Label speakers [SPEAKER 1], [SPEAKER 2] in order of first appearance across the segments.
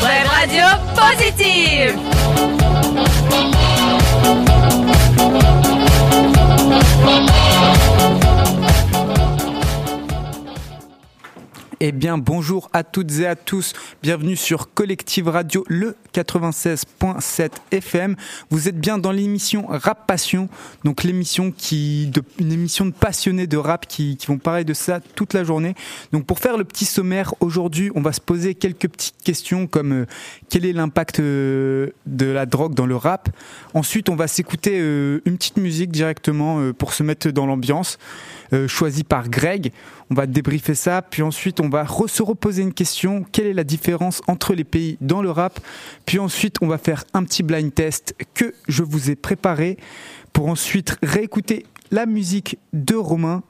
[SPEAKER 1] Radio Positive.
[SPEAKER 2] Eh bien, bonjour à toutes et à tous. Bienvenue sur Collective Radio, le 96.7 FM. Vous êtes bien dans l'émission Rap Passion, donc l'émission qui, de, une émission de passionnés de rap qui, qui vont parler de ça toute la journée. Donc, pour faire le petit sommaire, aujourd'hui, on va se poser quelques petites questions comme euh, quel est l'impact euh, de la drogue dans le rap. Ensuite, on va s'écouter euh, une petite musique directement euh, pour se mettre dans l'ambiance, euh, choisie par Greg. On va débriefer ça, puis ensuite on va re- se reposer une question quelle est la différence entre les pays dans le rap Puis ensuite, on va faire un petit blind test que je vous ai préparé pour ensuite réécouter la musique de Romain.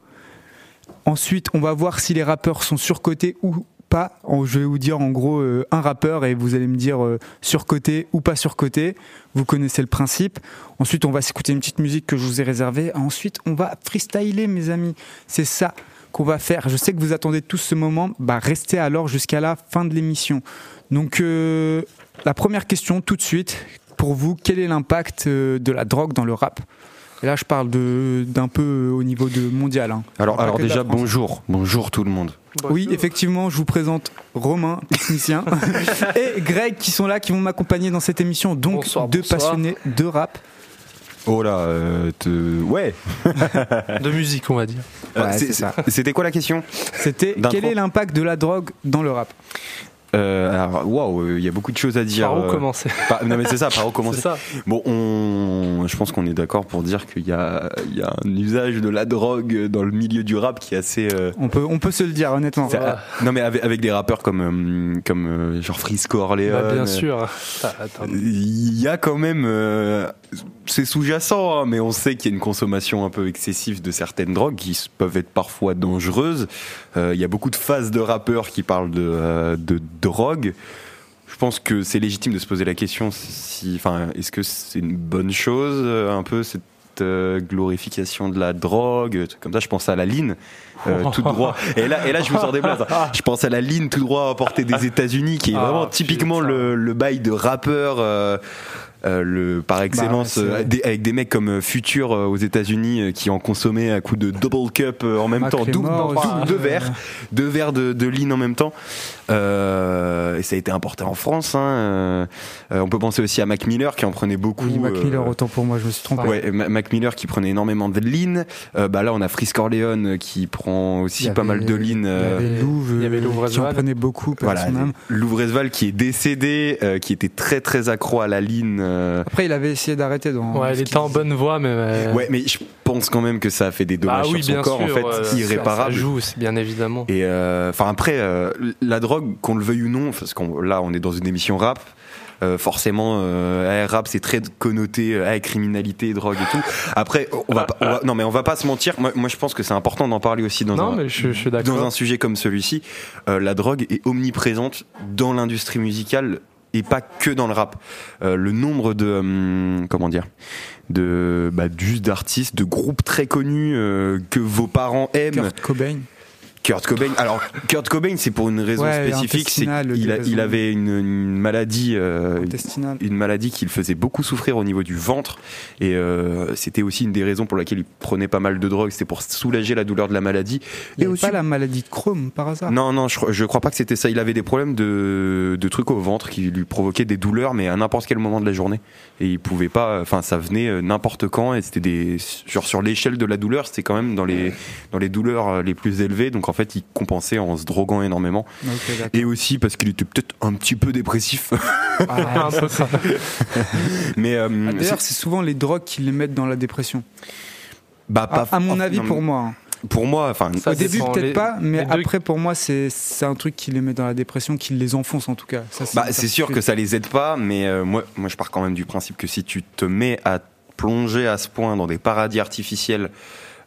[SPEAKER 2] Ensuite, on va voir si les rappeurs sont surcotés ou pas. En- Je vais vous dire en gros euh, un rappeur et vous allez me dire euh, surcoté ou pas surcoté. Vous connaissez le principe. Ensuite, on va s'écouter une petite musique que je vous ai réservée. Ensuite, on va freestyler, mes amis. C'est ça qu'on va faire. Je sais que vous attendez tous ce moment. Bah, restez alors jusqu'à la fin de l'émission. Donc, euh, la première question tout de suite pour vous quel est l'impact euh, de la drogue dans le rap et là, je parle de- d'un peu euh, au niveau de mondial. hein.
[SPEAKER 3] Alors,
[SPEAKER 2] Pas
[SPEAKER 3] alors
[SPEAKER 2] que de la
[SPEAKER 3] déjà,
[SPEAKER 2] France.
[SPEAKER 3] bonjour. Bonjour tout le monde.
[SPEAKER 4] Bah,
[SPEAKER 2] Oui, effectivement, je vous présente Romain, technicien, et Greg qui sont là, qui vont m'accompagner dans cette émission. Donc,
[SPEAKER 4] Bonsoir,
[SPEAKER 2] deux
[SPEAKER 4] bonsoir.
[SPEAKER 2] passionnés de rap.
[SPEAKER 3] Oh là, euh, te- ouais.
[SPEAKER 4] De musique, on va dire.
[SPEAKER 3] Euh,
[SPEAKER 2] Ouais,
[SPEAKER 3] c'est-
[SPEAKER 2] c'est ça.
[SPEAKER 3] C'était quoi la question
[SPEAKER 2] C'était
[SPEAKER 3] D'intro.
[SPEAKER 2] quel est l'impact de la drogue dans le rap
[SPEAKER 3] Euh, Alors, waouh, il y a beaucoup de choses à dire.
[SPEAKER 4] Par où
[SPEAKER 3] Euh,
[SPEAKER 4] commencer
[SPEAKER 3] par- Non mais c'est ça, par où
[SPEAKER 4] C'est
[SPEAKER 3] commencer
[SPEAKER 4] ça.
[SPEAKER 3] Bon, on, je pense qu'on est d'accord pour dire qu'il y a, il y a un usage de la drogue dans le milieu du rap qui est assez. euh,
[SPEAKER 2] on peut, on peut se le dire, honnêtement.
[SPEAKER 3] c'est- ah, non mais avec, avec des rappeurs comme euh, comme euh, genre Freeze Corleone.
[SPEAKER 4] Bah, bien sûr. Ah, attends.
[SPEAKER 3] Il y a quand même, euh, c'est sous-jacent, hein, mais on sait qu'il y a une consommation un peu excessive de certaines drogues qui s- peuvent être parfois dangereuses. Euh, il y a beaucoup de phases de rappeurs qui parlent de, euh, de drogue. Je pense que c'est légitime de se poser la question si, enfin, est-ce que c'est une bonne chose, euh, un peu cette euh, glorification de la drogue, euh, trucs comme ça. Je pense à la ligne tout droit. Et là, et là, je vous en déplace. hein. Je pense à la ligne tout droit apportée des États-Unis, qui est
[SPEAKER 4] Ah,
[SPEAKER 3] vraiment typiquement
[SPEAKER 4] putain.
[SPEAKER 3] le, le bail de rappeur. euh, euh, le, par excellence
[SPEAKER 2] ouais, Bah, c'est
[SPEAKER 3] euh,
[SPEAKER 2] vrai.
[SPEAKER 3] des- avec des mecs comme euh, Future euh, aux États-Unis euh, qui en consommaient à coup de double cup euh, en même
[SPEAKER 2] Mac
[SPEAKER 3] temps,
[SPEAKER 2] les
[SPEAKER 3] double, euh,
[SPEAKER 2] morts,
[SPEAKER 3] double
[SPEAKER 2] aussi.
[SPEAKER 3] deux verres, deux verres de, de lean en même temps. Euh, et ça a été importé en France. hein, euh, euh, on peut penser aussi à Mac Miller qui en prenait beaucoup.
[SPEAKER 2] Oui, Mac Miller,
[SPEAKER 3] euh,
[SPEAKER 2] autant pour moi, je me suis trompé.
[SPEAKER 3] Ouais, Ma- Mac Miller qui prenait énormément de lean. Euh, bah là, on a Frisk Corleone qui prend
[SPEAKER 2] Il
[SPEAKER 3] aussi
[SPEAKER 2] y
[SPEAKER 3] pas
[SPEAKER 2] avait-
[SPEAKER 3] mal de lean.
[SPEAKER 2] Il y
[SPEAKER 3] euh,
[SPEAKER 2] avait Louvre,
[SPEAKER 4] il y avait
[SPEAKER 2] euh,
[SPEAKER 4] Louvre
[SPEAKER 2] qui en
[SPEAKER 4] Azwan.
[SPEAKER 2] prenait beaucoup, par
[SPEAKER 3] voilà,
[SPEAKER 2] son âme.
[SPEAKER 3] Louvresval qui est décédé, euh, qui était très très accro à la lean. euh.
[SPEAKER 2] Après, il avait essayé d'arrêter dans.
[SPEAKER 4] Ouais, il était en bonne voie, mais. euh,
[SPEAKER 3] Ouais, mais je pense quand même que ça a fait des
[SPEAKER 4] bah
[SPEAKER 3] dommages
[SPEAKER 4] oui,
[SPEAKER 3] sur son
[SPEAKER 4] bien
[SPEAKER 3] corps
[SPEAKER 4] sûr.
[SPEAKER 3] en fait
[SPEAKER 4] euh, ça-
[SPEAKER 3] irréparables.
[SPEAKER 4] Ça joue, c'est bien évidemment.
[SPEAKER 3] Et euh, enfin après, euh, la drogue, qu'on le veuille ou non, parce qu'on là on est dans une émission rap. euh, forcément, euh, eh, rap c'est très connoté euh, eh, criminalité, drogue et tout. Après, on va, pas- on va- non mais on va pas se mentir. Moi, moi, je pense que c'est important d'en parler aussi dans
[SPEAKER 4] Non,
[SPEAKER 3] un
[SPEAKER 4] mais je, je suis d'accord.
[SPEAKER 3] dans un sujet comme celui-ci. euh, la drogue est omniprésente dans l'industrie musicale et pas que dans le rap. Euh, le nombre de hum, comment dire de bah, juste d'artistes, de groupes très connus euh, que vos parents aiment.
[SPEAKER 2] Kurt Cobain.
[SPEAKER 3] Kurt Cobain. Alors, Kurt Cobain, c'est pour une raison
[SPEAKER 2] Ouais,
[SPEAKER 3] spécifique, c'est
[SPEAKER 2] intestinale,
[SPEAKER 3] qu'il a-
[SPEAKER 2] des
[SPEAKER 3] il
[SPEAKER 2] raisons-
[SPEAKER 3] avait une, une maladie, euh,
[SPEAKER 2] intestinal.
[SPEAKER 3] une maladie qui le faisait beaucoup souffrir au niveau du ventre, et euh, c'était aussi une des raisons pour laquelle il prenait pas mal de drogue. C'était pour soulager la douleur de la maladie.
[SPEAKER 2] Il n'y
[SPEAKER 3] et
[SPEAKER 2] avait
[SPEAKER 3] aussi- Mm.
[SPEAKER 2] pas la maladie de Chrome, par hasard
[SPEAKER 3] Non, non, je, crois- je crois pas que c'était ça. Il avait des problèmes de, de trucs au ventre qui lui provoquaient des douleurs, mais à n'importe quel moment de la journée. Et il pouvait pas, enfin, ça venait euh, n'importe quand, et c'était des, genre sur l'échelle de la douleur, c'était quand même dans les, dans les douleurs euh, les plus élevées. Donc en fait, il compensait en se droguant énormément.
[SPEAKER 2] Ok, d'accord.
[SPEAKER 3] Et aussi parce qu'il était peut-être un petit peu dépressif.
[SPEAKER 2] Ah,
[SPEAKER 4] Un peu ça.
[SPEAKER 3] mais, euh,
[SPEAKER 2] D'ailleurs, c'est
[SPEAKER 3] c'est-
[SPEAKER 2] souvent les drogues qui les mettent dans la dépression.
[SPEAKER 3] bah, pas,
[SPEAKER 2] À, à mon
[SPEAKER 3] ah,
[SPEAKER 2] avis,
[SPEAKER 3] non,
[SPEAKER 2] pour moi. hein.
[SPEAKER 3] Pour moi, enfin,
[SPEAKER 4] Ça
[SPEAKER 2] Au début,
[SPEAKER 4] dépend.
[SPEAKER 2] peut-être
[SPEAKER 4] Les-
[SPEAKER 2] pas, mais
[SPEAKER 4] les deux-
[SPEAKER 2] après, pour moi, c'est c'est un truc qui les met dans la dépression, qui les enfonce en tout cas. Ça,
[SPEAKER 3] Bah,
[SPEAKER 2] une
[SPEAKER 3] c'est sûr que
[SPEAKER 2] certitude.
[SPEAKER 3] ça les aide pas, mais euh, moi, moi je pars quand même du principe que si tu te mets à plonger à ce point dans des paradis artificiels,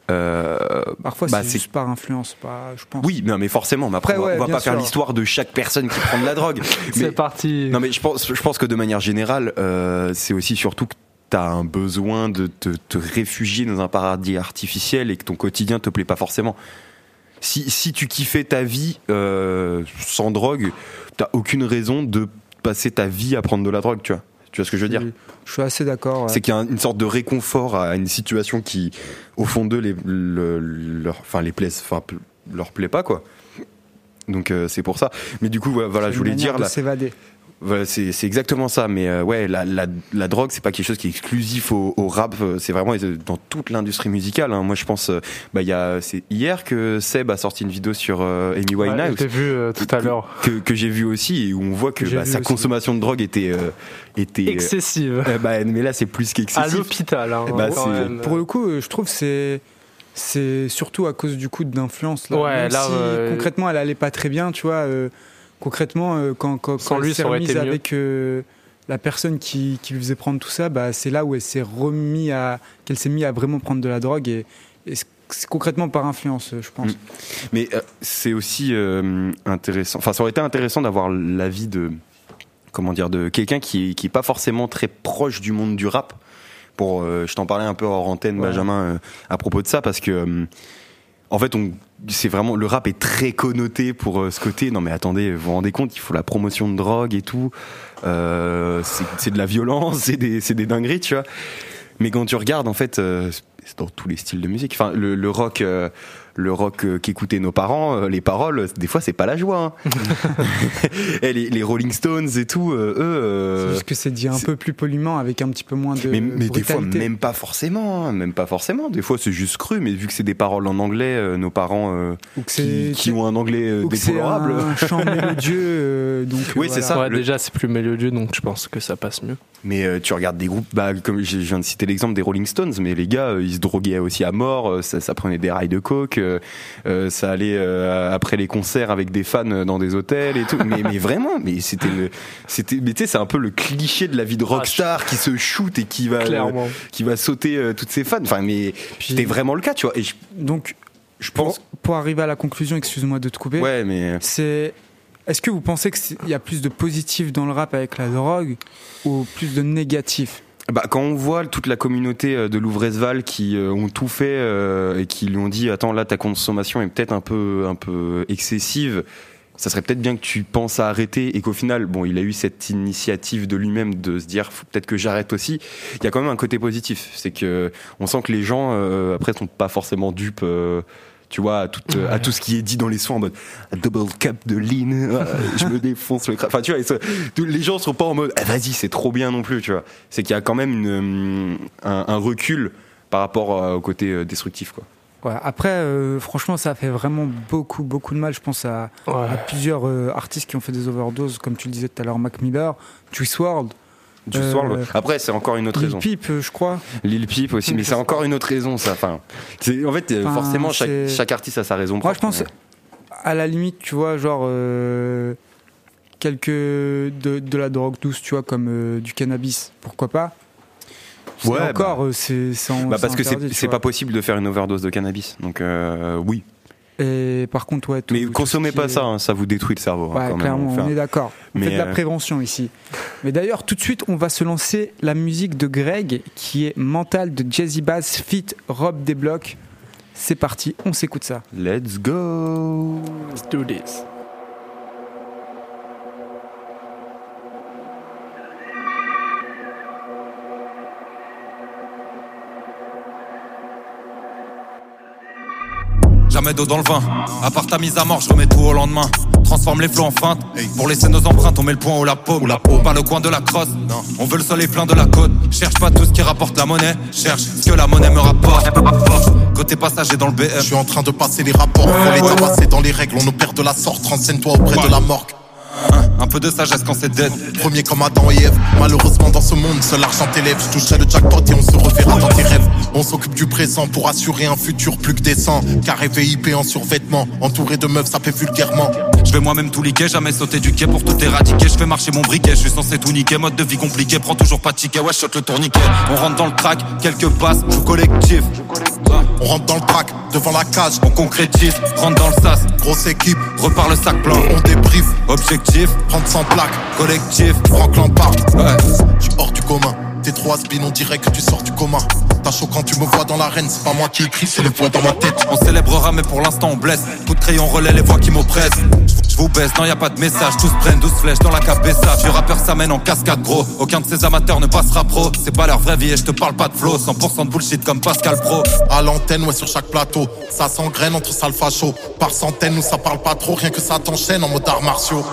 [SPEAKER 3] euh,
[SPEAKER 2] Parfois,
[SPEAKER 3] bah,
[SPEAKER 2] c'est
[SPEAKER 3] c'est-
[SPEAKER 2] juste par influence, pas, je pense.
[SPEAKER 3] oui, non mais forcément, mais après,
[SPEAKER 2] Après,
[SPEAKER 3] on va-
[SPEAKER 2] ouais,
[SPEAKER 3] on va
[SPEAKER 2] bien
[SPEAKER 3] pas faire
[SPEAKER 2] sûr.
[SPEAKER 3] l'histoire de chaque personne qui prend de la drogue.
[SPEAKER 4] C'est parti.
[SPEAKER 3] Non mais je pense, je pense que de manière générale, euh, c'est aussi surtout que t'as un besoin de te, te réfugier dans un paradis artificiel et que ton quotidien te plaît pas forcément. Si, si tu kiffais ta vie euh, sans drogue, t'as aucune raison de passer ta vie à prendre de la drogue, tu vois. Tu vois ce que je veux dire
[SPEAKER 2] Je suis assez d'accord. ouais.
[SPEAKER 3] C'est qu'il y a un- une sorte de réconfort à une situation qui, au fond d'eux, les, le- leur, enfin, les plaise, enfin, pl- leur plaît pas, quoi. Donc euh, c'est pour ça. Mais du coup, ouais, voilà,
[SPEAKER 2] C'est
[SPEAKER 3] je
[SPEAKER 2] une
[SPEAKER 3] voulais
[SPEAKER 2] manière
[SPEAKER 3] dire,
[SPEAKER 2] de
[SPEAKER 3] la-
[SPEAKER 2] s'évader.
[SPEAKER 3] voilà, c'est c'est exactement ça. Mais euh, ouais, la, la, la drogue, c'est pas quelque chose qui est exclusif au, au rap. euh, C'est vraiment euh, dans toute l'industrie musicale. hein. Moi, je pense, euh, bah, il y a, c'est hier que Seb a sorti une vidéo sur euh, Amy
[SPEAKER 4] Ouais, je
[SPEAKER 3] Winehouse
[SPEAKER 4] t'ai vu euh, tout à
[SPEAKER 3] que-
[SPEAKER 4] l'heure.
[SPEAKER 3] que, que j'ai vu aussi et où on voit que
[SPEAKER 4] J'ai
[SPEAKER 3] bah,
[SPEAKER 4] vu
[SPEAKER 3] sa
[SPEAKER 4] aussi.
[SPEAKER 3] consommation de drogue était euh, était
[SPEAKER 4] Excessive.
[SPEAKER 3] euh, bah, mais là c'est plus
[SPEAKER 4] À
[SPEAKER 3] qu'excessif
[SPEAKER 4] l'hôpital. hein,
[SPEAKER 3] Eh bah,
[SPEAKER 4] quand
[SPEAKER 3] c'est-
[SPEAKER 4] même.
[SPEAKER 2] Pour le coup, euh, je trouve c'est c'est surtout à cause du coup d'influence. Là.
[SPEAKER 4] Ouais,
[SPEAKER 2] Même
[SPEAKER 4] là,
[SPEAKER 2] si,
[SPEAKER 4] euh,
[SPEAKER 2] concrètement, elle allait pas très bien, tu vois. euh, concrètement, euh, quand, quand,
[SPEAKER 4] Sans
[SPEAKER 2] quand
[SPEAKER 4] lui,
[SPEAKER 2] elle s'est
[SPEAKER 4] ça aurait
[SPEAKER 2] remise
[SPEAKER 4] été mieux.
[SPEAKER 2] avec euh, la personne qui, qui lui faisait prendre tout ça, bah, c'est là où elle s'est remis à qu'elle s'est mise à vraiment prendre de la drogue et, et c'est- c'est concrètement par influence, euh, je pense.
[SPEAKER 3] mais euh, c'est aussi euh, intéressant enfin ça aurait été intéressant d'avoir l'avis de comment dire de quelqu'un qui qui est pas forcément très proche du monde du rap pour euh, je t'en parlais un peu hors antenne
[SPEAKER 2] Ouais.
[SPEAKER 3] Benjamin euh, à propos de ça parce que euh, en fait on c'est vraiment le rap est très connoté pour euh, ce côté non mais attendez vous vous rendez compte il faut la promotion de drogue et tout Euh, c'est c'est de la violence c'est des c'est des dingueries tu vois mais quand tu regardes en fait euh, c'est dans tous les styles de musique enfin le, le rock euh, le rock euh, qu'écoutaient nos parents, euh, les paroles, euh, des fois c'est pas la joie. hein. Eh, les, les Rolling Stones et tout, euh, eux,
[SPEAKER 2] c'est
[SPEAKER 3] euh,
[SPEAKER 2] juste que c'est dit un
[SPEAKER 3] c'est-
[SPEAKER 2] peu plus poliment, avec un petit peu moins de
[SPEAKER 3] mais, mais des fois,
[SPEAKER 2] brutalité.
[SPEAKER 3] même pas forcément, hein, même pas forcément. Des fois, c'est juste cru, mais vu que c'est des paroles en anglais, euh, nos parents euh,
[SPEAKER 2] Ou que
[SPEAKER 3] qui,
[SPEAKER 2] c'est-
[SPEAKER 3] qui ont un anglais euh,
[SPEAKER 2] ou que c'est
[SPEAKER 3] déplorable.
[SPEAKER 2] un chant mélodieux, euh, donc
[SPEAKER 3] Oui,
[SPEAKER 2] euh,
[SPEAKER 3] c'est
[SPEAKER 2] voilà.
[SPEAKER 3] ça,
[SPEAKER 4] Ouais,
[SPEAKER 3] le-
[SPEAKER 4] déjà, c'est plus mélodieux, donc je pense que ça passe mieux.
[SPEAKER 3] Mais euh, tu regardes des groupes, bah, comme je je viens de citer l'exemple des Rolling Stones, mais les gars, euh, ils se droguaient aussi à mort, euh, ça, ça prenait des rails de coke, euh, euh, ça allait euh, après les concerts avec des fans euh, dans des hôtels et tout. mais, mais vraiment, mais c'était le, c'était, mais tu sais, c'est un peu le cliché de la
[SPEAKER 2] Ah,
[SPEAKER 3] vie de rockstar qui se shoot et qui va, euh,
[SPEAKER 4] Clairement.
[SPEAKER 3] qui va sauter euh, toutes ses fans. Enfin, mais
[SPEAKER 2] Puis-
[SPEAKER 3] c'était vraiment le cas, tu vois. Et je,
[SPEAKER 2] Donc,
[SPEAKER 3] je pense,
[SPEAKER 2] pour, pour arriver à la conclusion, excuse-moi de te couper,
[SPEAKER 3] ouais, mais
[SPEAKER 2] c'est. Est-ce que vous pensez qu'il y a plus de positif dans le rap avec la drogue ou plus de négatif
[SPEAKER 3] Bah, quand on voit toute la communauté euh, de Louvresval qui euh, ont tout fait euh, et qui lui ont dit attends là ta consommation est peut-être un peu un peu excessive ça serait peut-être bien que tu penses à arrêter et qu'au final bon il a eu cette initiative de lui-même de se dire faut peut-être que j'arrête aussi il y a quand même un côté positif c'est que on sent que les gens euh, après sont pas forcément dupes euh, tu vois, à tout, euh, à tout ce qui est dit dans les sons en mode double cup de lean, euh, je me défonce le crâne. Enfin, tu vois, ils sont- tous les gens sont pas en mode ah, vas-y, c'est trop bien non plus, tu vois. C'est qu'il y a quand même une, euh, un, un recul par rapport euh, au côté euh, destructif, quoi.
[SPEAKER 2] Ouais, Après, euh, franchement, ça fait vraiment beaucoup, beaucoup de mal. Je pense à,
[SPEAKER 4] Ouais.
[SPEAKER 2] à plusieurs euh, artistes qui ont fait des overdoses, comme tu le disais tout à l'heure, Mac Miller, Juice WRLD,
[SPEAKER 3] Du
[SPEAKER 2] Euh,
[SPEAKER 3] soir, le- Après, c'est encore une autre
[SPEAKER 2] Lil
[SPEAKER 3] raison.
[SPEAKER 2] Peep, euh, je crois.
[SPEAKER 3] Lil Peep aussi, mais c'est encore une autre raison, ça. Enfin, c'est- en fait, euh,
[SPEAKER 2] Enfin,
[SPEAKER 3] forcément,
[SPEAKER 2] c'est-
[SPEAKER 3] chaque, chaque artiste a sa raison.
[SPEAKER 2] Moi,
[SPEAKER 3] propre,
[SPEAKER 2] je pense,
[SPEAKER 3] mais-
[SPEAKER 2] à la limite, tu vois, genre euh, quelques de, de la drogue douce, tu vois, comme euh, du cannabis, pourquoi pas. C'est
[SPEAKER 3] Ouais,
[SPEAKER 2] encore, euh, c'est c'est en-
[SPEAKER 3] Bah, parce que
[SPEAKER 2] interdit,
[SPEAKER 3] c'est
[SPEAKER 2] tu
[SPEAKER 3] c'est
[SPEAKER 2] vois.
[SPEAKER 3] pas possible de faire une overdose de cannabis. Donc, euh, oui.
[SPEAKER 2] Et par contre, ouais. tout-
[SPEAKER 3] Mais
[SPEAKER 2] tout ce
[SPEAKER 3] consommez
[SPEAKER 2] qui
[SPEAKER 3] pas
[SPEAKER 2] est-
[SPEAKER 3] ça, hein, ça vous détruit le cerveau. hein,
[SPEAKER 2] Ouais,
[SPEAKER 3] quand même.
[SPEAKER 2] clairement,
[SPEAKER 3] Enfin,
[SPEAKER 2] on est d'accord. On fait
[SPEAKER 3] mais,
[SPEAKER 2] de la
[SPEAKER 3] euh,
[SPEAKER 2] prévention ici. Mais d'ailleurs, tout de suite, on va se lancer la musique de Greg, qui est Mental de Jazzy Bass, Fit, Rob Desblocs. C'est parti, on s'écoute ça.
[SPEAKER 3] Let's go
[SPEAKER 4] Let's do this.
[SPEAKER 5] Jamais d'eau dans le vin. À part ta mise à mort, je remets tout au lendemain. Transforme les flots en feinte. Pour laisser nos empreintes, on met le point ou la paume. Ou la peau. Pas le coin de la crosse. On veut le sol et plein de la côte. Cherche pas tout ce qui rapporte la monnaie. Cherche ce que la monnaie me rapporte. Côté passager dans le BM.
[SPEAKER 6] Je suis en train de passer les rapports. Faut les tabasser dans les règles, on nous perd de la sorte. Renseigne-toi auprès de la morgue.
[SPEAKER 5] Un peu de sagesse quand c'est dead.
[SPEAKER 6] Premier comme Adam et Ève. Malheureusement, dans ce monde, seul l'argent t'élève. Je toucherai le jackpot et on se reverra dans tes rêves. On s'occupe du présent pour assurer un futur plus que décent. Car VIP en survêtement, entouré de meufs, ça fait vulgairement.
[SPEAKER 5] Je vais moi-même tout liquer, jamais sauter du quai pour tout éradiquer. Je fais marcher mon briquet, je suis censé tout niquer. Mode de vie compliqué, prends toujours pas de ticket, ouais, shot le tourniquet. On rentre dans le track, quelques passes, joue collectif. Ah.
[SPEAKER 6] On rentre dans le track, devant la cage.
[SPEAKER 5] On concrétise, rentre dans le sas,
[SPEAKER 6] Grosse équipe,
[SPEAKER 5] repart le sac blanc.
[SPEAKER 6] on débriefe.
[SPEAKER 5] Objectif,
[SPEAKER 6] Prendre sans plaque,
[SPEAKER 5] collectif,
[SPEAKER 6] Franck Lampard.
[SPEAKER 5] ouais.
[SPEAKER 6] Tu hors du commun. T'es trop has-been, on dirait que tu sors du coma. T'as chaud quand tu me vois dans l'arène, c'est pas moi qui écris, c'est les voix dans ma tête.
[SPEAKER 5] On célébrera mais pour l'instant on blesse Coup de crayon relais les voix qui m'oppressent Je vous baisse, non y a pas de message Tous prennent 12 flèches dans la cabessa Vieux rappeur s'amène en cascade gros Aucun de ces amateurs ne passera pro C'est pas leur vraie vie et je te parle pas de flow 100% de bullshit comme Pascal Pro
[SPEAKER 6] À l'antenne, ouais, sur chaque plateau. Ça s'engraine entre sales fachos. Par centaines, où ça parle pas trop, rien que ça t'enchaîne en mode arts martiaux.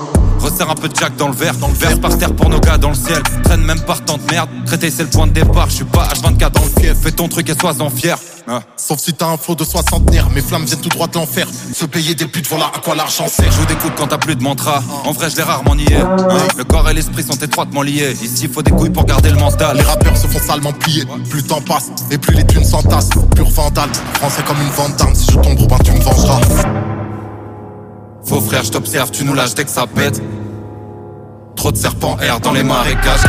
[SPEAKER 5] Resserre un peu de jack dans le verre, dans le verre par terre pour nos gars dans le ciel. Traîne même par temps de merde, traité c'est le point de départ. Je suis pas H24 dans le fief, fais ton truc et sois-en fier. Ah.
[SPEAKER 6] Sauf si t'as un flot de soixantenaire, mes flammes viennent tout droit de l'enfer. Se payer des putes, voilà à quoi l'argent sert.
[SPEAKER 5] Je vous découpe quand t'as plus de mantra. En vrai, je l'ai rarement nié. hein. Le corps et l'esprit sont étroitement liés. Ici, faut des couilles pour garder le mental.
[SPEAKER 6] Les rappeurs se font salement plier, plus le temps passe et plus les thunes s'entassent. Pur vandale, français comme une vente d'armes, si je tombe, Robin, tu me vengeras.
[SPEAKER 5] Faux frère, je t'observe, tu nous lâches dès que ça pète. Trop de serpents errent dans les marécages.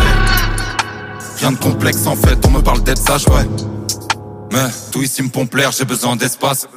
[SPEAKER 5] Rien de complexe en fait, on me parle d'être sage, ouais. Mais tout ici me pompe l'air, j'ai besoin d'espace.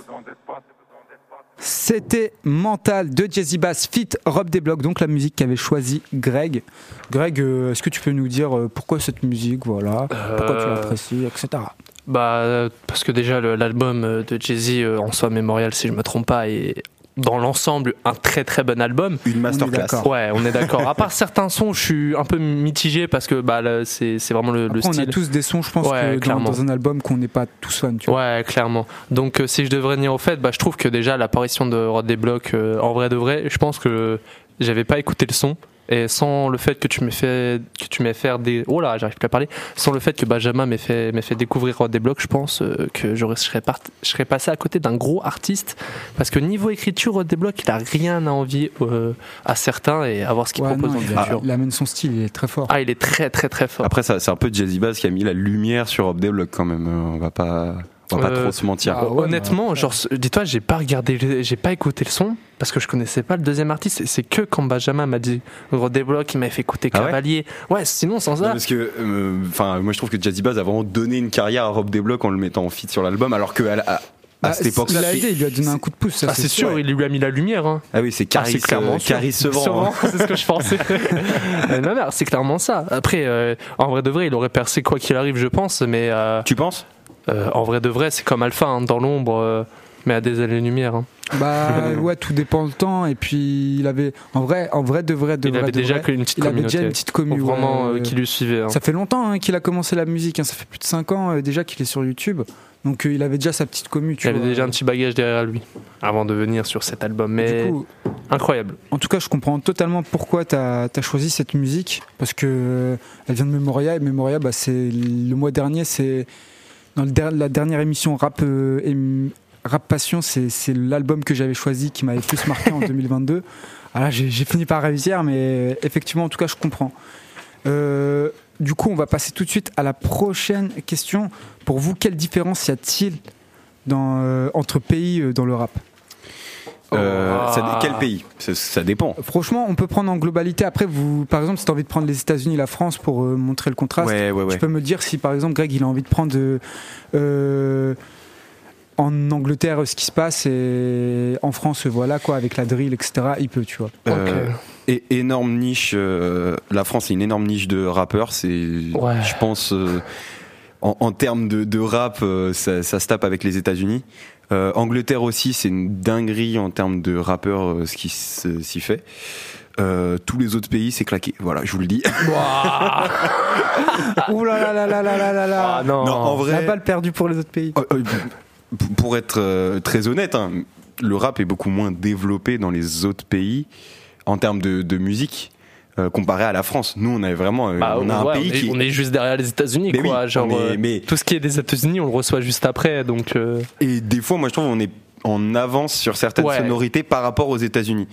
[SPEAKER 2] C'était Mental de Jazzy Bass Fit Rob Desblocs, donc la musique qu'avait choisi Greg. Greg, euh, est-ce que tu peux nous dire euh, pourquoi cette musique, voilà, pourquoi tu
[SPEAKER 4] Euh,
[SPEAKER 2] l'apprécies, etc.
[SPEAKER 4] Bah, euh, parce que déjà, le- l'album euh, de Jay-Z, euh, en soi, Memorial, si je me trompe pas, est dans l'ensemble un très très bon album.
[SPEAKER 3] Une
[SPEAKER 2] masterclass.
[SPEAKER 3] masterclass.
[SPEAKER 2] d'accord.
[SPEAKER 4] Ouais, on est d'accord. à part certains sons, je suis un peu mitigé parce que bah, là, c'est c'est vraiment le, le
[SPEAKER 2] Après, on a
[SPEAKER 4] style.
[SPEAKER 2] tous des sons, je pense,
[SPEAKER 4] Ouais,
[SPEAKER 2] que dans,
[SPEAKER 4] clairement.
[SPEAKER 2] dans un album qu'on n'est pas tous fans, tu vois.
[SPEAKER 4] Ouais, clairement. Donc, euh, si je devrais venir au fait, bah, je trouve que déjà l'apparition de Rod des Blocs, euh, en vrai de vrai, je pense que j'avais pas écouté le son. Et sans le fait que tu m'aies fait, que tu m'aies fait des, oh là, j'arrive plus à parler, sans le fait que Benjamin m'ait fait, m'ait fait découvrir Rod des Blocs, je pense euh, que j'aurais, je serais part- je serais passé à côté d'un gros artiste. Parce que niveau écriture, Rod des Blocs, il a rien à envier euh, à certains et à voir ce qu'il
[SPEAKER 2] Ouais,
[SPEAKER 4] propose
[SPEAKER 2] non,
[SPEAKER 4] en
[SPEAKER 2] il,
[SPEAKER 4] écriture.
[SPEAKER 2] il amène son style, il est très fort.
[SPEAKER 4] Ah, il est très très très fort.
[SPEAKER 3] Après, ça- c'est un peu Jazzy Bass qui a mis la lumière sur Rob Block quand même. euh, On va pas, on va pas
[SPEAKER 4] Euh,
[SPEAKER 3] trop se mentir.
[SPEAKER 2] Ah ouais,
[SPEAKER 4] Honnêtement,
[SPEAKER 2] bah,
[SPEAKER 4] genre, ce- dis-toi, j'ai pas regardé, le- j'ai pas écouté le son parce que je connaissais pas le deuxième artiste. Et c'est que quand Benjamin m'a dit Redébloque, il m'avait fait écouter
[SPEAKER 3] Ah ouais
[SPEAKER 4] Cavalier. ouais, sinon sans
[SPEAKER 3] Non,
[SPEAKER 4] ça.
[SPEAKER 3] parce que, euh, enfin, moi je trouve que Jazzy Bass a vraiment donné une carrière à Rob Block en le mettant en feat sur l'album, alors que à, la- à- à
[SPEAKER 2] Bah,
[SPEAKER 3] cette époque,
[SPEAKER 2] il a aidé, il lui a donné un coup de pouce. ça,
[SPEAKER 4] Ah, c'est sûr, il lui a mis la lumière. Hein.
[SPEAKER 3] ah oui, c'est Caris,
[SPEAKER 4] c'est clairement
[SPEAKER 3] euh,
[SPEAKER 4] sûr.
[SPEAKER 3] Caris Sevran, hein.
[SPEAKER 4] Sûrement, c'est ce que je pensais. Mais non, non, c'est clairement ça. Après, euh, en vrai de vrai, il aurait percé quoi qu'il arrive, je pense. Mais euh,
[SPEAKER 3] Tu penses
[SPEAKER 4] euh, en vrai de vrai, c'est comme Alpha, hein, dans l'ombre, euh, mais à des années-lumière. hein.
[SPEAKER 2] Bah ouais, tout dépend le temps. Et puis il avait, en vrai, en vrai de vrai, de
[SPEAKER 4] Il
[SPEAKER 2] vrai,
[SPEAKER 4] avait
[SPEAKER 2] de
[SPEAKER 4] déjà
[SPEAKER 2] vrai,
[SPEAKER 4] une petite
[SPEAKER 2] il avait
[SPEAKER 4] communauté.
[SPEAKER 2] déjà une petite commu.
[SPEAKER 4] vraiment
[SPEAKER 2] ouais,
[SPEAKER 4] euh, qui lui suivait. hein.
[SPEAKER 2] Ça fait longtemps hein, qu'il a commencé la musique. hein, ça fait plus de 5 ans euh, déjà qu'il est sur YouTube. Donc euh, il avait déjà sa petite commu. Tu
[SPEAKER 4] Il avait
[SPEAKER 2] vois.
[SPEAKER 4] déjà un petit bagage derrière lui avant de venir sur cet album. euh, Mais
[SPEAKER 2] Du coup,
[SPEAKER 4] incroyable.
[SPEAKER 2] en tout cas, je comprends totalement pourquoi tu as, choisi cette musique. Parce que euh, elle vient de Memoria. Et Memoria, bah, c'est le mois dernier, c'est dans le der- la dernière émission rap. euh, ém- Rap Passion, c'est c'est l'album que j'avais choisi qui m'avait plus marqué en 2022. Ah là, j'ai j'ai fini par réussir, mais effectivement, en tout cas, je comprends. Euh, du coup, on va passer tout de suite à la prochaine question. Pour vous, quelle différence y a-t-il dans, euh, entre pays euh, dans le rap
[SPEAKER 3] Euh,
[SPEAKER 4] Oh.
[SPEAKER 3] ça-
[SPEAKER 2] Ah.
[SPEAKER 3] Quel pays ça, ça dépend.
[SPEAKER 2] Franchement, on peut prendre en globalité. Après, vous, par exemple, si tu as envie de prendre les États-Unis et la France pour euh, montrer le contraste,
[SPEAKER 3] Ouais, ouais,
[SPEAKER 2] tu
[SPEAKER 3] ouais.
[SPEAKER 2] peux me dire si, par exemple, Greg, il a envie de prendre euh, euh, en Angleterre euh, ce qui se passe et en France, euh, voilà quoi, avec la drill, etc. Il peut, tu vois.
[SPEAKER 3] Euh, et énorme niche. euh, la France, c'est une énorme niche de rappeurs. C'est,
[SPEAKER 4] Ouais.
[SPEAKER 3] je pense, euh, en, en termes de, de rap, euh, ça, ça se tape avec les États-Unis. Euh, Angleterre aussi, c'est une dinguerie en termes de rappeurs, euh, ce qui se- s'y fait. Euh, tous les autres pays, c'est claqué. Voilà, je vous le dis.
[SPEAKER 2] Ouh là là là là là là là là.
[SPEAKER 4] Ah non.
[SPEAKER 3] Non, en vrai-
[SPEAKER 2] La balle perdue pour les autres pays.
[SPEAKER 3] Euh, euh, p- pour être euh, très honnête, hein, le rap est beaucoup moins développé dans les autres pays en termes de, de musique euh, comparé à la France. Nous, on a vraiment euh,
[SPEAKER 4] Bah,
[SPEAKER 3] on a
[SPEAKER 4] ouais,
[SPEAKER 3] un pays
[SPEAKER 4] on est,
[SPEAKER 3] qui
[SPEAKER 4] on est juste derrière les États-Unis,
[SPEAKER 3] Mais
[SPEAKER 4] quoi.
[SPEAKER 3] oui,
[SPEAKER 4] genre,
[SPEAKER 3] on est-
[SPEAKER 4] euh,
[SPEAKER 3] mais-
[SPEAKER 4] tout ce qui est des États-Unis, on le reçoit juste après, donc euh,
[SPEAKER 3] et des fois, moi, je trouve, on est en avance sur certaines
[SPEAKER 4] Ouais.
[SPEAKER 3] sonorités par rapport aux États-Unis.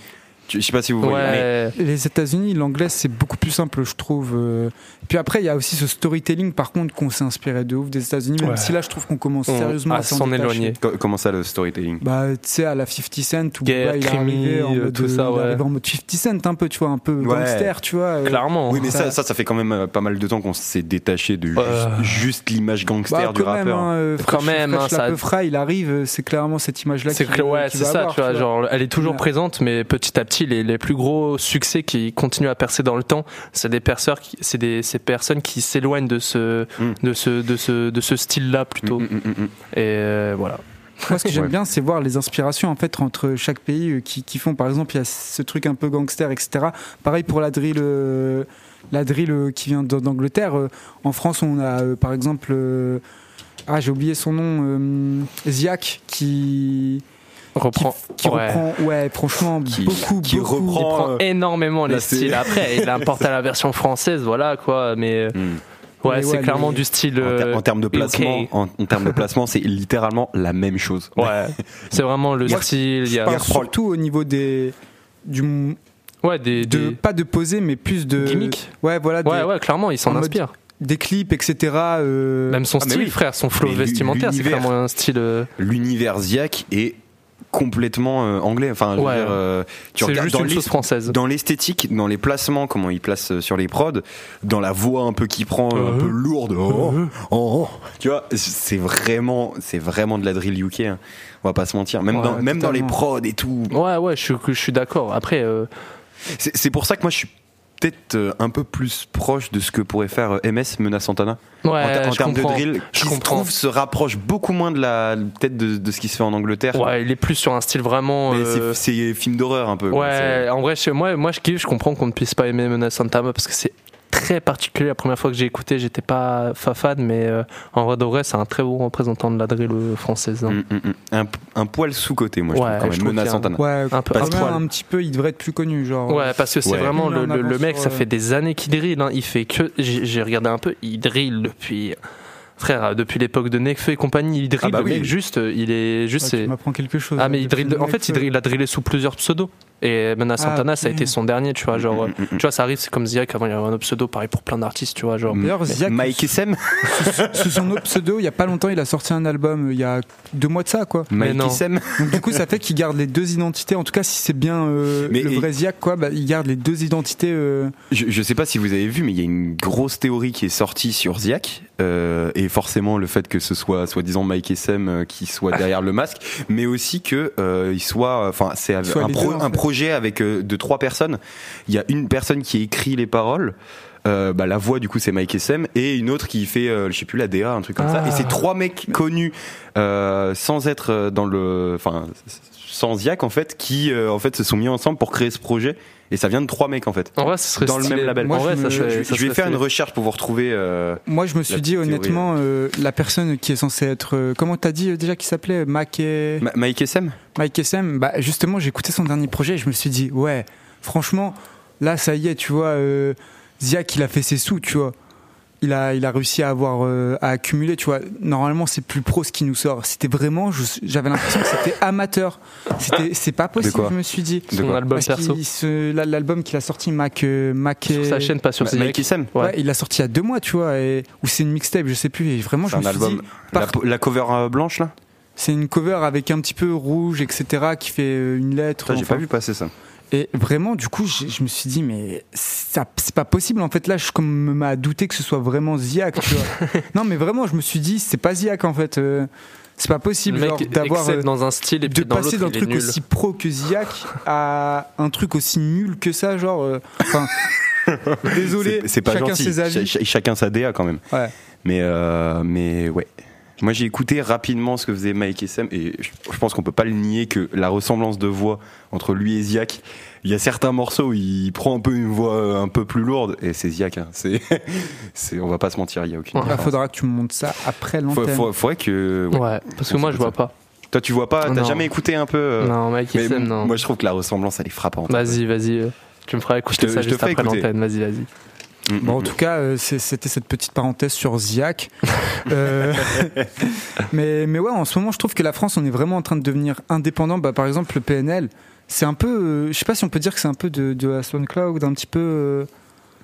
[SPEAKER 3] Je je sais pas si vous voyez. mais-
[SPEAKER 4] ouais.
[SPEAKER 2] Les États-Unis, l'anglais, c'est beaucoup plus simple, je trouve. Euh, Puis après, il y a aussi ce storytelling, par contre, qu'on s'est inspiré de ouf des États-Unis, même
[SPEAKER 4] Ouais.
[SPEAKER 2] si là, je trouve qu'on commence
[SPEAKER 4] On-
[SPEAKER 2] sérieusement
[SPEAKER 4] à
[SPEAKER 2] à
[SPEAKER 4] s'en
[SPEAKER 2] détacher.
[SPEAKER 4] éloigner.
[SPEAKER 3] Co- Comment ça, le storytelling
[SPEAKER 2] Bah, tu sais, à la 50 Cent, où
[SPEAKER 4] Guerre,
[SPEAKER 2] Booba, il est arrivé en
[SPEAKER 4] crime, euh,
[SPEAKER 2] mode, euh,
[SPEAKER 4] tout ça,
[SPEAKER 2] il est
[SPEAKER 4] ouais.
[SPEAKER 2] arrivé en mode 50 Cent, un peu, tu vois, un peu
[SPEAKER 3] Ouais.
[SPEAKER 2] gangster, tu vois. euh.
[SPEAKER 4] clairement.
[SPEAKER 3] Oui, mais ça,
[SPEAKER 2] ça-
[SPEAKER 3] ça, ça fait quand même euh, pas mal de temps qu'on s'est détaché de ju-
[SPEAKER 4] Euh.
[SPEAKER 3] juste l'image
[SPEAKER 2] Bah,
[SPEAKER 3] gangster
[SPEAKER 2] quand
[SPEAKER 3] du
[SPEAKER 2] même,
[SPEAKER 3] rappeur.
[SPEAKER 2] hein, euh,
[SPEAKER 4] Quand
[SPEAKER 2] Fresh-
[SPEAKER 4] même, hein,
[SPEAKER 2] Fresh
[SPEAKER 4] ça-
[SPEAKER 2] Lapeu Fry, il arrive, euh, c'est clairement cette image-là
[SPEAKER 4] C'est
[SPEAKER 2] qui-
[SPEAKER 4] que- ouais,
[SPEAKER 2] qui
[SPEAKER 4] c'est
[SPEAKER 2] va
[SPEAKER 4] ça,
[SPEAKER 2] avoir,
[SPEAKER 4] tu vois,
[SPEAKER 2] vois.
[SPEAKER 4] genre, elle est toujours
[SPEAKER 2] Ouais.
[SPEAKER 4] présente, mais petit à petit, les, les plus gros succès qui continuent à percer dans le temps, c'est des perceurs, qui- c'est des ces personnes qui s'éloignent de ce,
[SPEAKER 3] Mm.
[SPEAKER 4] de ce, de ce, de ce style-là plutôt.
[SPEAKER 3] Mm, mm, mm, mm.
[SPEAKER 4] Et euh, voilà.
[SPEAKER 2] Moi, ce que j'aime
[SPEAKER 3] Ouais.
[SPEAKER 2] bien, c'est voir les inspirations en fait entre chaque pays euh, qui, qui font. Par exemple, il y a ce truc un peu gangster, etc. Pareil pour la drill, euh, la drill euh, qui vient d'An- d'Angleterre. Euh, En France, on a euh, par exemple, euh, ah, j'ai oublié son nom, euh, Ziak qui qui,
[SPEAKER 4] Reprend,
[SPEAKER 2] qui
[SPEAKER 4] ouais.
[SPEAKER 2] reprend, ouais, franchement,
[SPEAKER 3] Qui-
[SPEAKER 2] beaucoup,
[SPEAKER 3] qui
[SPEAKER 2] beaucoup.
[SPEAKER 3] reprend,
[SPEAKER 4] prend
[SPEAKER 3] euh,
[SPEAKER 4] énormément
[SPEAKER 3] là,
[SPEAKER 4] les
[SPEAKER 3] c'est-
[SPEAKER 4] styles après. Il l'importe à la version française, voilà quoi. Mais euh, ouais,
[SPEAKER 2] Mais
[SPEAKER 4] c'est
[SPEAKER 2] ouais,
[SPEAKER 4] clairement
[SPEAKER 2] mais-
[SPEAKER 4] du style.
[SPEAKER 3] Hmm. En, ter-
[SPEAKER 4] euh,
[SPEAKER 3] en termes de placement,
[SPEAKER 4] UK.
[SPEAKER 3] en, en termes de placement, c'est littéralement la même chose.
[SPEAKER 4] Ouais, c'est vraiment le
[SPEAKER 2] Moi,
[SPEAKER 4] style. Il y
[SPEAKER 2] Je
[SPEAKER 4] a
[SPEAKER 2] parle surtout au niveau des du
[SPEAKER 4] ouais, des,
[SPEAKER 2] de
[SPEAKER 4] des
[SPEAKER 2] pas de poser mais plus de
[SPEAKER 4] gimmicks.
[SPEAKER 2] ouais voilà
[SPEAKER 4] Ouais,
[SPEAKER 2] des,
[SPEAKER 4] ouais, clairement, il
[SPEAKER 2] en
[SPEAKER 4] s'en
[SPEAKER 2] mode-
[SPEAKER 4] inspire.
[SPEAKER 2] des clips etc euh,
[SPEAKER 4] Même son
[SPEAKER 3] ah, mais
[SPEAKER 4] style,
[SPEAKER 3] oui.
[SPEAKER 4] frère, son flow
[SPEAKER 3] Mais l'u-
[SPEAKER 4] vestimentaire, c'est
[SPEAKER 3] l'univers.
[SPEAKER 4] clairement un style. euh,
[SPEAKER 3] L'univers Ziac est complètement euh, anglais. Enfin, je veux
[SPEAKER 4] Ouais.
[SPEAKER 3] dire, euh, tu
[SPEAKER 4] C'est
[SPEAKER 3] regardes
[SPEAKER 4] juste
[SPEAKER 3] dans
[SPEAKER 4] une
[SPEAKER 3] l'est-
[SPEAKER 4] chose française.
[SPEAKER 3] dans l'esthétique, dans les placements, comment il place euh, sur les prods, dans la voix un peu qui prend, euh, un
[SPEAKER 4] Euh.
[SPEAKER 3] peu lourde, oh, oh, oh. tu vois, c'est vraiment, c'est vraiment de la drill UK. hein. On va pas se mentir, même
[SPEAKER 2] Ouais,
[SPEAKER 3] dans, même dans les
[SPEAKER 2] totalement.
[SPEAKER 3] prods et tout.
[SPEAKER 4] Ouais, ouais, je suis, je suis d'accord. Après, euh,
[SPEAKER 3] C'est c'est pour ça que moi je suis peut-être euh, un peu plus proche de ce que pourrait faire euh, MS Mena Santana
[SPEAKER 4] ouais,
[SPEAKER 3] en, ter- en
[SPEAKER 4] je
[SPEAKER 3] termes de
[SPEAKER 4] comprends.
[SPEAKER 3] drill
[SPEAKER 4] Je
[SPEAKER 3] qui se
[SPEAKER 4] comprends.
[SPEAKER 3] trouve se rapproche beaucoup moins de la peut-être de, de ce qui se fait en Angleterre
[SPEAKER 4] Ouais, il est plus sur un style vraiment.
[SPEAKER 3] Mais
[SPEAKER 4] euh,
[SPEAKER 3] c'est c'est film d'horreur un peu quoi.
[SPEAKER 4] Ouais,
[SPEAKER 3] C'est-
[SPEAKER 4] en vrai, je- moi, moi je kiffe, je comprends qu'on ne puisse pas aimer Mona Santama parce que c'est très particulier. La première fois que j'ai écouté, j'étais pas fa- fan, mais euh, en vrai de vrai, c'est un très bon représentant de la drill euh, française. hein.
[SPEAKER 3] Mm, mm, mm. un, un poil sous-côté moi
[SPEAKER 4] Ouais,
[SPEAKER 3] je trouve
[SPEAKER 4] je
[SPEAKER 3] quand
[SPEAKER 4] trouve
[SPEAKER 3] même Mena
[SPEAKER 4] qu'il y a un-
[SPEAKER 3] Santana
[SPEAKER 2] ouais
[SPEAKER 4] Un peu
[SPEAKER 2] quand
[SPEAKER 4] un
[SPEAKER 2] même,
[SPEAKER 4] poil.
[SPEAKER 2] Ah, un petit peu il devrait être plus connu genre
[SPEAKER 4] Ouais, parce que c'est
[SPEAKER 3] Mm. Ouais.
[SPEAKER 4] vraiment le,
[SPEAKER 2] Mis en
[SPEAKER 4] le- le
[SPEAKER 2] avant
[SPEAKER 4] mec,
[SPEAKER 2] sur,
[SPEAKER 4] ça
[SPEAKER 2] euh,
[SPEAKER 4] fait des années qu'il drill. hein. Il fait que. J'ai j'ai regardé un peu, il drill depuis. Frère, depuis l'époque de Nekfeu et compagnie, il
[SPEAKER 3] Ah
[SPEAKER 4] drill.
[SPEAKER 3] bah
[SPEAKER 4] le
[SPEAKER 3] oui.
[SPEAKER 4] mec, juste, euh, il est. Juste,
[SPEAKER 2] Ouais,
[SPEAKER 4] c'est-
[SPEAKER 2] tu m'apprends quelque chose
[SPEAKER 4] Ah mais il
[SPEAKER 2] depuis
[SPEAKER 4] drille,
[SPEAKER 2] le
[SPEAKER 4] en
[SPEAKER 2] mec,
[SPEAKER 4] fait il,
[SPEAKER 2] euh,
[SPEAKER 4] drille- il a drillé sous plusieurs pseudos et Mena Santana ça a
[SPEAKER 2] ok.
[SPEAKER 4] été son dernier tu vois genre
[SPEAKER 3] Mm, mm, mm,
[SPEAKER 4] tu vois ça arrive c'est comme Ziak avant il y avait un autre pseudo pareil pour plein d'artistes tu vois genre
[SPEAKER 2] D'ailleurs,
[SPEAKER 3] Mais-
[SPEAKER 2] Ziac-
[SPEAKER 3] Mike SM
[SPEAKER 2] sous son autre pseudo il y a pas longtemps il a sorti un album euh, il y a deux mois de ça quoi
[SPEAKER 4] Mais
[SPEAKER 3] Mike
[SPEAKER 4] non.
[SPEAKER 3] SM
[SPEAKER 2] donc du coup ça fait qu'il garde les deux identités en tout cas si c'est bien euh,
[SPEAKER 3] Mais
[SPEAKER 2] le
[SPEAKER 3] et-
[SPEAKER 2] vrai Ziac quoi bah, il garde les deux identités euh,
[SPEAKER 3] Je, je sais pas si vous avez vu, mais il y a une grosse théorie qui est sortie sur Ziac, euh, et forcément le fait que ce soit soi-disant Mike SM euh, qui
[SPEAKER 2] Ah.
[SPEAKER 3] soit derrière le masque, mais aussi que euh, il soit, enfin c'est
[SPEAKER 2] Soit
[SPEAKER 3] un,
[SPEAKER 2] les
[SPEAKER 3] pro-
[SPEAKER 2] deux, en
[SPEAKER 3] un
[SPEAKER 2] fait.
[SPEAKER 3] projet avec euh, de trois personnes. Il y a une personne qui écrit les paroles. euh, bah, la voix du coup c'est Mike SM et une autre qui fait euh, je sais plus la DA un truc comme ça
[SPEAKER 4] Ah.
[SPEAKER 3] et c'est trois mecs connus euh, sans être euh, dans le enfin sans Ziac en fait qui euh, en fait se sont mis ensemble pour créer ce projet et ça vient de trois mecs en fait
[SPEAKER 4] en vrai ce serait
[SPEAKER 3] dans le
[SPEAKER 4] stylé.
[SPEAKER 3] même label.
[SPEAKER 4] en
[SPEAKER 2] Moi,
[SPEAKER 4] vrai
[SPEAKER 2] je
[SPEAKER 4] ça
[SPEAKER 2] me-
[SPEAKER 4] serait-
[SPEAKER 3] je,
[SPEAKER 4] ça
[SPEAKER 3] je vais
[SPEAKER 4] serait
[SPEAKER 3] faire une
[SPEAKER 4] stylé.
[SPEAKER 3] recherche pour vous retrouver. euh,
[SPEAKER 2] moi je me suis
[SPEAKER 3] La
[SPEAKER 2] dit
[SPEAKER 3] petite hein.
[SPEAKER 2] honnêtement euh, la personne qui est censée être euh, comment t'as dit euh, déjà qui s'appelait Mac et...
[SPEAKER 3] Ma- Mike SM
[SPEAKER 2] Mike SM, bah justement, j'ai écouté son dernier projet et je me suis dit, ouais, franchement, là, ça y est, tu vois, euh, Ziak, il a fait ses sous, tu vois. Il a, il a réussi à avoir, euh, à accumuler, tu vois. Normalement, c'est plus pro ce qui nous sort. C'était vraiment, je- j'avais l'impression que c'était amateur. C'était, c'est pas possible,
[SPEAKER 3] De quoi
[SPEAKER 2] je me suis dit.
[SPEAKER 3] De
[SPEAKER 4] son
[SPEAKER 3] quoi
[SPEAKER 4] album
[SPEAKER 2] Parce
[SPEAKER 4] perso
[SPEAKER 2] qu'il se- là, l'album qu'il a sorti, Mac, euh, Mac
[SPEAKER 4] sur
[SPEAKER 2] et-
[SPEAKER 4] sa chaîne pas sur
[SPEAKER 3] Ma-
[SPEAKER 4] ses
[SPEAKER 3] Mike SM
[SPEAKER 2] ouais.
[SPEAKER 4] ouais.
[SPEAKER 2] il l'a sorti il y a deux mois, tu vois, et, ou c'est une mixtape, je sais plus. Et vraiment,
[SPEAKER 3] C'est
[SPEAKER 2] je me
[SPEAKER 3] un
[SPEAKER 2] suis
[SPEAKER 3] album.
[SPEAKER 2] dit,
[SPEAKER 3] La,
[SPEAKER 2] par-
[SPEAKER 3] la cover euh, blanche là
[SPEAKER 2] c'est une cover avec un petit peu rouge, etc., qui fait euh, une lettre.
[SPEAKER 3] Putain, J'ai
[SPEAKER 2] enfin,
[SPEAKER 3] pas vu passer ça.
[SPEAKER 2] Et vraiment, du coup, j'ai- je me suis dit, mais ça, c'est pas possible. En fait, là, je comme me m'a douté que ce soit vraiment Ziak, tu vois. non, mais vraiment, je me suis dit, c'est pas Ziak, en fait. euh, c'est pas possible
[SPEAKER 4] le
[SPEAKER 2] genre,
[SPEAKER 4] mec
[SPEAKER 2] d'avoir.
[SPEAKER 4] excelle
[SPEAKER 2] euh,
[SPEAKER 4] dans un style et
[SPEAKER 2] de
[SPEAKER 4] puis dans
[SPEAKER 2] passer d'un
[SPEAKER 4] l'autre il est
[SPEAKER 2] truc
[SPEAKER 4] nul
[SPEAKER 2] aussi pro que Ziak à un truc aussi nul que ça, genre. euh, Enfin. désolé,
[SPEAKER 3] C'est- C'est pas
[SPEAKER 2] chacun
[SPEAKER 3] gentil.
[SPEAKER 2] ses avis.
[SPEAKER 3] Ch- ch- chacun sa DA quand même.
[SPEAKER 2] Ouais.
[SPEAKER 3] Mais, euh, mais ouais. Moi j'ai écouté rapidement ce que faisait Mike SM et je je pense qu'on peut pas le nier que la ressemblance de voix entre lui et Ziac, il y a certains morceaux où il prend un peu une voix euh, un peu plus lourde et c'est Ziac. hein. C'est, c'est- on va pas se mentir, il y a aucune.
[SPEAKER 4] Ouais.
[SPEAKER 2] Bah,
[SPEAKER 3] différence.
[SPEAKER 2] faudra que tu me montres ça après
[SPEAKER 3] Faut-
[SPEAKER 2] l'antenne.
[SPEAKER 3] faut- faudrait que. ouais.
[SPEAKER 4] ouais parce que
[SPEAKER 3] On
[SPEAKER 4] moi
[SPEAKER 3] s'en
[SPEAKER 4] je vois pas
[SPEAKER 3] Toi tu vois
[SPEAKER 2] Oh
[SPEAKER 3] pas, t'as
[SPEAKER 4] Non.
[SPEAKER 3] jamais écouté un peu. euh,
[SPEAKER 4] non Mike
[SPEAKER 3] Mais
[SPEAKER 4] SM
[SPEAKER 3] m-
[SPEAKER 4] non
[SPEAKER 3] moi je trouve que la ressemblance elle est frappante.
[SPEAKER 4] vas-y vas-y euh, tu me feras écouter
[SPEAKER 3] te-
[SPEAKER 4] ça
[SPEAKER 3] je te
[SPEAKER 4] juste
[SPEAKER 3] fais
[SPEAKER 4] après
[SPEAKER 3] écouter.
[SPEAKER 4] l'antenne vas-y vas-y
[SPEAKER 3] Mm, mm,
[SPEAKER 2] Bon, en
[SPEAKER 3] mm.
[SPEAKER 2] tout cas, euh, c'est- c'était cette petite parenthèse sur Ziac. Euh, mais, mais ouais, en ce moment, je trouve que la France, on est vraiment en train de devenir indépendant. Bah, par exemple, le PNL, c'est un peu. euh, je sais pas si on peut dire que c'est un peu de, de la SoundCloud, un petit peu. euh,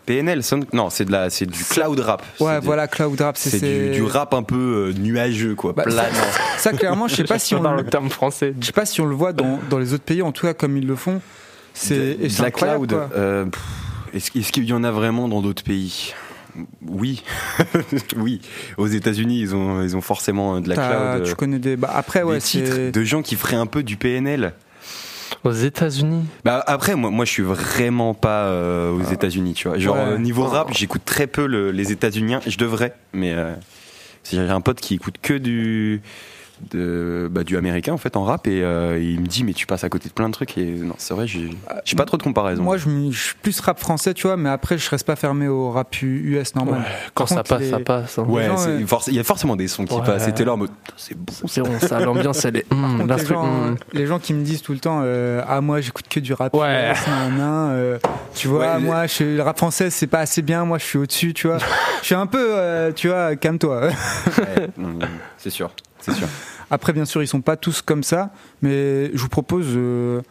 [SPEAKER 3] PNL, sound- non, c'est de la, c'est du cloud rap.
[SPEAKER 2] ouais,
[SPEAKER 3] C'est du-
[SPEAKER 2] voilà, cloud rap.
[SPEAKER 3] C'est du, du rap un peu euh, nuageux quoi,
[SPEAKER 2] Bah,
[SPEAKER 3] planant.
[SPEAKER 2] Ça, clairement, je sais pas si on
[SPEAKER 4] parle
[SPEAKER 2] le,
[SPEAKER 4] le terme français
[SPEAKER 2] je sais pas si on le voit dans, dans les autres pays, en tout cas, comme ils le font. C'est
[SPEAKER 3] De-
[SPEAKER 2] et
[SPEAKER 3] de
[SPEAKER 2] c'est
[SPEAKER 3] la
[SPEAKER 2] incroyable,
[SPEAKER 3] cloud.
[SPEAKER 2] quoi.
[SPEAKER 3] euh, pff, est-ce, est-ce qu'il y en a vraiment dans d'autres pays Oui, oui. Aux États-Unis, ils ont, ils ont forcément euh, de la
[SPEAKER 2] T'as-
[SPEAKER 3] cloud. euh,
[SPEAKER 2] Tu connais des. Bah, après, ouais,
[SPEAKER 3] des titres
[SPEAKER 2] c'est.
[SPEAKER 3] de gens qui feraient un peu du PNL.
[SPEAKER 4] aux États-Unis
[SPEAKER 3] Bah après moi moi je suis vraiment pas euh, aux États-Unis tu vois. Genre
[SPEAKER 2] Ouais.
[SPEAKER 3] euh, niveau rap j'écoute très peu le- les États-Uniens. Je devrais mais euh, j'ai un pote qui écoute que du de, bah, du américain en fait en rap et euh, il me dit mais tu passes à côté de plein de trucs et non c'est vrai j'ai j'ai pas trop de comparaison.
[SPEAKER 2] Moi, je, m- je suis plus rap français, tu vois, mais après, je reste pas fermé au rap U- US normal.
[SPEAKER 4] Quand
[SPEAKER 2] Par
[SPEAKER 4] ça
[SPEAKER 2] contre,
[SPEAKER 4] passe,
[SPEAKER 2] les-
[SPEAKER 4] ça passe. hein.
[SPEAKER 3] ouais
[SPEAKER 2] les gens, euh,
[SPEAKER 3] c'est-
[SPEAKER 2] ouais.
[SPEAKER 3] forc- il y a forcément des sons qui
[SPEAKER 4] Ouais.
[SPEAKER 3] passent. C'était là en mode Putain, c'est bon. ça.
[SPEAKER 4] C'est bon, ça, l'ambiance, elle est.
[SPEAKER 3] Mm.
[SPEAKER 2] Par
[SPEAKER 4] hum,
[SPEAKER 2] contre, les,
[SPEAKER 4] l'instru-
[SPEAKER 2] gens,
[SPEAKER 4] hum.
[SPEAKER 2] les gens qui me disent tout le temps euh, Ah, moi, j'écoute que du rap.
[SPEAKER 4] Ouais.
[SPEAKER 2] US, nan, nan, euh, tu vois,
[SPEAKER 3] Ouais, les-
[SPEAKER 2] moi, je- le rap français, c'est pas assez bien. Moi, je suis au-dessus, tu vois. je suis un peu, euh, tu vois, calme-toi.
[SPEAKER 3] Ouais, non, non, c'est sûr c'est sûr.
[SPEAKER 2] Après, bien sûr, ils sont pas tous comme ça, mais je vous propose, euh,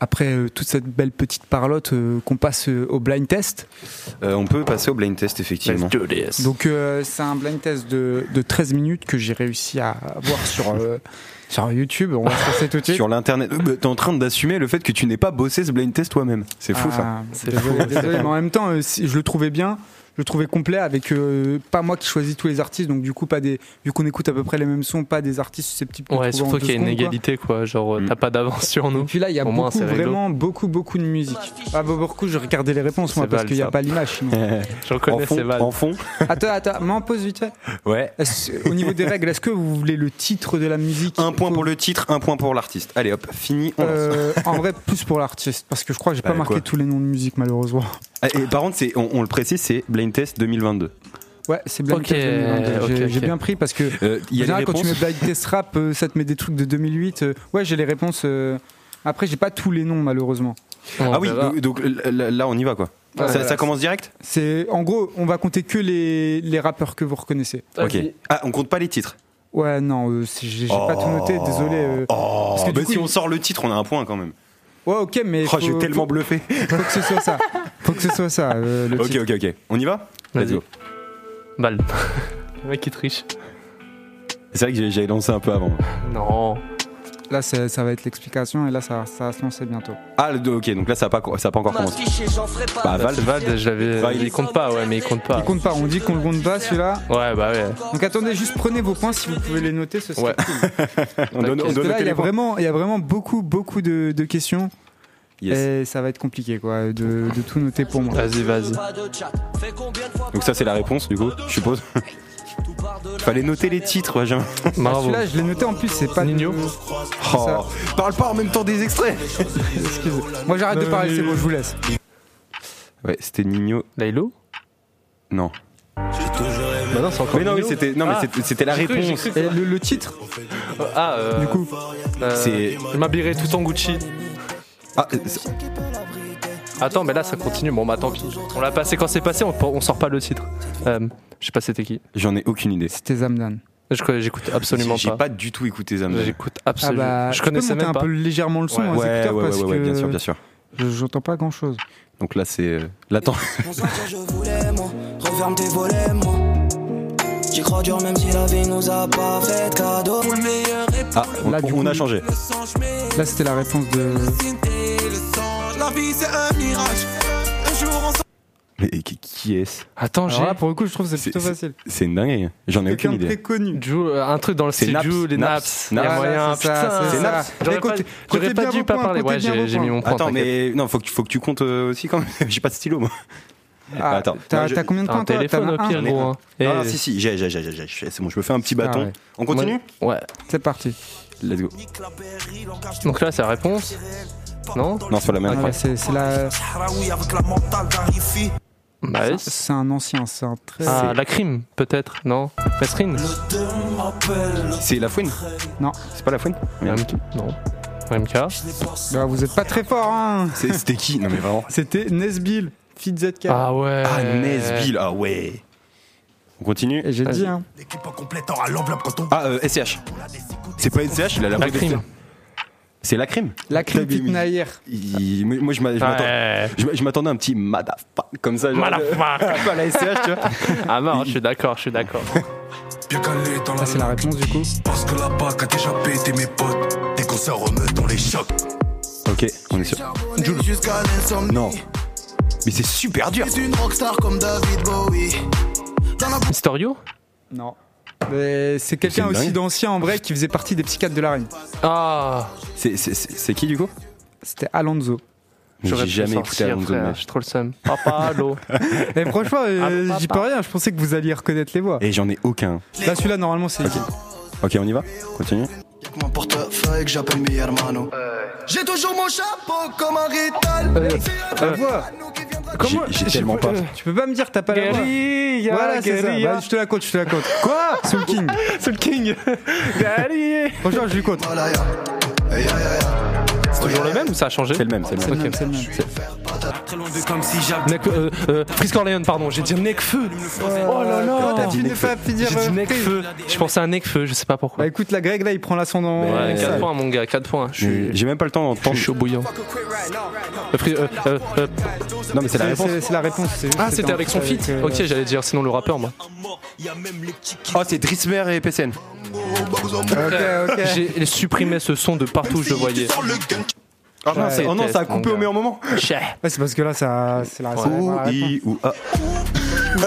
[SPEAKER 2] après euh, toute cette belle petite parlotte, euh, qu'on passe euh, au blind test.
[SPEAKER 3] Euh, on peut passer au blind test effectivement.
[SPEAKER 4] Let's do this.
[SPEAKER 2] Donc, euh, c'est un blind test de, de 13 minutes que j'ai réussi à voir sur, euh, sur YouTube. On va se passer tout de suite.
[SPEAKER 3] Sur l'internet, Euh, bah, t'es en train d'assumer le fait que tu n'aies pas bossé ce blind test toi-même. C'est fou ça.
[SPEAKER 2] Ah,
[SPEAKER 4] C'est
[SPEAKER 2] désolé,
[SPEAKER 4] fou,
[SPEAKER 2] désolé,
[SPEAKER 4] c'est
[SPEAKER 2] mais en même temps, euh, si- je le trouvais bien. Je le trouvais complet avec euh, pas moi qui choisis tous les artistes, donc du coup pas des vu qu'on écoute à peu près les mêmes sons, pas des artistes susceptibles. de
[SPEAKER 4] Ouais,
[SPEAKER 2] trouver en deux
[SPEAKER 4] surtout qu'il y a une
[SPEAKER 2] secondes, quoi.
[SPEAKER 4] égalité, quoi. Genre, euh,
[SPEAKER 3] Mm.
[SPEAKER 4] t'as pas d'avance sur
[SPEAKER 2] Et
[SPEAKER 4] nous.
[SPEAKER 2] puis là, il y a
[SPEAKER 4] Au moins,
[SPEAKER 2] beaucoup,
[SPEAKER 4] c'est réglo.
[SPEAKER 2] vraiment beaucoup, beaucoup de musique. Ah, bah, beaucoup, je regardais les réponses, moi,
[SPEAKER 4] C'est
[SPEAKER 2] parce
[SPEAKER 4] Val,
[SPEAKER 2] qu'il n'y a
[SPEAKER 4] ça.
[SPEAKER 2] pas l'image. sinon.
[SPEAKER 4] J'en
[SPEAKER 3] En
[SPEAKER 4] connais, c'est
[SPEAKER 3] fond,
[SPEAKER 4] mal.
[SPEAKER 3] en fond.
[SPEAKER 2] attends, attends, m'en pose vite fait.
[SPEAKER 3] Ouais.
[SPEAKER 2] Est-ce- Au niveau des règles, est-ce que vous voulez le titre de la musique
[SPEAKER 3] Un point pour le titre, un point pour l'artiste. Allez hop, fini. On lance.
[SPEAKER 2] Euh, en vrai, plus pour l'artiste, parce que je crois que j'ai pas
[SPEAKER 3] Bah,
[SPEAKER 2] marqué
[SPEAKER 3] quoi.
[SPEAKER 2] tous les noms de musique, malheureusement.
[SPEAKER 3] Ah, Et par contre, c'est- on, on le précise, c'est Blind Test 2022.
[SPEAKER 2] Ouais, c'est Blind
[SPEAKER 4] Ok,
[SPEAKER 2] Test 2022. J'ai
[SPEAKER 4] ok,
[SPEAKER 2] j'ai
[SPEAKER 4] ok.
[SPEAKER 2] bien pris parce que.
[SPEAKER 3] Euh, Il y
[SPEAKER 2] en
[SPEAKER 3] a
[SPEAKER 2] général,
[SPEAKER 3] les
[SPEAKER 2] quand
[SPEAKER 3] réponses.
[SPEAKER 2] tu mets Blind Test Rap, euh, ça te met des trucs de 2008. euh, ouais, j'ai les réponses. euh, Après, j'ai pas tous les noms, malheureusement.
[SPEAKER 4] On
[SPEAKER 3] Ah oui,
[SPEAKER 4] verra.
[SPEAKER 3] donc, donc, l- l- là on y va quoi.
[SPEAKER 2] Ouais,
[SPEAKER 3] ça,
[SPEAKER 2] voilà.
[SPEAKER 3] ça commence direct
[SPEAKER 2] C'est En gros, on va compter que les, les rappeurs que vous reconnaissez.
[SPEAKER 3] Ok. Ah, on compte pas les titres.
[SPEAKER 2] Ouais, non, euh, c'est- j'ai j'ai pas tout noté, désolé. euh.
[SPEAKER 3] Oh,
[SPEAKER 2] Parce que du
[SPEAKER 3] bah,
[SPEAKER 2] coup,
[SPEAKER 3] si
[SPEAKER 2] il-
[SPEAKER 3] on sort le titre, on a un point quand même.
[SPEAKER 2] Ouais, ok, mais.
[SPEAKER 3] Oh,
[SPEAKER 2] faut-
[SPEAKER 3] j'ai tellement bluffé.
[SPEAKER 2] Faut, faut que ce soit ça. Faut que ce soit ça, euh, le
[SPEAKER 3] Ok,
[SPEAKER 2] titre.
[SPEAKER 3] ok, ok. On y va Let's
[SPEAKER 4] Vas-y.
[SPEAKER 3] go.
[SPEAKER 4] Balle. Le mec qui triche.
[SPEAKER 3] C'est vrai que j'ai- j'avais lancé un peu avant.
[SPEAKER 4] Non.
[SPEAKER 2] Là, c'est- ça va être l'explication et là, ça, ça va se lancer bientôt.
[SPEAKER 3] Ah, le- ok, donc là ça n'a pas, ça a pas encore commencé. Bah, Val,
[SPEAKER 4] Vald, je l'avais.
[SPEAKER 3] Bah, il-
[SPEAKER 4] il compte pas, ouais, mais il compte pas.
[SPEAKER 2] Il compte pas, on dit qu'on le compte pas celui-là.
[SPEAKER 4] Ouais, bah ouais.
[SPEAKER 2] Donc attendez, juste prenez vos points si vous pouvez les noter, ce serait
[SPEAKER 4] Ouais.
[SPEAKER 2] cool.
[SPEAKER 3] on donne, on
[SPEAKER 2] Parce que là,
[SPEAKER 3] donne le
[SPEAKER 2] il y, a
[SPEAKER 3] téléphone.
[SPEAKER 2] vraiment, il y a vraiment beaucoup, beaucoup de, de questions
[SPEAKER 3] Yes.
[SPEAKER 2] et Eh, ça va être compliqué quoi, de, de tout noter pour moi.
[SPEAKER 4] Vas-y, vas-y.
[SPEAKER 3] Donc ça c'est la réponse du coup, je suppose. Fallait noter les titres, Benjamin.
[SPEAKER 2] Ah,
[SPEAKER 4] Bravo.
[SPEAKER 2] celui-là, je l'ai noté en plus, c'est pas
[SPEAKER 4] Nino.
[SPEAKER 2] ça.
[SPEAKER 3] Oh, parle pas en même temps des extraits.
[SPEAKER 2] Excuse. Moi, j'arrête de parler, c'est bon, je vous laisse.
[SPEAKER 3] Ouais, c'était Nino.
[SPEAKER 4] Lailo
[SPEAKER 3] Non.
[SPEAKER 4] Bah non, c'est encore.
[SPEAKER 3] Mais non, oui,
[SPEAKER 4] Nino.
[SPEAKER 3] c'était non, mais
[SPEAKER 4] Ah.
[SPEAKER 3] c'était- c'était la
[SPEAKER 4] J'ai cru, j'ai
[SPEAKER 3] réponse.
[SPEAKER 4] cru que-
[SPEAKER 2] Et le, le titre,
[SPEAKER 4] Ah, euh,
[SPEAKER 2] du coup,
[SPEAKER 4] euh,
[SPEAKER 3] c'est-
[SPEAKER 4] Je m'habillerai tout en Gucci.
[SPEAKER 3] Ah, c'est-
[SPEAKER 4] Attends, mais là ça continue. Bon, bah tant pis. On l'a passé quand c'est passé, on, on sort pas le titre. Euh, je sais pas c'était qui.
[SPEAKER 3] j'en ai aucune idée.
[SPEAKER 2] c'était Zamdan.
[SPEAKER 4] Je connais- J'écoute absolument
[SPEAKER 3] J'ai
[SPEAKER 4] pas.
[SPEAKER 3] pas du tout écouté Zamdan.
[SPEAKER 4] J'écoute
[SPEAKER 2] Ah
[SPEAKER 4] absolument.
[SPEAKER 2] bah,
[SPEAKER 4] je
[SPEAKER 2] tu peux
[SPEAKER 4] connaissais
[SPEAKER 2] monter
[SPEAKER 4] même pas.
[SPEAKER 2] un peu légèrement le son
[SPEAKER 4] Ouais,
[SPEAKER 2] aux
[SPEAKER 3] Ouais, ouais,
[SPEAKER 2] écouteurs
[SPEAKER 3] ouais,
[SPEAKER 2] parce
[SPEAKER 3] ouais, bien
[SPEAKER 2] que
[SPEAKER 3] sûr, bien sûr.
[SPEAKER 2] je- j'entends pas grand chose.
[SPEAKER 3] Donc là, c'est euh, l'attente.
[SPEAKER 7] Bonsoir, je voulais, moi. Referme tes volets, moi. J'y crois dur, même si la vie nous a pas fait de cadeau. Pour le meilleur et
[SPEAKER 3] Ah, on,
[SPEAKER 2] Là, du
[SPEAKER 3] on a
[SPEAKER 2] coup-
[SPEAKER 3] changé.
[SPEAKER 7] le sang, je mets
[SPEAKER 2] Là, c'était la réponse de.
[SPEAKER 7] le sang. La vie, c'est un mirage. Un jour, on
[SPEAKER 3] Mais qui, qui est-ce
[SPEAKER 4] Attends, j'ai
[SPEAKER 2] Alors là, pour le coup, je trouve que c'est
[SPEAKER 3] C'est-
[SPEAKER 2] plutôt facile.
[SPEAKER 3] C'est une dinguerie. hein. J'en ai
[SPEAKER 2] Quelqu'un
[SPEAKER 3] aucune
[SPEAKER 2] de très
[SPEAKER 3] idée.
[SPEAKER 2] connu.
[SPEAKER 4] Jou- euh, un truc dans le
[SPEAKER 3] C'est
[SPEAKER 4] style
[SPEAKER 3] Naps,
[SPEAKER 4] Jou, les
[SPEAKER 3] Naps,
[SPEAKER 4] Naps. Il y a
[SPEAKER 3] Naps.
[SPEAKER 4] moyen,
[SPEAKER 2] Voilà, c'est ça,
[SPEAKER 4] putain.
[SPEAKER 2] c'est
[SPEAKER 4] C'est
[SPEAKER 2] ça.
[SPEAKER 4] Naps.
[SPEAKER 2] Mais
[SPEAKER 4] J'aurais pas,
[SPEAKER 2] comptez-
[SPEAKER 4] j'aurais
[SPEAKER 2] comptez
[SPEAKER 4] pas
[SPEAKER 2] bien
[SPEAKER 4] dû
[SPEAKER 2] vos
[SPEAKER 4] pas
[SPEAKER 2] points,
[SPEAKER 4] parler.
[SPEAKER 2] comptez
[SPEAKER 4] Ouais,
[SPEAKER 2] bien
[SPEAKER 4] j'ai
[SPEAKER 2] vos
[SPEAKER 4] j'ai mis
[SPEAKER 2] points.
[SPEAKER 4] mon point.
[SPEAKER 3] Attends,
[SPEAKER 4] t'inquiète.
[SPEAKER 3] mais non, faut que, tu- faut que tu comptes euh, aussi quand même. J'ai pas de stylo, moi.
[SPEAKER 2] Ah,
[SPEAKER 3] Attends,
[SPEAKER 2] T'as
[SPEAKER 3] là, je-
[SPEAKER 2] t'as combien de
[SPEAKER 4] T'as
[SPEAKER 2] points
[SPEAKER 4] un
[SPEAKER 2] toi
[SPEAKER 4] téléphone
[SPEAKER 2] T'en
[SPEAKER 4] au
[SPEAKER 2] as un
[SPEAKER 4] pire,
[SPEAKER 3] ai
[SPEAKER 4] gros.
[SPEAKER 3] un.
[SPEAKER 4] hein.
[SPEAKER 3] Non, non,
[SPEAKER 4] Eh,
[SPEAKER 3] si, si, j'ai, j'ai, j'ai, j'ai, j'ai. C'est bon, je me fais un petit bâton.
[SPEAKER 2] Ah ouais.
[SPEAKER 3] On continue
[SPEAKER 4] Ouais.
[SPEAKER 2] C'est parti.
[SPEAKER 3] Let's go.
[SPEAKER 7] nique la pairie, l'engage
[SPEAKER 4] Donc là, c'est la réponse. Non
[SPEAKER 3] Non, c'est pas la même.
[SPEAKER 2] Ah ouais, C'est c'est la-
[SPEAKER 7] Sahraoui avec la mentale d'un hippie.
[SPEAKER 4] Bah, oui.
[SPEAKER 2] c'est un ancien, c'est un très.
[SPEAKER 4] Ah, la crime, peut-être. Non Mesrine
[SPEAKER 7] Le deux m'appelle.
[SPEAKER 3] C'est la fouine
[SPEAKER 2] Non.
[SPEAKER 3] C'est pas la fouine Merde.
[SPEAKER 4] RMK Non. RMK
[SPEAKER 2] Bah, vous êtes pas très fort, hein
[SPEAKER 3] C'est- C'était qui Non, mais vraiment.
[SPEAKER 2] C'était Nesbill, Fit ZK.
[SPEAKER 4] Ah ouais.
[SPEAKER 3] Ah, Nesbill. Ah ouais. On continue
[SPEAKER 2] Et j'ai
[SPEAKER 4] Vas-y.
[SPEAKER 2] dit, hein.
[SPEAKER 6] L'équipe complète aura l'enveloppe quand on
[SPEAKER 3] Ah, euh, SCH. C'est pas SCH, il a la
[SPEAKER 4] La
[SPEAKER 3] voix de
[SPEAKER 4] crime.
[SPEAKER 3] SCH. C'est la crime
[SPEAKER 2] La crime
[SPEAKER 3] T'as mis-
[SPEAKER 2] Fit Nair.
[SPEAKER 3] Il- Moi, moi, je m'a- je m'attends.
[SPEAKER 4] Ouais.
[SPEAKER 3] Je m'a- je m'attendais à un petit madafa comme ça. Genre,
[SPEAKER 4] Madafa.
[SPEAKER 3] Un peu à la SCH, tu vois.
[SPEAKER 4] Ah non, je suis d'accord, je suis d'accord.
[SPEAKER 6] Bien calé dans
[SPEAKER 2] Là, Ah, c'est la
[SPEAKER 6] la
[SPEAKER 2] réponse, du coup.
[SPEAKER 6] Parce que la BAC a déjà pété mes potes. Dès qu'on se remet, on les choque.
[SPEAKER 3] Ok, on est sûr.
[SPEAKER 6] Jules. Jusqu'à l'insomnie.
[SPEAKER 3] Non. Mais c'est super dur.
[SPEAKER 6] T'es une rockstar comme David Bowie. Dans la
[SPEAKER 4] Historio
[SPEAKER 2] Non. Mais c'est quelqu'un
[SPEAKER 3] C'est une
[SPEAKER 2] aussi
[SPEAKER 3] dingue.
[SPEAKER 2] d'ancien en vrai qui faisait partie des psychiatres de la reine.
[SPEAKER 4] Ah
[SPEAKER 3] C'est- C'est c'est- c'est qui du coup
[SPEAKER 2] C'était Alonso.
[SPEAKER 3] Mais
[SPEAKER 4] J'aurais
[SPEAKER 3] J'ai
[SPEAKER 4] pu
[SPEAKER 3] jamais écouté
[SPEAKER 4] sortir,
[SPEAKER 3] Alonso de
[SPEAKER 4] frère,
[SPEAKER 3] ma
[SPEAKER 4] Je suis trop le seum. Papa, l'eau.
[SPEAKER 2] Mais franchement, euh,
[SPEAKER 4] Allô, Ah, papa.
[SPEAKER 2] hein. j'y peux rien, je pensais que vous alliez reconnaître les voix.
[SPEAKER 3] Et j'en ai aucun.
[SPEAKER 2] Là, celui-là, normalement, c'est.
[SPEAKER 3] Ok, on y va Continue.
[SPEAKER 7] Y'a que mon portefeuille que j'appelle mi hermano. J'ai toujours mon chapeau comme un rital. C'est
[SPEAKER 2] La voix.
[SPEAKER 3] J'ai- j'ai
[SPEAKER 2] tu
[SPEAKER 3] tellement
[SPEAKER 2] peux-
[SPEAKER 3] pas.
[SPEAKER 2] Tu peux pas euh, me dire que t'as pas la voix.
[SPEAKER 4] Guérilla,
[SPEAKER 2] Voilà, c'est ça.
[SPEAKER 4] guérilla.
[SPEAKER 2] Vas-y, je te la compte, je te la compte. Quoi Soul King.
[SPEAKER 4] C'est le king. Guérilla.
[SPEAKER 2] Franchement, je lui compte.
[SPEAKER 4] C'est toujours le même ou ça a changé
[SPEAKER 3] C'est le même, c'est le même.
[SPEAKER 4] Ok.
[SPEAKER 2] C'est le même.
[SPEAKER 4] Nekf- euh, euh, Frisk Orléans, pardon, j'ai dit Necfeu.
[SPEAKER 2] Oh là là. T'as dit
[SPEAKER 3] dit
[SPEAKER 2] ne pas finir.
[SPEAKER 4] J'ai
[SPEAKER 2] euh,
[SPEAKER 4] dit Necfeu. Je pensais à Necfeu, je sais pas pourquoi.
[SPEAKER 2] Bah écoute, la Greg là, il prend euh, la son dans.
[SPEAKER 4] Ouais,
[SPEAKER 2] Ouais.
[SPEAKER 4] 4 points, mon gars, 4 points. Je suis-
[SPEAKER 3] J'ai j'ai même pas le temps
[SPEAKER 4] je suis
[SPEAKER 3] d'entendre.
[SPEAKER 4] chaud bouillant. Euh, Fri- euh, euh, euh,
[SPEAKER 3] Non, mais c'est la
[SPEAKER 2] C'est-
[SPEAKER 3] réponse.
[SPEAKER 2] C'est c'est la réponse. c'est juste
[SPEAKER 4] Ah,
[SPEAKER 2] que
[SPEAKER 4] c'était
[SPEAKER 2] t'es
[SPEAKER 4] avec
[SPEAKER 2] en-
[SPEAKER 4] son feat
[SPEAKER 2] euh,
[SPEAKER 4] Ok, j'allais dire sinon le rappeur, moi.
[SPEAKER 3] Oh, c'est Drismer et PCN.
[SPEAKER 2] Ok, ok.
[SPEAKER 4] J'ai supprimé ce son de partout où je le voyais.
[SPEAKER 3] Oh non,
[SPEAKER 4] Ouais,
[SPEAKER 3] c'est- oh non, ça a
[SPEAKER 4] test,
[SPEAKER 3] coupé
[SPEAKER 4] mon
[SPEAKER 3] au
[SPEAKER 4] gars.
[SPEAKER 3] meilleur moment.
[SPEAKER 2] Ouais, bah, c'est parce que là, ça, c'est la, c'est
[SPEAKER 3] Ou
[SPEAKER 2] la réponse.
[SPEAKER 3] I ou A.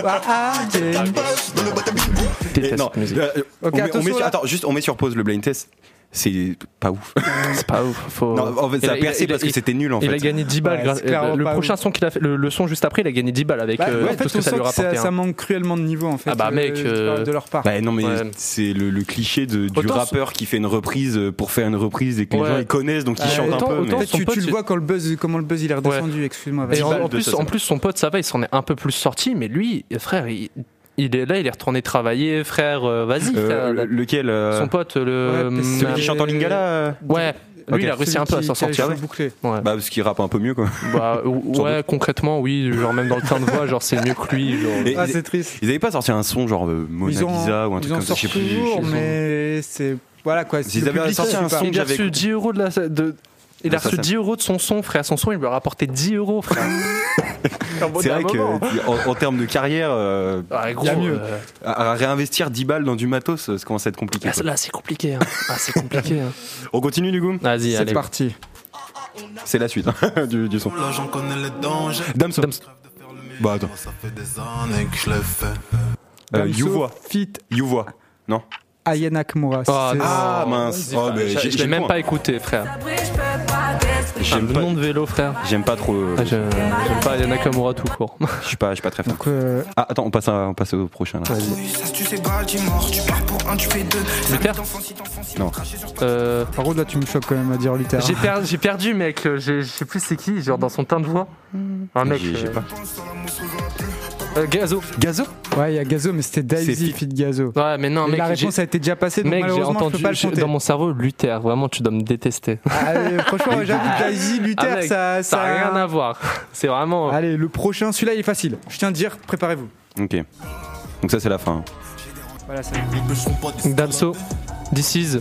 [SPEAKER 2] Ah, ah, c'est-
[SPEAKER 3] Et
[SPEAKER 4] Déteste
[SPEAKER 3] non,
[SPEAKER 4] cette musique.
[SPEAKER 3] euh, on met- on met
[SPEAKER 2] attention, hein.
[SPEAKER 3] sur-
[SPEAKER 2] là.
[SPEAKER 3] attends, juste on met sur pause le blind test. C'est pas ouf.
[SPEAKER 4] C'est pas ouf. Faut...
[SPEAKER 3] Non, en fait,
[SPEAKER 4] Il
[SPEAKER 3] ça a
[SPEAKER 4] il
[SPEAKER 3] percé
[SPEAKER 4] il
[SPEAKER 3] parce que
[SPEAKER 4] il-
[SPEAKER 3] c'était nul en
[SPEAKER 4] Il a
[SPEAKER 3] fait.
[SPEAKER 4] gagné 10 balles.
[SPEAKER 2] Ouais,
[SPEAKER 4] grâce-
[SPEAKER 2] c'est clairement
[SPEAKER 4] le- le
[SPEAKER 2] pas
[SPEAKER 4] prochain
[SPEAKER 2] ouf.
[SPEAKER 4] son qu'il a fait, le, le son juste après, il a gagné 10 balles avec
[SPEAKER 2] Bah,
[SPEAKER 4] euh,
[SPEAKER 2] en fait,
[SPEAKER 4] parce
[SPEAKER 2] on
[SPEAKER 4] que ça
[SPEAKER 2] sent
[SPEAKER 4] lui
[SPEAKER 2] que
[SPEAKER 4] rapportait.
[SPEAKER 2] ça
[SPEAKER 4] un.
[SPEAKER 2] manque cruellement de niveau en fait.
[SPEAKER 4] Ah bah,
[SPEAKER 2] de-
[SPEAKER 4] mec,
[SPEAKER 2] de-
[SPEAKER 4] euh,
[SPEAKER 2] de leur part.
[SPEAKER 3] Bah non mais
[SPEAKER 4] Ouais.
[SPEAKER 3] c'est le, le cliché de, du
[SPEAKER 4] Autant-
[SPEAKER 3] rappeur qui fait une reprise euh, pour faire une reprise et que
[SPEAKER 4] Ouais.
[SPEAKER 3] les gens ils connaissent donc ils
[SPEAKER 2] Ouais.
[SPEAKER 3] chantent
[SPEAKER 4] Autant-
[SPEAKER 3] un peu.
[SPEAKER 4] autant-
[SPEAKER 3] mais-
[SPEAKER 2] Peut-être
[SPEAKER 4] son
[SPEAKER 2] tu,
[SPEAKER 4] pote,
[SPEAKER 2] tu le
[SPEAKER 4] c'est-
[SPEAKER 2] vois quand le buzz, comment le buzz il est redescendu. Excuse-moi. vas-y.
[SPEAKER 4] Et en,
[SPEAKER 3] balles
[SPEAKER 4] en
[SPEAKER 3] de
[SPEAKER 4] plus,
[SPEAKER 3] ça,
[SPEAKER 4] en
[SPEAKER 3] ça.
[SPEAKER 4] plus, son pote, ça va, il s'en est un peu plus sorti, mais lui, frère, il, il est là, il est retourné travailler, frère, euh, vas-y,
[SPEAKER 3] Euh,
[SPEAKER 4] frère.
[SPEAKER 3] le- lequel euh,
[SPEAKER 4] Son pote, le.
[SPEAKER 2] Ouais, c'est
[SPEAKER 3] Celui qui
[SPEAKER 2] Euh,
[SPEAKER 3] chante en lingala euh
[SPEAKER 4] Ouais, lui,
[SPEAKER 3] Ok.
[SPEAKER 4] il a réussi
[SPEAKER 2] Celui
[SPEAKER 4] un peu à
[SPEAKER 2] qui-
[SPEAKER 4] s'en
[SPEAKER 2] qui a les
[SPEAKER 4] sortir.
[SPEAKER 2] cheveux bouclés.
[SPEAKER 4] Ouais.
[SPEAKER 3] Bah parce qu'il rappe un peu mieux quoi.
[SPEAKER 4] Bah, ou-
[SPEAKER 3] Sans
[SPEAKER 4] ouais, concrètement, oui, genre même dans le temps de voix, genre c'est mieux que lui. Genre.
[SPEAKER 3] Et
[SPEAKER 2] Ah,
[SPEAKER 3] ils-
[SPEAKER 2] c'est triste.
[SPEAKER 3] Ils avaient pas sorti un son genre euh, Mona
[SPEAKER 2] Ils ont-
[SPEAKER 3] Lisa ou un truc
[SPEAKER 2] ils en
[SPEAKER 3] comme ça, je sais
[SPEAKER 2] sortent
[SPEAKER 3] plus. je sais
[SPEAKER 2] toujours,
[SPEAKER 3] plus.
[SPEAKER 2] mais c'est voilà quoi.
[SPEAKER 3] Ils avaient sorti un son
[SPEAKER 4] il a
[SPEAKER 3] j'avais-
[SPEAKER 4] reçu 10 euros de la. de- Il a
[SPEAKER 3] Ah, ça,
[SPEAKER 4] reçu
[SPEAKER 3] ça-
[SPEAKER 4] 10 euros de son son, frère. Son son, il lui a rapporté 10 euros, frère.
[SPEAKER 3] C'est vrai que
[SPEAKER 2] hein.
[SPEAKER 3] en, en termes de carrière, euh,
[SPEAKER 4] Ah, gros,
[SPEAKER 2] Il y a mieux.
[SPEAKER 4] euh,
[SPEAKER 3] à, à réinvestir 10 balles dans du matos, euh, ça commence à être compliqué.
[SPEAKER 4] là,
[SPEAKER 3] quoi.
[SPEAKER 4] là, c'est compliqué. hein. Ah, c'est compliqué. hein.
[SPEAKER 3] On continue du coup
[SPEAKER 4] Vas-y,
[SPEAKER 2] C'est
[SPEAKER 4] allez.
[SPEAKER 2] parti.
[SPEAKER 3] C'est la suite hein, du, du son.
[SPEAKER 6] Là, j'en connais les dangers.
[SPEAKER 3] Damso.
[SPEAKER 4] Damso.
[SPEAKER 3] Bah attends.
[SPEAKER 6] Ça fait des années que je le fais.
[SPEAKER 3] Euh, Youvois.
[SPEAKER 2] Fit
[SPEAKER 3] Youvois. Non
[SPEAKER 2] Ayana Kamura.
[SPEAKER 4] Ah,
[SPEAKER 2] c'est-
[SPEAKER 4] non.
[SPEAKER 3] Ah mince. Oh, mais
[SPEAKER 4] Je-
[SPEAKER 3] j'ai- j'ai
[SPEAKER 4] je l'ai
[SPEAKER 3] le
[SPEAKER 4] même
[SPEAKER 3] point.
[SPEAKER 4] pas écouté, frère. J'ai
[SPEAKER 3] J'aime
[SPEAKER 4] le
[SPEAKER 3] pas-
[SPEAKER 4] nom de vélo, frère.
[SPEAKER 3] J'aime pas trop. euh,
[SPEAKER 4] Ah, je- J'aime pas Yana Kamura tout court.
[SPEAKER 3] Je suis pas, je suis pas très fan.
[SPEAKER 2] Donc, euh,
[SPEAKER 3] Ah attends, on passe, à- on passe au prochain là.
[SPEAKER 7] Tu sais pas, tu mords, tu pars pour un, tu fais deux.
[SPEAKER 4] Luther
[SPEAKER 3] Non.
[SPEAKER 4] Euh,
[SPEAKER 2] Par contre, là, tu me choques quand même à dire Luther.
[SPEAKER 4] J'ai perdu, j'ai perdu, mec. euh, j'ai- Je sais plus c'est qui, genre dans son teint de voix. Un mec.
[SPEAKER 3] J'ai- j'ai
[SPEAKER 4] euh,
[SPEAKER 3] pas.
[SPEAKER 4] euh, Gazo.
[SPEAKER 3] Gazo
[SPEAKER 2] Ouais, il y a Gazo, mais c'était
[SPEAKER 3] C'est
[SPEAKER 2] Daisy
[SPEAKER 3] Fit.
[SPEAKER 2] Fit Gazo.
[SPEAKER 4] Ouais, mais non,
[SPEAKER 2] Et
[SPEAKER 4] mec.
[SPEAKER 2] la
[SPEAKER 4] j'ai-
[SPEAKER 2] réponse a été déjà passée, donc
[SPEAKER 4] Mec, j'ai
[SPEAKER 2] malheureusement, je
[SPEAKER 4] entendu
[SPEAKER 2] peux pas le
[SPEAKER 4] je-
[SPEAKER 2] compter.
[SPEAKER 4] dans mon cerveau Luther. Vraiment, tu dois me détester.
[SPEAKER 2] Allez, franchement, j'avoue, Daisy,
[SPEAKER 4] Ah,
[SPEAKER 2] Luther,
[SPEAKER 4] mec,
[SPEAKER 2] ça, Ah,
[SPEAKER 4] Ça a rien à voir. C'est vraiment.
[SPEAKER 2] Allez, le prochain, celui-là, il est facile. Je tiens à dire, préparez-vous.
[SPEAKER 3] Ok. Donc ça c'est la fin.
[SPEAKER 2] Voilà, ça.
[SPEAKER 4] Damso. This is.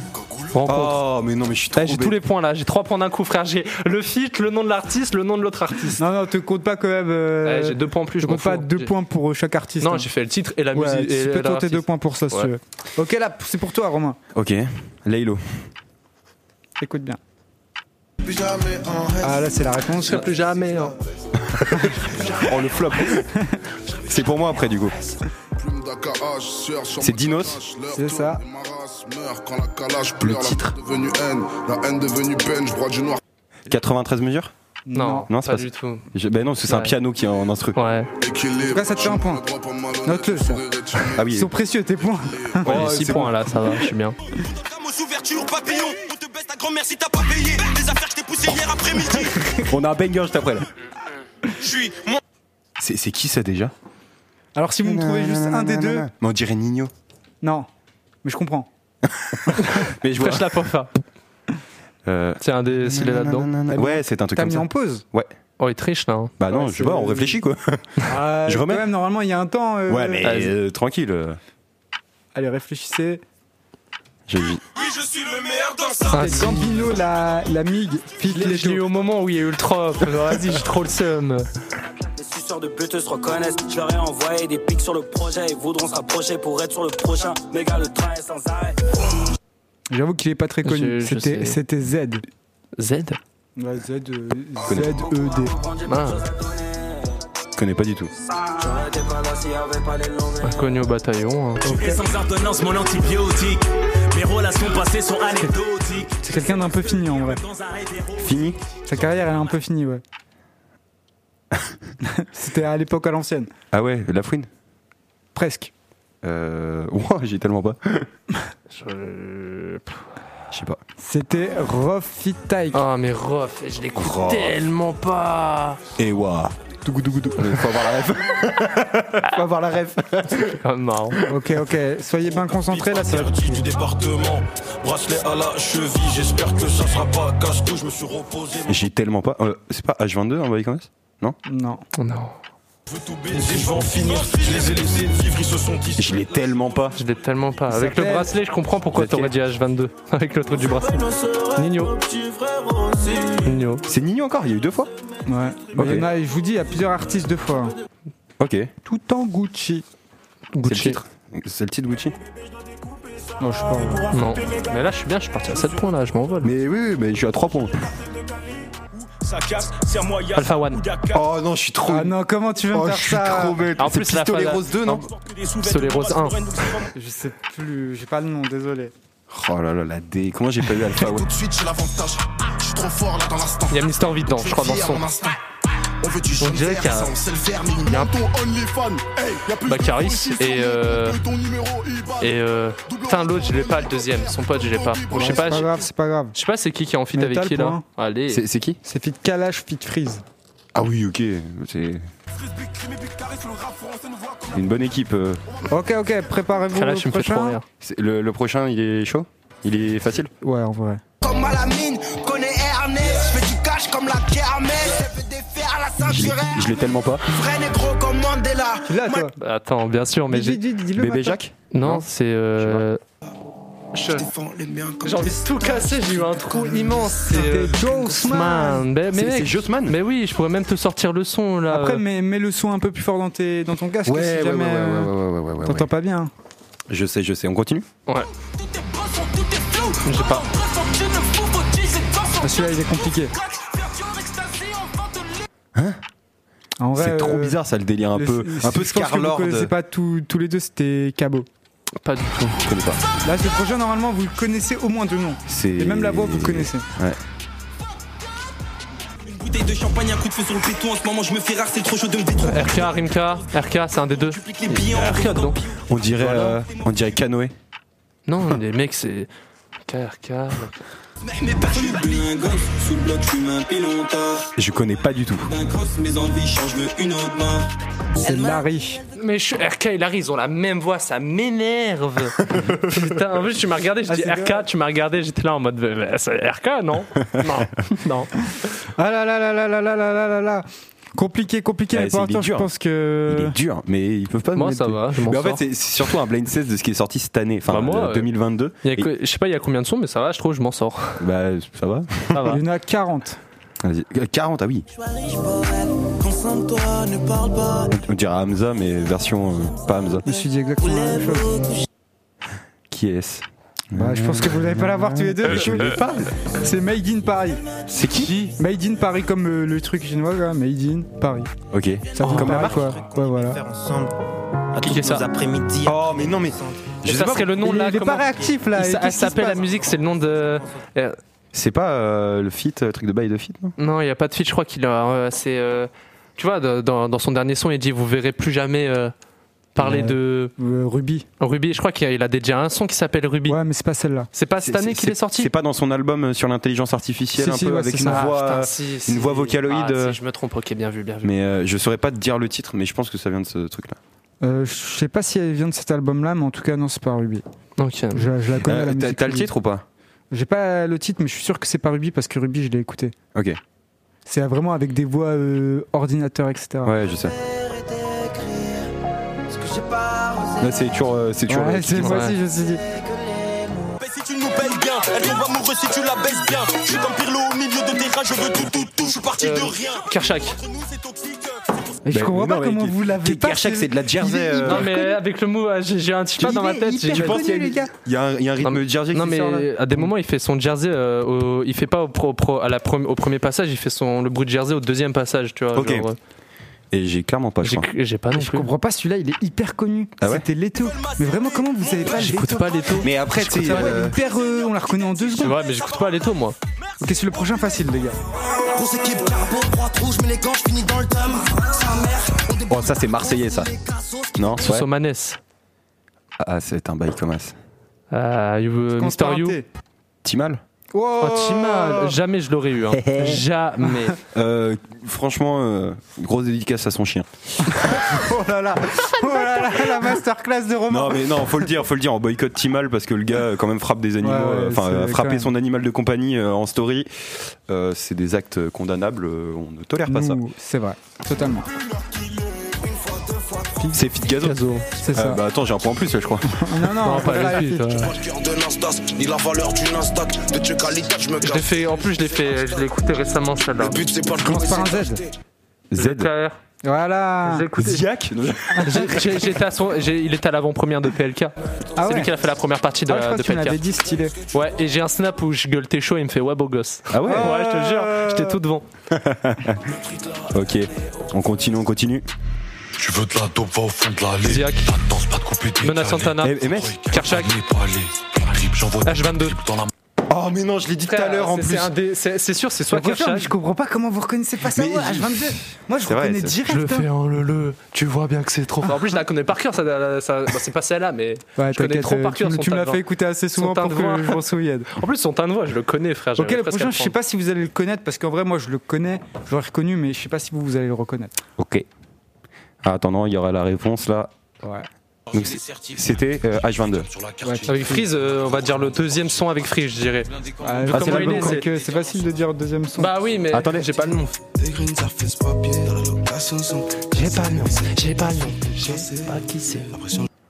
[SPEAKER 4] Rencontre.
[SPEAKER 3] Oh mais non mais je suis
[SPEAKER 4] Eh, j'ai tous les points là, j'ai trois points d'un coup, frère. J'ai le feat, le nom de l'artiste, le nom de l'autre artiste.
[SPEAKER 2] Non, non, te compte pas quand même. euh,
[SPEAKER 4] Eh, j'ai deux points en plus,
[SPEAKER 2] te
[SPEAKER 4] je m'en
[SPEAKER 2] compte pas
[SPEAKER 4] fous.
[SPEAKER 2] deux
[SPEAKER 4] J'ai-
[SPEAKER 2] points pour chaque artiste.
[SPEAKER 4] Non,
[SPEAKER 2] hein.
[SPEAKER 4] j'ai fait le titre et la
[SPEAKER 2] Ouais,
[SPEAKER 4] musique. et
[SPEAKER 2] tu peux
[SPEAKER 4] la-
[SPEAKER 2] compter deux
[SPEAKER 4] l'artiste.
[SPEAKER 2] points pour ça si
[SPEAKER 4] Ouais.
[SPEAKER 2] tu veux. Ok, là, c'est pour toi, Romain.
[SPEAKER 3] Ok. Laylo.
[SPEAKER 2] Écoute bien.
[SPEAKER 6] Plus jamais en rêve.
[SPEAKER 2] Ah, là, c'est la réponse.
[SPEAKER 4] Plus jamais. hein.
[SPEAKER 3] Oh le flop. c'est pour moi après du coup. C'est Dinos.
[SPEAKER 2] C'est ça.
[SPEAKER 3] Le titre.
[SPEAKER 8] Devenue haine, la haine devenue peine, je broie du noir.
[SPEAKER 3] 93 mesures
[SPEAKER 4] Non,
[SPEAKER 3] Non, c'est
[SPEAKER 4] pas
[SPEAKER 3] pas
[SPEAKER 4] du
[SPEAKER 3] ça.
[SPEAKER 4] tout.
[SPEAKER 3] Je- Ben non, parce que c'est un
[SPEAKER 4] Ouais.
[SPEAKER 3] piano qui est en instru.
[SPEAKER 4] Ouais.
[SPEAKER 8] Équilibre.
[SPEAKER 2] Là, ça te fait un point. Note-le, ça.
[SPEAKER 3] Ah
[SPEAKER 2] Ils
[SPEAKER 3] oui.
[SPEAKER 2] sont précieux, tes points.
[SPEAKER 4] Ouais, j'ai 6 points là, ça va, je suis bien.
[SPEAKER 5] Programme aux ouvertures papillon. On te baisse ta grand-mère si t'as pas payé. Les affaires que je t'ai poussées hier après-midi.
[SPEAKER 3] On a un banger juste après là.
[SPEAKER 5] Je suis mon
[SPEAKER 3] C'est c'est qui ça déjà
[SPEAKER 2] Alors, si vous me trouvez juste un des deux.
[SPEAKER 3] Mais on dirait Nino.
[SPEAKER 2] Non. Mais je comprends.
[SPEAKER 3] Mais je vois.
[SPEAKER 4] Flash la pofa.
[SPEAKER 3] Euh,
[SPEAKER 4] C'est un des. S'il est là-dedans.
[SPEAKER 3] Ouais, c'est un truc
[SPEAKER 2] T'as
[SPEAKER 3] comme
[SPEAKER 2] mis
[SPEAKER 3] ça.
[SPEAKER 2] en pause.
[SPEAKER 4] Oh, il triche là. hein.
[SPEAKER 3] Bah non,
[SPEAKER 2] Ouais,
[SPEAKER 3] je sais pas,
[SPEAKER 2] c'est-
[SPEAKER 3] on réfléchit quoi.
[SPEAKER 2] Euh,
[SPEAKER 3] Je remets
[SPEAKER 2] Quand même, normalement, il y a un temps. euh,
[SPEAKER 3] Ouais, mais
[SPEAKER 4] vas-y.
[SPEAKER 3] euh, tranquille. euh,
[SPEAKER 2] Allez, réfléchissez.
[SPEAKER 3] j'ai- j'ai-
[SPEAKER 5] Oui, je suis le meilleur dans ça.
[SPEAKER 4] Ah,
[SPEAKER 2] C'est
[SPEAKER 4] si.
[SPEAKER 2] Gambino, la, la MIG, Fit
[SPEAKER 4] Je l'ai- je l'ai eu
[SPEAKER 2] Leto.
[SPEAKER 4] au moment où il y a eu le trop. Vas-y, j'ai trop le seum.
[SPEAKER 9] Les suceurs de puteux se reconnaissent. Je leur ai envoyé des pics sur le projet. Ils voudront se rapprocher pour être sur le prochain. Les gars, le train est sans arrêt.
[SPEAKER 2] J'avoue qu'il est pas très connu.
[SPEAKER 4] Je- je
[SPEAKER 2] C'était
[SPEAKER 4] sais.
[SPEAKER 2] c'était Z.
[SPEAKER 4] Z
[SPEAKER 2] Ouais, Z, E, euh,
[SPEAKER 3] connais pas.
[SPEAKER 2] Z-E-D.
[SPEAKER 4] Ah,
[SPEAKER 3] Je connais pas du tout.
[SPEAKER 9] J'aurais été pas là s'il y avait pas les lobbies.
[SPEAKER 4] inconnu au bataillon. hein.
[SPEAKER 10] Et sans ordonnance, mon antibiotique. Mes relations passées sont anecdotiques.
[SPEAKER 2] C'est quelqu'un d'un peu fini en vrai.
[SPEAKER 10] Dans un rêve héros.
[SPEAKER 3] Fini
[SPEAKER 2] Sa carrière, elle est un peu finie, ouais. C'était à l'époque à l'ancienne.
[SPEAKER 3] Ah ouais, la fouine
[SPEAKER 2] Presque.
[SPEAKER 3] Euh. Ouah, j'ai tellement pas.
[SPEAKER 4] Je
[SPEAKER 3] Je sais pas.
[SPEAKER 2] C'était Rof Fit Tyke.
[SPEAKER 4] Ah, mais Rof, je l'écoute
[SPEAKER 3] Rof.
[SPEAKER 4] tellement pas.
[SPEAKER 3] Et waouh. Dougou, dougou, dougou. Faut avoir la ref. Faut avoir la ref.
[SPEAKER 4] C'est quand même marrant.
[SPEAKER 2] Ok, ok. Soyez bien concentrés là. ça va-
[SPEAKER 5] Interdit du département, bracelet à la cheville. J'espère que ça sera pas casse-tout. Je me suis reposé.
[SPEAKER 3] J'ai tellement pas. euh, c'est pas H22 en Boy Commerce Non
[SPEAKER 2] Non.
[SPEAKER 4] Non,
[SPEAKER 5] Je veux tout baiser, je vais en finir. Je les ai laissés vivre, ils se sont dit.
[SPEAKER 3] Je l'ai tellement pas.
[SPEAKER 4] je l'ai tellement pas. Avec le
[SPEAKER 2] s'appelle-
[SPEAKER 4] bracelet, je comprends pourquoi
[SPEAKER 3] Lequel
[SPEAKER 4] t'aurais dit H22. Avec le truc du bracelet. Nino. Nino.
[SPEAKER 3] C'est Nino encore Il y a eu deux fois
[SPEAKER 2] Ouais. Mais il y en a, je vous dis, il y a plusieurs artistes deux fois. hein.
[SPEAKER 3] Ok.
[SPEAKER 2] Tout en Gucci.
[SPEAKER 3] C'est le
[SPEAKER 4] Gucci.
[SPEAKER 3] titre. C'est le titre Gucci
[SPEAKER 2] Non, je sais pas. ouais.
[SPEAKER 3] Oh.
[SPEAKER 4] Non. Mais là, je suis bien, je suis parti à 7 points là, je m'envole.
[SPEAKER 3] Mais oui, oui, mais je suis à 3 points.
[SPEAKER 4] Alpha One.
[SPEAKER 3] Oh non, je suis trop.
[SPEAKER 2] Ah non, comment tu veux me
[SPEAKER 3] Oh,
[SPEAKER 2] faire
[SPEAKER 3] je suis
[SPEAKER 2] ça
[SPEAKER 3] trop bête.
[SPEAKER 4] En
[SPEAKER 3] C'est
[SPEAKER 4] plus, la
[SPEAKER 3] Pistolet
[SPEAKER 4] phase-
[SPEAKER 3] Rose 2, non
[SPEAKER 4] Soleil Rose 1.
[SPEAKER 2] Je sais plus, j'ai pas le nom, désolé.
[SPEAKER 3] Oh là là, la D. Comment j'ai pas eu Alpha One
[SPEAKER 6] Tout de suite, j'ai l'avantage. Je suis trop fort là dans l'instant.
[SPEAKER 4] Il y a Mister V dedans, je crois, dans le son.
[SPEAKER 6] On veut du jaune
[SPEAKER 4] dirait
[SPEAKER 6] vert,
[SPEAKER 4] qu'il y a-
[SPEAKER 6] ça, on sait le faire, mais il y a un ton OnlyFans. Hey, y a plus de
[SPEAKER 4] Baccaris
[SPEAKER 6] photos ici
[SPEAKER 4] et,
[SPEAKER 6] sur nous,
[SPEAKER 4] euh,
[SPEAKER 6] de ton numéro, il va-
[SPEAKER 4] Et euh. Putain, l'autre, je l'ai pas, le deuxième. Son pote, je l'ai pas. Je sais
[SPEAKER 2] C'est
[SPEAKER 4] pas,
[SPEAKER 2] pas
[SPEAKER 4] je
[SPEAKER 2] grave, c'est pas grave.
[SPEAKER 4] je sais pas c'est qui qui est en fit
[SPEAKER 2] Mais
[SPEAKER 4] avec
[SPEAKER 2] t'as le
[SPEAKER 4] qui là.
[SPEAKER 2] point.
[SPEAKER 4] Allez.
[SPEAKER 3] C'est c'est qui
[SPEAKER 2] C'est Fit Kalash, Fit Freeze.
[SPEAKER 3] Ah oui, ok. C'est une bonne équipe. euh.
[SPEAKER 2] Ok, ok, préparez-vous.
[SPEAKER 4] Là,
[SPEAKER 2] au
[SPEAKER 4] tu me fais
[SPEAKER 2] prochain.
[SPEAKER 4] trop rire.
[SPEAKER 3] C'est- Le, le prochain, il est chaud Il est facile
[SPEAKER 2] Ouais, en vrai.
[SPEAKER 7] Comme à la mine, connais Ernest. Fais du cash comme la kermesse. Elle veut défaire la
[SPEAKER 3] Je l'ai-
[SPEAKER 7] ceinture.
[SPEAKER 3] je l'ai tellement pas.
[SPEAKER 7] Vrai négro comme Mandela.
[SPEAKER 2] Tu l'as, toi
[SPEAKER 4] Bah, Attends, bien sûr, mais j'ai.
[SPEAKER 2] Dis- dis- dis-le
[SPEAKER 3] Bébé
[SPEAKER 2] maintenant.
[SPEAKER 3] Jacques
[SPEAKER 4] Non, c'est. euh, je-
[SPEAKER 7] Défends les miens comme
[SPEAKER 4] J'ai envie de tout casser, j'ai eu un trou
[SPEAKER 3] Oh,
[SPEAKER 4] immense. C'est
[SPEAKER 2] C'était
[SPEAKER 4] euh,
[SPEAKER 2] Joe
[SPEAKER 3] euh.
[SPEAKER 2] Sman.
[SPEAKER 4] Haussmann. Mais, mais
[SPEAKER 3] C'est c'est
[SPEAKER 4] mec,
[SPEAKER 3] Jossman
[SPEAKER 4] mais oui, je pourrais même te sortir le son là.
[SPEAKER 2] Après, mets, mets le son un peu plus fort dans, tes, dans ton casque
[SPEAKER 3] Ouais,
[SPEAKER 2] si
[SPEAKER 3] ouais, ouais, ouais,
[SPEAKER 2] jamais.
[SPEAKER 3] ouais,
[SPEAKER 2] euh,
[SPEAKER 3] ouais, ouais, ouais, ouais,
[SPEAKER 2] T'entends
[SPEAKER 3] ouais.
[SPEAKER 2] pas bien.
[SPEAKER 3] Je sais, je sais. On continue
[SPEAKER 4] Ouais. J'ai pas.
[SPEAKER 2] Ah, celui-là, il est compliqué. En vrai,
[SPEAKER 3] Hein C'est trop
[SPEAKER 2] euh,
[SPEAKER 3] bizarre ça le délire un
[SPEAKER 2] le-
[SPEAKER 3] peu.
[SPEAKER 2] je
[SPEAKER 3] Un peu
[SPEAKER 2] pense que Vous
[SPEAKER 3] Scarlord.
[SPEAKER 2] connaissez pas tous tous les deux, c'était Cabot.
[SPEAKER 4] Pas du tout.
[SPEAKER 3] Je connais pas.
[SPEAKER 2] Là, ce prochain, normalement, vous le connaissez au moins de nom.
[SPEAKER 3] C'est-
[SPEAKER 2] Et même la voix, vous connaissez.
[SPEAKER 3] Ouais.
[SPEAKER 9] Une bouteille de champagne, un coup de feu sur le péton. En ce moment, je me fais rare, c'est trop chaud de me détruire.
[SPEAKER 4] RK, Rimka, RK, c'est un des deux.
[SPEAKER 9] Applique les billets en
[SPEAKER 4] RK dedans.
[SPEAKER 3] On dirait, euh, on dirait Canoë.
[SPEAKER 4] Non, les mecs, c'est. RK,
[SPEAKER 9] Mais personne n'oublie un gosse. Sous le bloc, je fume un pilota.
[SPEAKER 3] Je connais pas du tout.
[SPEAKER 9] Un cross, mes envies changent, je veux une autre main.
[SPEAKER 2] C'est Larry.
[SPEAKER 4] Mais je, RK et Larry, ils ont la même voix, ça m'énerve. Putain, en plus, tu m'as regardé, je
[SPEAKER 2] Ah,
[SPEAKER 4] dis
[SPEAKER 2] c'est
[SPEAKER 4] RK, tu m'as regardé, j'étais là en mode euh, bah, c'est RK, non Non, non.
[SPEAKER 2] Ah là là là là là là là là là là. Compliqué, compliqué.
[SPEAKER 3] Ouais,
[SPEAKER 2] mais
[SPEAKER 3] Ah, c'est-
[SPEAKER 2] pour
[SPEAKER 3] il est
[SPEAKER 2] l'instant, je
[SPEAKER 3] dur.
[SPEAKER 2] pense
[SPEAKER 3] Il
[SPEAKER 2] que.
[SPEAKER 3] est dur, mais ils peuvent pas.
[SPEAKER 4] Moi,
[SPEAKER 3] me
[SPEAKER 4] ça
[SPEAKER 3] mettre-
[SPEAKER 4] va, je m'en
[SPEAKER 3] Mais en
[SPEAKER 4] sors.
[SPEAKER 3] fait, c'est c'est surtout un blind test de ce qui est sorti cette année, enfin
[SPEAKER 4] Bah, moi,
[SPEAKER 3] euh,
[SPEAKER 4] euh,
[SPEAKER 3] 2022.
[SPEAKER 4] Il y a
[SPEAKER 3] Et-
[SPEAKER 4] que- je sais pas, il y a combien de sons, mais ça va, je trouve, je m'en sors.
[SPEAKER 3] Bah, ça va.
[SPEAKER 4] Ça va.
[SPEAKER 2] Il y en a 40.
[SPEAKER 3] Vas-y. Euh, 40, ah oui.
[SPEAKER 7] Concentre-toi, ne parle pas.
[SPEAKER 3] On dirait Hamza, mais version euh, pas Hamza.
[SPEAKER 2] Je me suis dit exactement la même chose.
[SPEAKER 3] Qui est-ce
[SPEAKER 2] Bah, je pense que vous n'allez pas l'avoir tous les deux.
[SPEAKER 3] je l'ai pas.
[SPEAKER 2] C'est Made in Paris.
[SPEAKER 3] C'est qui
[SPEAKER 2] Made in Paris, comme euh, le truc chinois, là. Made in Paris.
[SPEAKER 3] Ok.
[SPEAKER 2] Ça vous
[SPEAKER 3] Oh, Comme la
[SPEAKER 2] parle,
[SPEAKER 3] marque.
[SPEAKER 2] Ah, quoi. Ouais, voilà.
[SPEAKER 9] ensemble. À
[SPEAKER 4] Cliquez Ah, ça.
[SPEAKER 9] après-midi.
[SPEAKER 3] Oh, mais non, mais.
[SPEAKER 4] Je sais pas quel le nom
[SPEAKER 2] il,
[SPEAKER 4] de la.
[SPEAKER 2] il est
[SPEAKER 4] comment-
[SPEAKER 2] pas réactif là.
[SPEAKER 4] Il
[SPEAKER 2] Et
[SPEAKER 4] s'a- Elle
[SPEAKER 2] qu'est-ce qui se
[SPEAKER 4] s'appelle la
[SPEAKER 2] passe
[SPEAKER 4] musique, c'est le nom de. euh,
[SPEAKER 3] C'est pas euh, le fit, euh, truc de bail de fit, non
[SPEAKER 4] Non, il n'y a pas de feat, je crois qu'il a. euh, c'est. euh, Tu vois, de- dans, dans son dernier son, il dit Vous verrez plus jamais euh, parler
[SPEAKER 2] Ouais.
[SPEAKER 4] de
[SPEAKER 2] Euh, Ruby.
[SPEAKER 4] Ruby. Je crois qu'il a, il a déjà un son qui s'appelle Ruby.
[SPEAKER 2] Ouais, mais c'est pas celle-là.
[SPEAKER 4] C'est pas cette
[SPEAKER 3] C'est-
[SPEAKER 4] année
[SPEAKER 3] c'est-
[SPEAKER 4] qu'il est sorti
[SPEAKER 3] C'est pas dans son album euh, sur l'intelligence artificielle,
[SPEAKER 2] Si,
[SPEAKER 3] un
[SPEAKER 2] si,
[SPEAKER 3] peu
[SPEAKER 2] ouais,
[SPEAKER 3] avec
[SPEAKER 2] c'est
[SPEAKER 3] une
[SPEAKER 2] ça.
[SPEAKER 3] voix.
[SPEAKER 4] putain,
[SPEAKER 3] euh,
[SPEAKER 4] si, si.
[SPEAKER 3] une voix vocaloïde,
[SPEAKER 4] Ah,
[SPEAKER 3] euh,
[SPEAKER 4] si, je me trompe, ok, bien vu, bien vu.
[SPEAKER 3] Mais euh, je saurais pas te dire le titre, mais je pense que ça vient de ce truc-là.
[SPEAKER 2] Euh, je sais pas si elle vient de cet album là, mais en tout cas, non, c'est pas Ruby.
[SPEAKER 4] Ok.
[SPEAKER 2] Je, je la connais.
[SPEAKER 3] Euh,
[SPEAKER 2] la
[SPEAKER 3] t'as-
[SPEAKER 2] musique
[SPEAKER 3] T'as le
[SPEAKER 2] Ruby.
[SPEAKER 3] titre ou pas
[SPEAKER 2] J'ai pas le titre, mais je suis sûr que c'est pas Ruby parce que Ruby, je l'ai écouté.
[SPEAKER 3] Ok.
[SPEAKER 2] C'est vraiment avec des voix euh, ordinateur, etc.
[SPEAKER 3] Ouais, je sais.
[SPEAKER 7] Ce que j'ai pas osé.
[SPEAKER 3] Là, c'est toujours. euh, c'est toujours
[SPEAKER 2] Ouais,
[SPEAKER 3] le
[SPEAKER 2] c'est
[SPEAKER 3] titre.
[SPEAKER 2] moi
[SPEAKER 4] Ouais.
[SPEAKER 2] aussi, je me suis dit.
[SPEAKER 5] Si tu nous payes bien, elle tombe amoureuse si tu la baisses bien. Je suis comme Pirlo au milieu de tes rats, je veux tout, tout, tout, je suis parti
[SPEAKER 4] Euh,
[SPEAKER 5] de rien.
[SPEAKER 4] Karchak.
[SPEAKER 5] Entre
[SPEAKER 3] Euh,
[SPEAKER 5] nous, c'est toxique.
[SPEAKER 2] Et je
[SPEAKER 3] Mais-
[SPEAKER 2] comprends
[SPEAKER 3] mais
[SPEAKER 2] pas
[SPEAKER 3] Ben, non, mais
[SPEAKER 2] comment
[SPEAKER 3] Ke-
[SPEAKER 2] vous l'avez pas.
[SPEAKER 3] Kershak, c'est de la
[SPEAKER 2] il
[SPEAKER 3] Jersey.
[SPEAKER 2] est
[SPEAKER 3] euh,
[SPEAKER 4] Non, mais avec le mot, euh, j'ai j'ai un petit pas dans ma tête. j'ai-
[SPEAKER 2] hyper
[SPEAKER 3] pense qu'il y
[SPEAKER 2] connu,
[SPEAKER 3] a une-
[SPEAKER 2] les gars.
[SPEAKER 3] Il y, a un- il y a un rythme
[SPEAKER 4] Non, mais-
[SPEAKER 3] Jersey
[SPEAKER 4] Non
[SPEAKER 3] qui
[SPEAKER 4] mais
[SPEAKER 3] sort là.
[SPEAKER 4] à des moments il fait son jersey, euh, au- il fait pas au, pro- pro- à la prom- au premier passage, il fait son le bruit de jersey au deuxième passage, tu vois.
[SPEAKER 3] Ok.
[SPEAKER 4] genre, euh,
[SPEAKER 3] Et j'ai clairement pas, je
[SPEAKER 4] j'ai
[SPEAKER 3] crois.
[SPEAKER 4] j'ai pas non
[SPEAKER 2] Je
[SPEAKER 4] plus.
[SPEAKER 2] comprends pas, celui-là, il est hyper connu.
[SPEAKER 3] Ah ouais
[SPEAKER 2] C'était Leto. Mais vraiment, comment vous savez pas
[SPEAKER 4] J'écoute pas les taux.
[SPEAKER 3] Mais après, tu sais,
[SPEAKER 2] Ah ouais,
[SPEAKER 3] euh,
[SPEAKER 2] hyper, euh, on la reconnaît en deux
[SPEAKER 4] C'est
[SPEAKER 2] secondes.
[SPEAKER 4] vrai, mais j'écoute pas les taux moi.
[SPEAKER 2] Ok, c'est le prochain facile, les gars.
[SPEAKER 4] Euh,
[SPEAKER 7] Grosse équipe, carbo, droite rouge, mais les gants, je finis dans le thème. Sa mère, on débat.
[SPEAKER 3] oh, ça c'est marseillais ça. Non ouais.
[SPEAKER 4] Sosomanes.
[SPEAKER 3] Ah, c'est un bail comme as.
[SPEAKER 4] Euh, you- Mister You.
[SPEAKER 3] Timal
[SPEAKER 4] Oh, Timal, jamais je l'aurais eu. hein. jamais.
[SPEAKER 3] Euh, franchement, euh, grosse dédicace à son chien.
[SPEAKER 2] Oh là là, oh là là, la masterclass de Romain.
[SPEAKER 3] Non mais non, faut le dire, faut le dire, on boycotte Timal parce que le gars euh, quand même frappe des animaux,
[SPEAKER 2] Ouais, ouais,
[SPEAKER 3] euh, enfin
[SPEAKER 2] c'est
[SPEAKER 3] euh,
[SPEAKER 2] quand même.
[SPEAKER 3] frapper son animal de compagnie euh, en story, euh, c'est des actes condamnables, euh, on ne tolère pas ça.
[SPEAKER 2] Nous, C'est vrai, totalement.
[SPEAKER 3] C'est Fit Gazo.
[SPEAKER 2] C'est ça.
[SPEAKER 3] Euh, bah attends, j'ai un point en plus là, je crois.
[SPEAKER 2] Non, non,
[SPEAKER 4] Non, pas hein.
[SPEAKER 2] voilà,
[SPEAKER 4] les suites, ouais.
[SPEAKER 6] ni la valeur du Nasdaq. De check qualité, je me
[SPEAKER 4] Je l'ai fait, en plus, je l'ai fait, je l'ai écouté récemment celle-là.
[SPEAKER 6] but, c'est pas de
[SPEAKER 2] commence par un
[SPEAKER 6] c'est
[SPEAKER 2] Z.
[SPEAKER 6] d'acheter.
[SPEAKER 3] Z.
[SPEAKER 4] ZKR.
[SPEAKER 2] Voilà. Ah,
[SPEAKER 4] J'ai écouté-
[SPEAKER 3] Ziac
[SPEAKER 4] j'ai- j'ai- j'étais à son- j'ai- il était à l'avant-première de PLK.
[SPEAKER 2] Ah
[SPEAKER 4] C'est
[SPEAKER 2] ouais.
[SPEAKER 4] lui qui a fait la première partie de,
[SPEAKER 2] Ah, je crois
[SPEAKER 4] de
[SPEAKER 2] que tu m'avais
[SPEAKER 4] PLK.
[SPEAKER 2] dit stylé.
[SPEAKER 4] Ouais, et j'ai un snap où je gueule tes chaud et il me fait ouais beau gosse.
[SPEAKER 3] Ah ouais
[SPEAKER 4] Ouais, je te jure, j'étais tout devant.
[SPEAKER 3] Ok, on continue, on continue.
[SPEAKER 5] Tu veux de la dope, va au fond de l'allée.
[SPEAKER 4] Ziac.
[SPEAKER 5] La danse, pas de couper des
[SPEAKER 4] Mena
[SPEAKER 2] Ah.
[SPEAKER 4] Santana,
[SPEAKER 3] Eh, eh, mec
[SPEAKER 4] Karchak, H22.
[SPEAKER 5] Dans la
[SPEAKER 3] Oh mais non, je l'ai dit tout à l'heure en
[SPEAKER 4] C'est-
[SPEAKER 3] plus.
[SPEAKER 4] c'est un des- C'est c'est sûr, c'est soit
[SPEAKER 2] Soit mais
[SPEAKER 4] Karchak.
[SPEAKER 2] je comprends pas comment vous reconnaissez pas ça.
[SPEAKER 3] Mais
[SPEAKER 2] moi,
[SPEAKER 3] je-
[SPEAKER 2] H22. Moi, je
[SPEAKER 3] C'est vrai,
[SPEAKER 2] reconnais
[SPEAKER 3] c'est-
[SPEAKER 2] direct.
[SPEAKER 4] Je le
[SPEAKER 2] hein.
[SPEAKER 4] fais en le le, tu vois bien que c'est trop. fort. en plus, je la connais par cœur, ça, ça- bah, c'est pas celle-là, mais
[SPEAKER 2] Ouais,
[SPEAKER 4] je connais
[SPEAKER 2] t'inquiète, euh,
[SPEAKER 4] trop par
[SPEAKER 3] euh,
[SPEAKER 2] tu
[SPEAKER 4] cœur.
[SPEAKER 2] me-
[SPEAKER 4] son
[SPEAKER 2] tu me
[SPEAKER 4] teint
[SPEAKER 2] l'as
[SPEAKER 4] de
[SPEAKER 2] fait
[SPEAKER 4] voix.
[SPEAKER 2] écouter assez
[SPEAKER 4] Son
[SPEAKER 2] souvent
[SPEAKER 4] teint
[SPEAKER 2] pour
[SPEAKER 4] de
[SPEAKER 2] que
[SPEAKER 4] voix.
[SPEAKER 2] je m'en souvienne.
[SPEAKER 4] En plus, son teint de voix, je le connais, frère.
[SPEAKER 2] Ok,
[SPEAKER 4] j'arrive
[SPEAKER 2] le
[SPEAKER 4] presque à
[SPEAKER 2] prochain, je sais
[SPEAKER 4] prendre.
[SPEAKER 2] pas si vous allez le connaître parce qu'en vrai, moi, je le connais, je l'aurais reconnu, mais je sais pas si vous, vous allez le reconnaître.
[SPEAKER 3] Ok. Ah, attendant, il y aura la réponse là.
[SPEAKER 2] Ouais.
[SPEAKER 3] Donc, c'est- C'était euh, H22.
[SPEAKER 4] Avec Freeze, euh, on va dire le deuxième son avec Freeze, je dirais.
[SPEAKER 2] Ah,
[SPEAKER 4] comment
[SPEAKER 2] c'est
[SPEAKER 4] il
[SPEAKER 2] l'album,
[SPEAKER 4] est,
[SPEAKER 2] donc, euh, c'est facile de dire deuxième son.
[SPEAKER 4] Bah oui, mais
[SPEAKER 3] Attendez.
[SPEAKER 4] j'ai pas le nom. J'ai pas le nom, j'ai pas le nom, je sais pas qui c'est.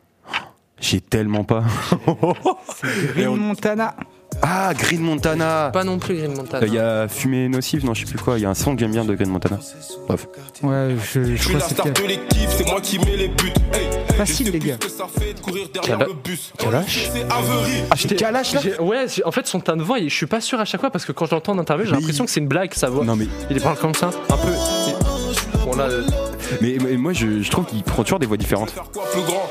[SPEAKER 3] J'ai tellement pas.
[SPEAKER 2] Green Montana.
[SPEAKER 3] Ah, Green Montana
[SPEAKER 4] Pas non plus Green Montana.
[SPEAKER 3] Euh, Il y a Fumée Nocive, non, je sais plus quoi. Il y a un son que j'aime bien de Green Montana. Bref.
[SPEAKER 2] Ouais, je, je,
[SPEAKER 5] Je suis
[SPEAKER 2] crois
[SPEAKER 5] la
[SPEAKER 2] que c'est
[SPEAKER 5] star
[SPEAKER 2] quel-
[SPEAKER 5] de l'équipe, c'est moi qui mets les buts. Hey,
[SPEAKER 2] Facile,
[SPEAKER 5] je sais
[SPEAKER 2] les
[SPEAKER 5] plus
[SPEAKER 2] gars.
[SPEAKER 5] ce que ça fait de courir derrière
[SPEAKER 4] Cala-
[SPEAKER 5] le bus.
[SPEAKER 3] Kalash
[SPEAKER 5] C'est Avery.
[SPEAKER 3] Ah, j'étais Kalash là
[SPEAKER 4] J'ai- Ouais, j'ai- en fait, son teint de voix, il- je suis pas sûr à chaque fois parce que quand je l'entends en interview, j'ai
[SPEAKER 3] Mais
[SPEAKER 4] l'impression
[SPEAKER 3] il-
[SPEAKER 4] que c'est une blague, sa voix.
[SPEAKER 3] Non, mais,
[SPEAKER 4] Il parle comme ça, un peu. il- Bon, là, euh,
[SPEAKER 3] mais, mais moi je, je trouve qu'il prend toujours des voix différentes.
[SPEAKER 5] Quoi, plus grand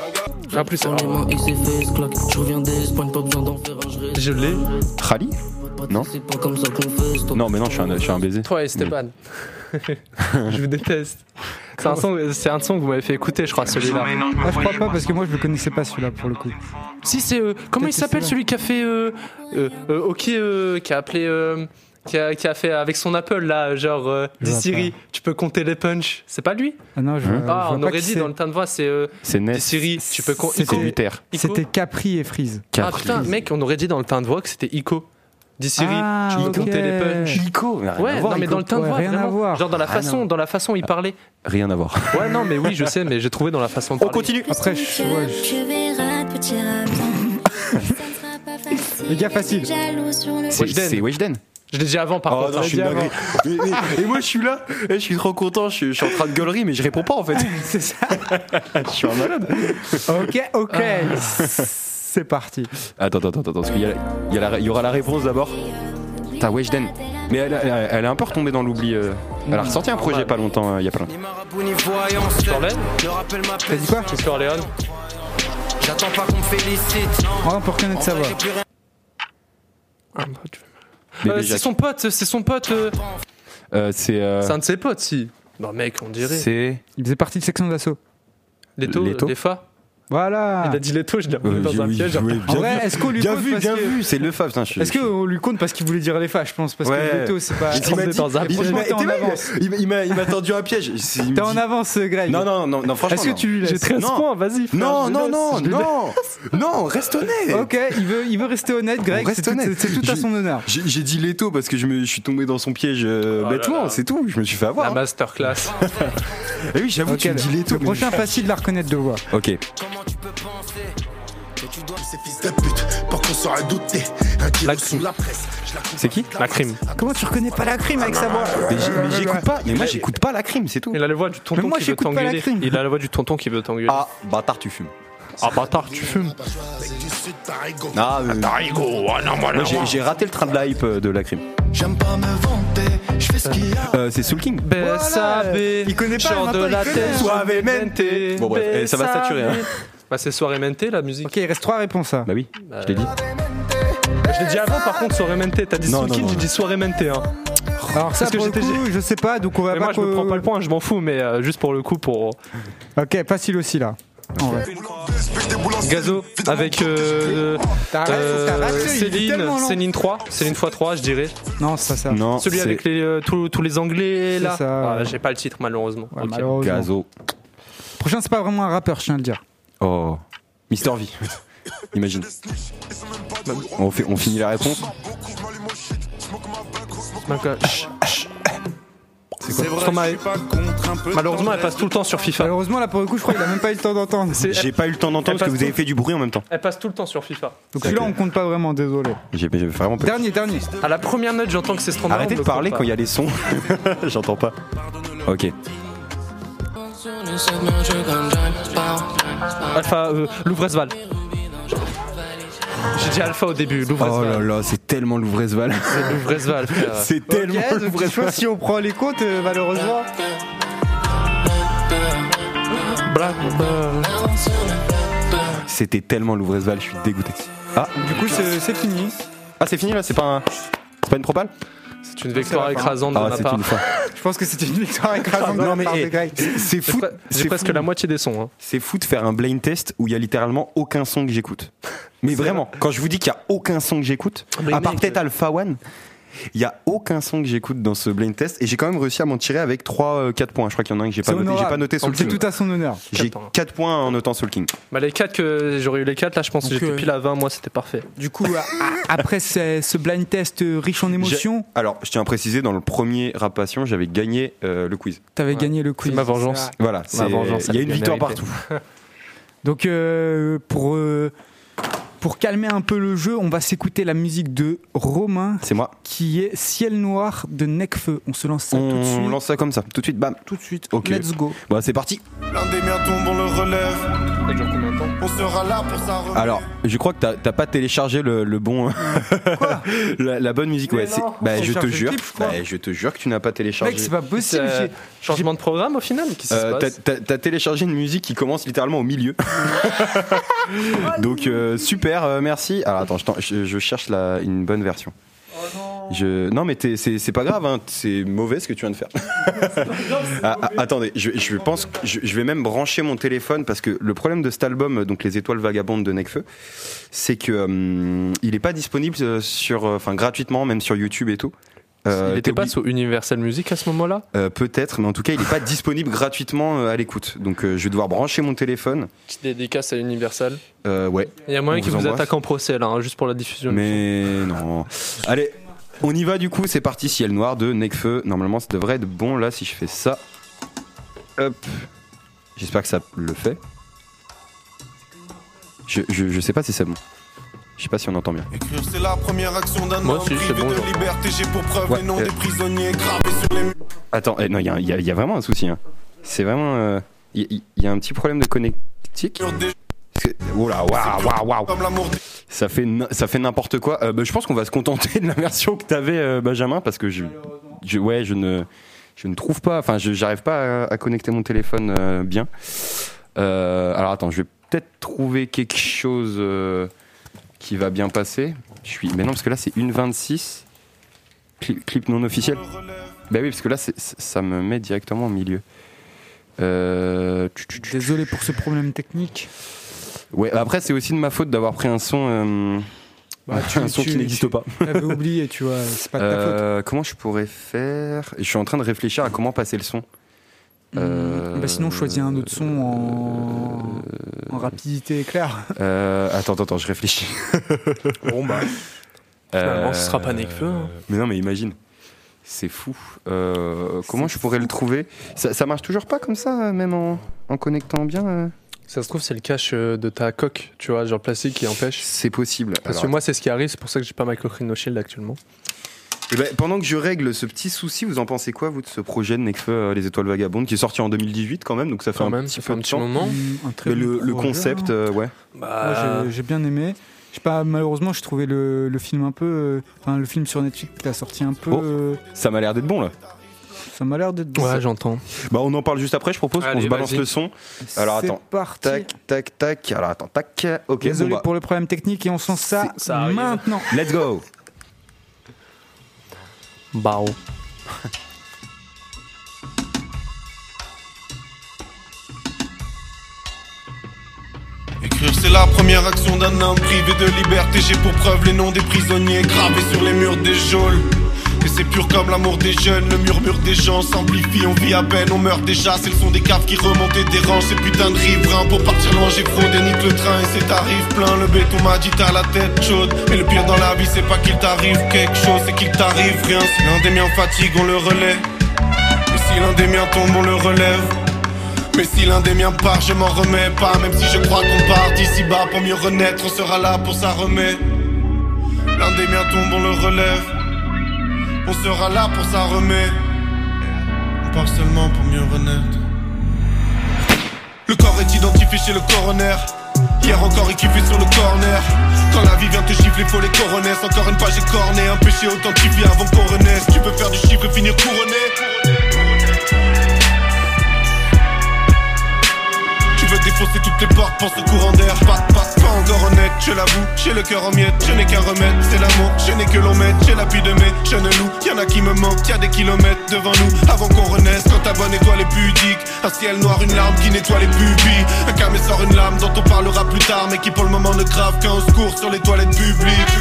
[SPEAKER 4] en plus, alors,
[SPEAKER 11] Il s'est fait ce claque, je reviens des points, pas besoin d'en faire un, je reste.
[SPEAKER 4] je l'ai.
[SPEAKER 3] Trali Non
[SPEAKER 11] C'est pas comme ça qu'on fait, stop.
[SPEAKER 3] Non, mais non, je suis un, je suis un baiser.
[SPEAKER 4] Toi, Esteban.
[SPEAKER 2] Mm.
[SPEAKER 4] je vous déteste. C'est un, son, c'est un son que vous m'avez fait écouter, je crois, celui-là.
[SPEAKER 2] Ah, je crois pas parce que moi, je le connaissais pas celui-là pour le coup.
[SPEAKER 4] Si, c'est. euh, comment il
[SPEAKER 2] Peut-être que
[SPEAKER 4] s'appelle
[SPEAKER 2] c'est
[SPEAKER 4] celui qui a fait. Euh, euh, euh, ok, euh, qui a appelé. euh, qui, a, qui a fait avec son Apple, là, genre. euh,
[SPEAKER 2] Je vois
[SPEAKER 4] Dis Siri, tu peux compter les punchs. C'est pas lui
[SPEAKER 2] Ah non, je, je vois
[SPEAKER 4] Ah, on
[SPEAKER 2] pas qui
[SPEAKER 4] aurait dit
[SPEAKER 2] c'est.
[SPEAKER 4] dans le teint de voix, c'est. euh,
[SPEAKER 3] C'est
[SPEAKER 4] Dis
[SPEAKER 3] Ness.
[SPEAKER 4] Siri, tu peux compter.
[SPEAKER 3] C'est
[SPEAKER 2] Ico.
[SPEAKER 3] Luther.
[SPEAKER 2] C'était Capri et Freeze.
[SPEAKER 4] Ah putain, mec, on aurait dit dans le teint de voix que c'était Ico. Dis Siri,
[SPEAKER 2] Ah,
[SPEAKER 4] tu peux
[SPEAKER 2] ok.
[SPEAKER 4] compter les punchs.
[SPEAKER 3] Chico
[SPEAKER 4] Ouais, non, mais
[SPEAKER 2] Ico.
[SPEAKER 4] dans le teint de
[SPEAKER 2] Ouais,
[SPEAKER 4] voix,
[SPEAKER 2] rien à
[SPEAKER 4] vraiment.
[SPEAKER 2] voir.
[SPEAKER 4] Genre dans la
[SPEAKER 2] Ah,
[SPEAKER 4] façon,
[SPEAKER 2] non.
[SPEAKER 4] dans la façon il parlait.
[SPEAKER 3] Rien à voir.
[SPEAKER 4] Ouais, non, mais oui, je sais, mais j'ai trouvé dans la façon. de parler.
[SPEAKER 2] Après, je, ouais, je- Les gars, facile.
[SPEAKER 3] C'est
[SPEAKER 4] Weshden.
[SPEAKER 3] c'est Weshden. Oh,
[SPEAKER 4] Je l'ai dit avant, par contre.
[SPEAKER 3] Ah,
[SPEAKER 4] hein.
[SPEAKER 3] non, je suis une dinguerie. Mais- mais- Et moi je suis là, et je suis trop content, je, je suis en train de gueulerie, mais je réponds pas en fait.
[SPEAKER 2] c'est ça.
[SPEAKER 3] je suis un malade.
[SPEAKER 2] Ok, ok. C'est parti.
[SPEAKER 3] Attends, attends, attends, attends, parce qu'il y, a- il y a la- il y aura la réponse d'abord. T'as Weshden. Mais elle, a- elle a- elle est un peu retombée dans l'oubli. euh. Elle a ressorti un projet pas longtemps, euh, il y a pas longtemps.
[SPEAKER 7] Ni marabout ni voyance.
[SPEAKER 4] Tu l'enlèves
[SPEAKER 7] Ne rappelle ma
[SPEAKER 2] T'as dit quoi
[SPEAKER 4] Chris Corleone.
[SPEAKER 7] J'attends pas qu'on me félicite. Non,
[SPEAKER 2] On pour connaître sa voix.
[SPEAKER 7] j'ai plus rien.
[SPEAKER 4] Ah,
[SPEAKER 3] Mais
[SPEAKER 4] bah, Euh,
[SPEAKER 3] déjà-
[SPEAKER 4] c'est son pote, c'est son pote. euh,
[SPEAKER 3] euh, c'est. euh,
[SPEAKER 4] C'est un de ses potes, si. Non, mec, on dirait.
[SPEAKER 3] c'est. euh,
[SPEAKER 2] Il faisait partie de section d'assaut.
[SPEAKER 4] Leto,
[SPEAKER 3] Leto.
[SPEAKER 4] Lefa.
[SPEAKER 2] Voilà.
[SPEAKER 4] Il a dit Leto, je l'ai
[SPEAKER 3] euh,
[SPEAKER 4] remis dans un
[SPEAKER 3] oui,
[SPEAKER 4] piège.
[SPEAKER 3] oui,
[SPEAKER 2] En
[SPEAKER 3] bien
[SPEAKER 2] vrai,
[SPEAKER 3] vu.
[SPEAKER 2] est-ce qu'on lui
[SPEAKER 3] Bien
[SPEAKER 2] compte
[SPEAKER 3] vu,
[SPEAKER 2] parce
[SPEAKER 3] bien
[SPEAKER 2] que-
[SPEAKER 3] vu, c'est le Fab. putain, je-
[SPEAKER 2] Est-ce qu'on lui compte parce qu'il voulait dire les fâches, je pense Parce que
[SPEAKER 3] Ouais.
[SPEAKER 2] Leto, c'est pas.
[SPEAKER 3] Il m'a
[SPEAKER 4] T'es
[SPEAKER 3] dit-
[SPEAKER 4] dans un
[SPEAKER 3] il
[SPEAKER 4] piège.
[SPEAKER 3] m'a-
[SPEAKER 2] Franchement,
[SPEAKER 3] t'es
[SPEAKER 2] t'es en
[SPEAKER 3] mal,
[SPEAKER 2] avance.
[SPEAKER 3] il m'a- il m'a- il m'a tendu un piège. Il me
[SPEAKER 2] T'es en
[SPEAKER 3] dit-
[SPEAKER 2] avance, euh, Greg.
[SPEAKER 3] Non, non, non, non, franchement.
[SPEAKER 2] Est-ce que
[SPEAKER 3] non.
[SPEAKER 2] tu.
[SPEAKER 4] J'ai 13
[SPEAKER 3] Non.
[SPEAKER 4] points, vas-y. frère,
[SPEAKER 3] Non,
[SPEAKER 4] je
[SPEAKER 3] non,
[SPEAKER 4] laisse,
[SPEAKER 3] non,
[SPEAKER 4] je laisse.
[SPEAKER 3] non, non, reste honnête.
[SPEAKER 2] Ok, il veut, il veut rester honnête, Greg.
[SPEAKER 3] reste
[SPEAKER 2] C'est tout,
[SPEAKER 3] honnête.
[SPEAKER 2] c'est tout à
[SPEAKER 3] Je-
[SPEAKER 2] son honneur.
[SPEAKER 3] J'ai j'ai dit Leto parce que je, me, je suis tombé dans son piège euh,
[SPEAKER 4] Oh là
[SPEAKER 3] bêtement,
[SPEAKER 4] là.
[SPEAKER 3] c'est tout, je me suis fait
[SPEAKER 4] La
[SPEAKER 3] avoir. hein.
[SPEAKER 4] masterclass.
[SPEAKER 3] Eh oui, j'avoue,
[SPEAKER 2] Ok,
[SPEAKER 3] tu me dis
[SPEAKER 2] le,
[SPEAKER 3] Leto.
[SPEAKER 2] le
[SPEAKER 3] mais-
[SPEAKER 2] prochain, facile de la reconnaître de voix.
[SPEAKER 3] Ok,
[SPEAKER 7] Comment tu peux penser que tu dois.
[SPEAKER 6] Ces fils de pute, pour qu'on soit douter. Un kilo
[SPEAKER 4] La
[SPEAKER 6] sous la presse. Je la coupe
[SPEAKER 3] c'est qui
[SPEAKER 4] La crime.
[SPEAKER 2] Comment tu reconnais pas la crime avec sa voix
[SPEAKER 3] Ah, Mais j'ai- mais j'écoute pas, mais moi j'écoute pas la crime, c'est tout.
[SPEAKER 4] Il a la voix du
[SPEAKER 2] Mais
[SPEAKER 4] tonton
[SPEAKER 2] moi,
[SPEAKER 4] qui veut
[SPEAKER 2] j'écoute pas la
[SPEAKER 4] t'engueuler.
[SPEAKER 2] crime.
[SPEAKER 4] Il a la voix du tonton qui veut t'engueuler.
[SPEAKER 3] Ah, bâtard, tu fumes.
[SPEAKER 4] Ah, bâtard, tu fumes.
[SPEAKER 6] avec du sud, Tarigo.
[SPEAKER 3] Ah, euh,
[SPEAKER 6] Tarigo, ah non, moi,
[SPEAKER 3] moi,
[SPEAKER 6] non,
[SPEAKER 3] j'ai-
[SPEAKER 6] moi.
[SPEAKER 3] j'ai raté le train de la hype euh, de la crime.
[SPEAKER 7] J'aime pas me vanter, je fais ce qu'il y a.
[SPEAKER 3] Euh, c'est Soul King
[SPEAKER 4] BSAB.
[SPEAKER 2] Il connaît pas,
[SPEAKER 4] Genre
[SPEAKER 2] maintenant,
[SPEAKER 4] de
[SPEAKER 2] il
[SPEAKER 4] la
[SPEAKER 2] connaît.
[SPEAKER 4] tête.
[SPEAKER 3] Suavemente. Bon, bref, eh, ça va saturer, hein.
[SPEAKER 4] Bah, c'est Soaremente la musique.
[SPEAKER 2] Ok, il reste trois réponses. hein. là.
[SPEAKER 3] Bah oui, je t'ai dit.
[SPEAKER 4] Je l'ai dit avant, par contre, Soaremente. T'as dit
[SPEAKER 3] Non,
[SPEAKER 4] Soul
[SPEAKER 3] non,
[SPEAKER 4] King,
[SPEAKER 3] non.
[SPEAKER 4] j'ai dit Soaremente. Hein.
[SPEAKER 2] Alors ça,
[SPEAKER 4] Parce que
[SPEAKER 2] pour le
[SPEAKER 4] j'étais-
[SPEAKER 2] coup, je sais pas, donc on va
[SPEAKER 4] Mais
[SPEAKER 2] Bah, pas.
[SPEAKER 4] moi, je me
[SPEAKER 2] que-
[SPEAKER 4] prends pas le point, je m'en fous, mais euh, juste pour le coup, pour.
[SPEAKER 2] Ok, facile aussi là. En vrai.
[SPEAKER 6] Je déboule en
[SPEAKER 4] Gazo avec euh, euh, Céline, Céline 3, Céline x 3 je dirais.
[SPEAKER 2] Non, ça ça.
[SPEAKER 4] Ah. Celui avec les, euh, tous, tous les Anglais
[SPEAKER 2] C'est
[SPEAKER 4] là.
[SPEAKER 2] ça.
[SPEAKER 4] Ah, J'ai pas le titre malheureusement. Ok.
[SPEAKER 2] malheureusement. Gazo. Prochain, c'est pas vraiment un rappeur, je tiens à le dire.
[SPEAKER 3] Oh. Mister V. Imagine.
[SPEAKER 4] Bah,
[SPEAKER 3] On, fait, on finit la réponse.
[SPEAKER 4] quoi Stromae. Malheureusement, elle passe tout le temps sur FIFA.
[SPEAKER 2] Malheureusement, là pour le coup, je crois qu'il a même pas eu le temps d'entendre.
[SPEAKER 3] J'ai pas eu le temps d'entendre parce que vous avez fait du bruit en même temps.
[SPEAKER 4] Elle passe tout le temps sur FIFA.
[SPEAKER 2] Donc celui-là, on compte pas vraiment, désolé.
[SPEAKER 3] J'ai j'ai vraiment pas.
[SPEAKER 2] Dernier, dernier.
[SPEAKER 4] À la première note, j'entends que c'est Stromae.
[SPEAKER 3] Arrêtez
[SPEAKER 4] on
[SPEAKER 3] de
[SPEAKER 4] me le
[SPEAKER 3] parler
[SPEAKER 4] compte
[SPEAKER 3] quand il y a
[SPEAKER 4] pas.
[SPEAKER 3] les sons. J'entends pas. Ok.
[SPEAKER 4] Alpha, euh, Louvresval. J'ai dit Alpha au début,
[SPEAKER 3] Oh
[SPEAKER 4] Louvresval.
[SPEAKER 3] là là, c'est tellement Louvrezval.
[SPEAKER 4] C'est Louvresval, frère.
[SPEAKER 3] C'est tellement
[SPEAKER 2] Ok, donc, je sais pas
[SPEAKER 3] Louvrezval.
[SPEAKER 2] si on prend les comptes, euh, malheureusement.
[SPEAKER 3] C'était tellement Louvrezval, je suis dégoûté. Ah,
[SPEAKER 2] Du coup, c'est c'est fini.
[SPEAKER 3] ah c'est fini là, c'est pas un- C'est pas une propale
[SPEAKER 4] C'est une victoire écrasante de
[SPEAKER 3] Ah,
[SPEAKER 4] ma
[SPEAKER 3] c'est
[SPEAKER 4] part.
[SPEAKER 3] une fin.
[SPEAKER 2] Je pense que c'était une victoire écrasante de
[SPEAKER 3] Non,
[SPEAKER 2] la
[SPEAKER 3] mais,
[SPEAKER 2] part
[SPEAKER 3] eh,
[SPEAKER 2] de Greg.
[SPEAKER 3] C'est
[SPEAKER 4] J'ai
[SPEAKER 3] fou.
[SPEAKER 4] pre- J'ai
[SPEAKER 3] c'est
[SPEAKER 4] presque
[SPEAKER 3] fou.
[SPEAKER 4] la moitié des sons. hein.
[SPEAKER 3] C'est fou de faire un blind test où il y a littéralement aucun son que j'écoute. Mais vraiment, quand je vous dis qu'il y a aucun son que j'écoute,
[SPEAKER 4] Mais
[SPEAKER 3] à part
[SPEAKER 4] mec,
[SPEAKER 3] peut-être Alpha One, il y a aucun son que j'écoute dans ce blind test et j'ai quand même réussi à m'en tirer avec 3 4 points. Je crois qu'il y en a un que j'ai pas
[SPEAKER 2] C'est
[SPEAKER 3] noté, j'ai
[SPEAKER 2] honorable.
[SPEAKER 3] pas noté Soul
[SPEAKER 2] C'est
[SPEAKER 3] King.
[SPEAKER 2] tout à son honneur.
[SPEAKER 3] J'ai 4 points en notant Soul King.
[SPEAKER 4] Bah, les 4 que j'aurais eu les 4 là, je pense que
[SPEAKER 2] Donc,
[SPEAKER 4] j'étais
[SPEAKER 2] euh,
[SPEAKER 4] pile à 20, moi c'était parfait.
[SPEAKER 2] Du coup, à- à- après ce ce blind test euh, riche en émotions,
[SPEAKER 3] J'ai- Alors, je tiens à préciser dans le premier rap passion, j'avais gagné euh, le quiz.
[SPEAKER 2] t'avais
[SPEAKER 4] Ouais.
[SPEAKER 2] gagné le quiz.
[SPEAKER 4] C'est ma vengeance.
[SPEAKER 3] Voilà, c'est-
[SPEAKER 4] vengeance,
[SPEAKER 3] il y a
[SPEAKER 4] elle
[SPEAKER 3] une
[SPEAKER 4] est
[SPEAKER 3] victoire
[SPEAKER 4] méritée.
[SPEAKER 3] partout.
[SPEAKER 2] Donc euh, pour euh, pour calmer un peu le jeu, on va s'écouter la musique de Romain
[SPEAKER 3] C'est moi.
[SPEAKER 2] qui est Ciel noir de Necfeu. On se lance ça tout de
[SPEAKER 3] On
[SPEAKER 2] suite.
[SPEAKER 3] lance ça comme ça, tout de suite, bam.
[SPEAKER 2] Tout de suite.
[SPEAKER 3] Ok.
[SPEAKER 2] Let's go.
[SPEAKER 3] Bah, c'est parti.
[SPEAKER 6] L'un des miens tombe, on le relève. On sera là pour sa relève.
[SPEAKER 3] Alors, je crois que t'as- t'as pas téléchargé le, le bon. la, la bonne musique, ouais. c'est- Bah,
[SPEAKER 2] J'ai
[SPEAKER 3] je te
[SPEAKER 2] chargé le
[SPEAKER 3] jure.
[SPEAKER 2] clip, je crois.
[SPEAKER 3] bah, je te jure que tu n'as pas téléchargé.
[SPEAKER 2] Mec, c'est pas possible.
[SPEAKER 4] Euh,
[SPEAKER 2] j'ai-
[SPEAKER 4] changement de programme au final Qu'est-ce qui se
[SPEAKER 3] Euh, t'as-
[SPEAKER 4] passe
[SPEAKER 3] T'as t'as téléchargé une musique qui commence littéralement au milieu. Donc euh, super, euh, merci. Alors attends, je, t'en- je- je cherche la, une bonne version. Je... Non mais t'es- c'est c'est pas grave, hein. c'est mauvais ce que tu viens de faire. Ah, ah, attendez, je, je pense que je, je vais même brancher mon téléphone parce que le problème de cet album, donc les étoiles vagabondes de Necfeu, c'est que hum, il est pas disponible euh, sur, euh, enfin gratuitement, même sur YouTube et tout. Euh,
[SPEAKER 4] Il était
[SPEAKER 3] t'es
[SPEAKER 4] pas
[SPEAKER 3] obli-
[SPEAKER 4] sous Universal Music à ce moment-là
[SPEAKER 3] euh, peut-être, mais en tout cas, il n'est pas disponible gratuitement euh, à l'écoute. Donc, euh, je vais devoir brancher mon téléphone.
[SPEAKER 4] Petite dédicace à Universal.
[SPEAKER 3] Euh, ouais,
[SPEAKER 4] Il y a
[SPEAKER 3] On
[SPEAKER 4] moyen
[SPEAKER 3] vous
[SPEAKER 4] qu'ils vous
[SPEAKER 3] embrasse.
[SPEAKER 4] attaquent en procès là, hein, juste pour la diffusion.
[SPEAKER 3] mais non. Allez, on y va du coup. C'est parti, ciel noir de Necfeu. Normalement, ça devrait être bon là si je fais ça. Hop. J'espère que ça le fait. Je, je, je sais pas si c'est bon. Je sais pas si on entend bien.
[SPEAKER 6] Écrire, c'est la première action d'un
[SPEAKER 4] Moi
[SPEAKER 6] homme
[SPEAKER 4] aussi,
[SPEAKER 6] privé
[SPEAKER 4] c'est bon,
[SPEAKER 6] de
[SPEAKER 4] genre.
[SPEAKER 6] liberté. J'ai pour preuve
[SPEAKER 3] Ouais,
[SPEAKER 6] les noms
[SPEAKER 3] euh.
[SPEAKER 6] des prisonniers gravés sur les murs.
[SPEAKER 3] Attends, eh, non, il y a, il y a- il y a vraiment un souci. hein. C'est vraiment. euh, Il y, il y a un petit problème de connectique.
[SPEAKER 6] des-
[SPEAKER 3] Parce que- Oh là, waouh, waouh, waouh.
[SPEAKER 6] Comme l'amour des-
[SPEAKER 3] Ça fait, n- ça fait n'importe quoi. Euh, bah, je pense qu'on va se contenter de la version que t'avais, euh, Benjamin, parce que je, je- ouais, je ne, je ne trouve pas, enfin, je j'arrive pas à, à connecter mon téléphone euh, bien. Euh, alors attends, je vais peut-être trouver quelque chose euh, qui va bien passer. Je suis, mais non, parce que là, c'est 1,26. Clip, clip non officiel. Bah oui, parce que là, c'est- c'est- ça me met directement au milieu. Euh, tu- tu- tu-
[SPEAKER 2] Désolé pour ce problème technique.
[SPEAKER 3] Ouais, après, c'est aussi de ma faute d'avoir pris un son, euh,
[SPEAKER 2] Bah, tu-
[SPEAKER 3] un son
[SPEAKER 2] tu-
[SPEAKER 3] qui n'existe
[SPEAKER 2] tu-
[SPEAKER 3] pas.
[SPEAKER 2] T'avais oublié, tu vois. C'est pas de ta faute.
[SPEAKER 3] Euh, Comment je pourrais faire Je suis en train de réfléchir à comment passer le son. euh,
[SPEAKER 2] Bah, sinon, choisis un autre son en, en rapidité éclair.
[SPEAKER 3] Euh, attends, attends, attends, je réfléchis.
[SPEAKER 4] Bon bah. Finalement, ce sera pas Nekfeu, hein.
[SPEAKER 3] Euh, Mais non, mais imagine. C'est fou. Euh, comment je pourrais le trouver ça, ça marche toujours pas comme ça, euh, même en, en connectant bien euh
[SPEAKER 4] Ça se trouve, c'est le cache euh, de ta coque, tu vois, genre plastique qui empêche.
[SPEAKER 3] C'est possible.
[SPEAKER 4] Parce
[SPEAKER 3] Alors,
[SPEAKER 4] que moi, c'est ce qui arrive, c'est pour ça que j'ai pas ma coque Rhino Shield actuellement.
[SPEAKER 3] eh ben, pendant que je règle ce petit souci, vous en pensez quoi, vous, de ce projet de Nekfeu, euh, Les Étoiles Vagabondes, qui est sorti en 2018 quand même, donc ça fait
[SPEAKER 4] Quand
[SPEAKER 3] un
[SPEAKER 4] même,
[SPEAKER 3] petit
[SPEAKER 4] ça fait
[SPEAKER 3] peu
[SPEAKER 4] un
[SPEAKER 3] de
[SPEAKER 4] petit
[SPEAKER 3] temps.
[SPEAKER 4] moment.
[SPEAKER 2] Hum, un Ah bah, très
[SPEAKER 3] Mais
[SPEAKER 2] bon
[SPEAKER 3] le, le
[SPEAKER 2] projet,
[SPEAKER 3] concept,
[SPEAKER 2] hein.
[SPEAKER 3] euh, ouais.
[SPEAKER 2] Moi,
[SPEAKER 4] Bah,
[SPEAKER 2] j'ai- j'ai bien aimé. Je sais pas, malheureusement, j'ai trouvé le, le film un peu. euh, Enfin, le film sur Netflix qui a sorti un peu.
[SPEAKER 3] Oh.
[SPEAKER 2] euh,
[SPEAKER 3] Ça m'a l'air d'être bon, là.
[SPEAKER 2] ça m'a l'air d'être.
[SPEAKER 4] Ouais, j'entends.
[SPEAKER 3] Bah, on en parle juste après, je propose qu'on
[SPEAKER 4] Allez,
[SPEAKER 3] se balance
[SPEAKER 4] vas-y.
[SPEAKER 3] le son. Alors,
[SPEAKER 2] C'est
[SPEAKER 3] attends.
[SPEAKER 2] parti.
[SPEAKER 3] Tac, tac, tac. Alors attends, tac. Ok,
[SPEAKER 2] Désolé
[SPEAKER 3] bon bah,
[SPEAKER 2] pour le problème technique et on sent ça,
[SPEAKER 4] C'est- ça arrive.
[SPEAKER 2] maintenant.
[SPEAKER 3] let's go.
[SPEAKER 4] Bah, oh.
[SPEAKER 6] Écrire,
[SPEAKER 12] frère, c'est la première action d'un homme privé de liberté. J'ai pour preuve les noms des prisonniers gravés sur les murs des geôles. Et c'est pur comme l'amour des jeunes, le murmure des gens s'amplifie, on vit à peine, on meurt déjà, c'est le son des caves qui remontent et dérangent ces putains de riverains pour partir loin j'ai fraudé, nique le train et c'est tarif plein, le béton m'a dit t'as la tête chaude Mais le pire dans la vie c'est pas qu'il t'arrive quelque chose, c'est qu'il t'arrive rien Si l'un des miens fatigue on le relève Et si l'un des miens tombe on le relève mais si l'un des miens part, je m'en remets pas. Même si je crois qu'on part d'ici bas pour mieux renaître, on sera là pour ça remet. L'un des miens tombe, on le relève. On sera là pour ça remet. On part seulement pour mieux renaître. Le corps est identifié chez le coroner. Hier encore, il kiffait sur le corner. Quand la vie vient te chiffler, faut les coroner. Encore une page écornée, un péché authentifié avant qu'on renaisse. Tu peux faire du chiffre et finir couronné. Tu veux défoncer toutes les portes pour ce courant d'air Pas, pas, pas encore honnête, je l'avoue J'ai le cœur en miettes, je n'ai qu'un remède C'est l'amour, je n'ai que l'on mette J'ai l'appui de mes jeunes loups Y'en a qui me manquent, y'a des kilomètres devant nous Avant qu'on renaisse, quand ta bonne étoile est pudique Un ciel noir, une larme qui nettoie les pupilles Un camé sort une lame dont on parlera plus tard Mais qui pour le moment ne grave qu'un secours sur les toilettes publiques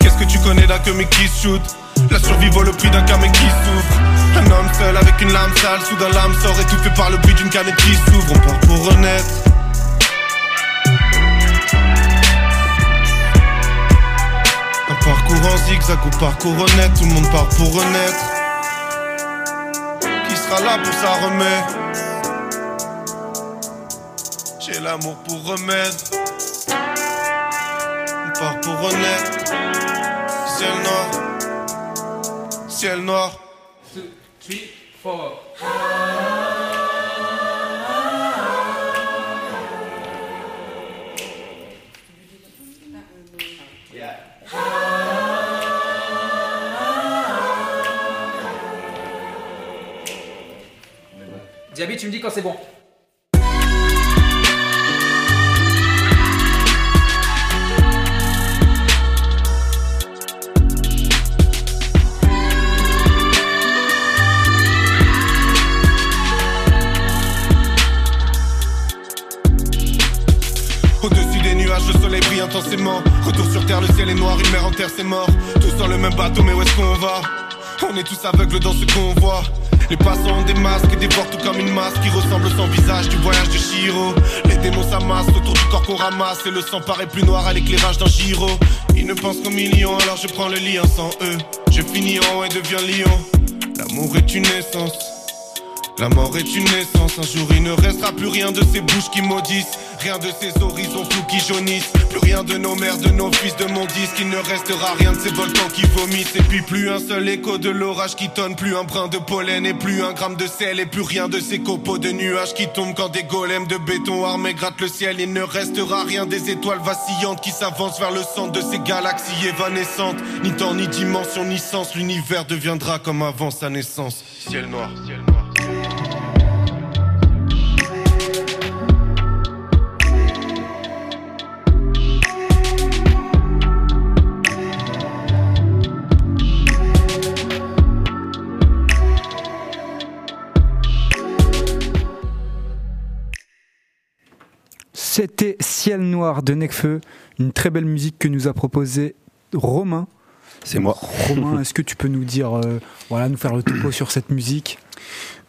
[SPEAKER 12] Qu'est-ce que tu connais d'un que mais qui shoot La survie vaut le prix d'un camé qui souffre Un homme seul avec une lame sale Soudain l'âme sort étouffée par le bruit d'une canette qui s'ouvre On part pour renaître Un parcours en zigzag ou parcours honnête Tout le monde part pour renaître Qui sera là pour ça remet J'ai l'amour pour remède On part pour renaître Ciel noir, ciel noir.
[SPEAKER 13] Diaby, tu me dis quand c'est bon.
[SPEAKER 12] Au-dessus des nuages, le soleil brille intensément. Retour sur terre, le ciel est noir, une mer en terre, c'est mort. Tous dans le même bateau, mais où est-ce qu'on va On est tous aveugles dans ce qu'on voit. Les passants ont des masques et des portes tout comme une masse qui ressemble au sang visage du voyage de Chiro. Les démons s'amassent autour du corps qu'on ramasse et le sang paraît plus noir à l'éclairage d'un giro. Ils ne pensent qu'aux millions, alors je prends le lien sans eux. Je finis en haut et deviens lion. L'amour est une essence. La mort est une naissance, un jour il ne restera plus rien de ces bouches qui maudissent, rien de ces horizons flous qui jaunissent, plus rien de nos mères, de nos fils, de mon disque, il ne restera rien de ces volcans qui vomissent, et puis plus un seul écho de l'orage qui tonne, plus un brin de pollen, et plus un gramme de sel, et plus rien de ces copeaux de nuages qui tombent quand des golems de béton armé grattent le ciel, il ne restera rien des étoiles vacillantes qui s'avancent vers le centre de ces galaxies évanescentes, ni temps, ni dimension, ni sens, l'univers deviendra comme avant sa naissance. Ciel noir, ciel noir.
[SPEAKER 2] C'était Ciel Noir de Necfeu, une très belle musique que nous a proposée Romain.
[SPEAKER 3] C'est moi.
[SPEAKER 2] Romain, est-ce que tu peux nous dire, euh, voilà, nous faire le topo sur cette musique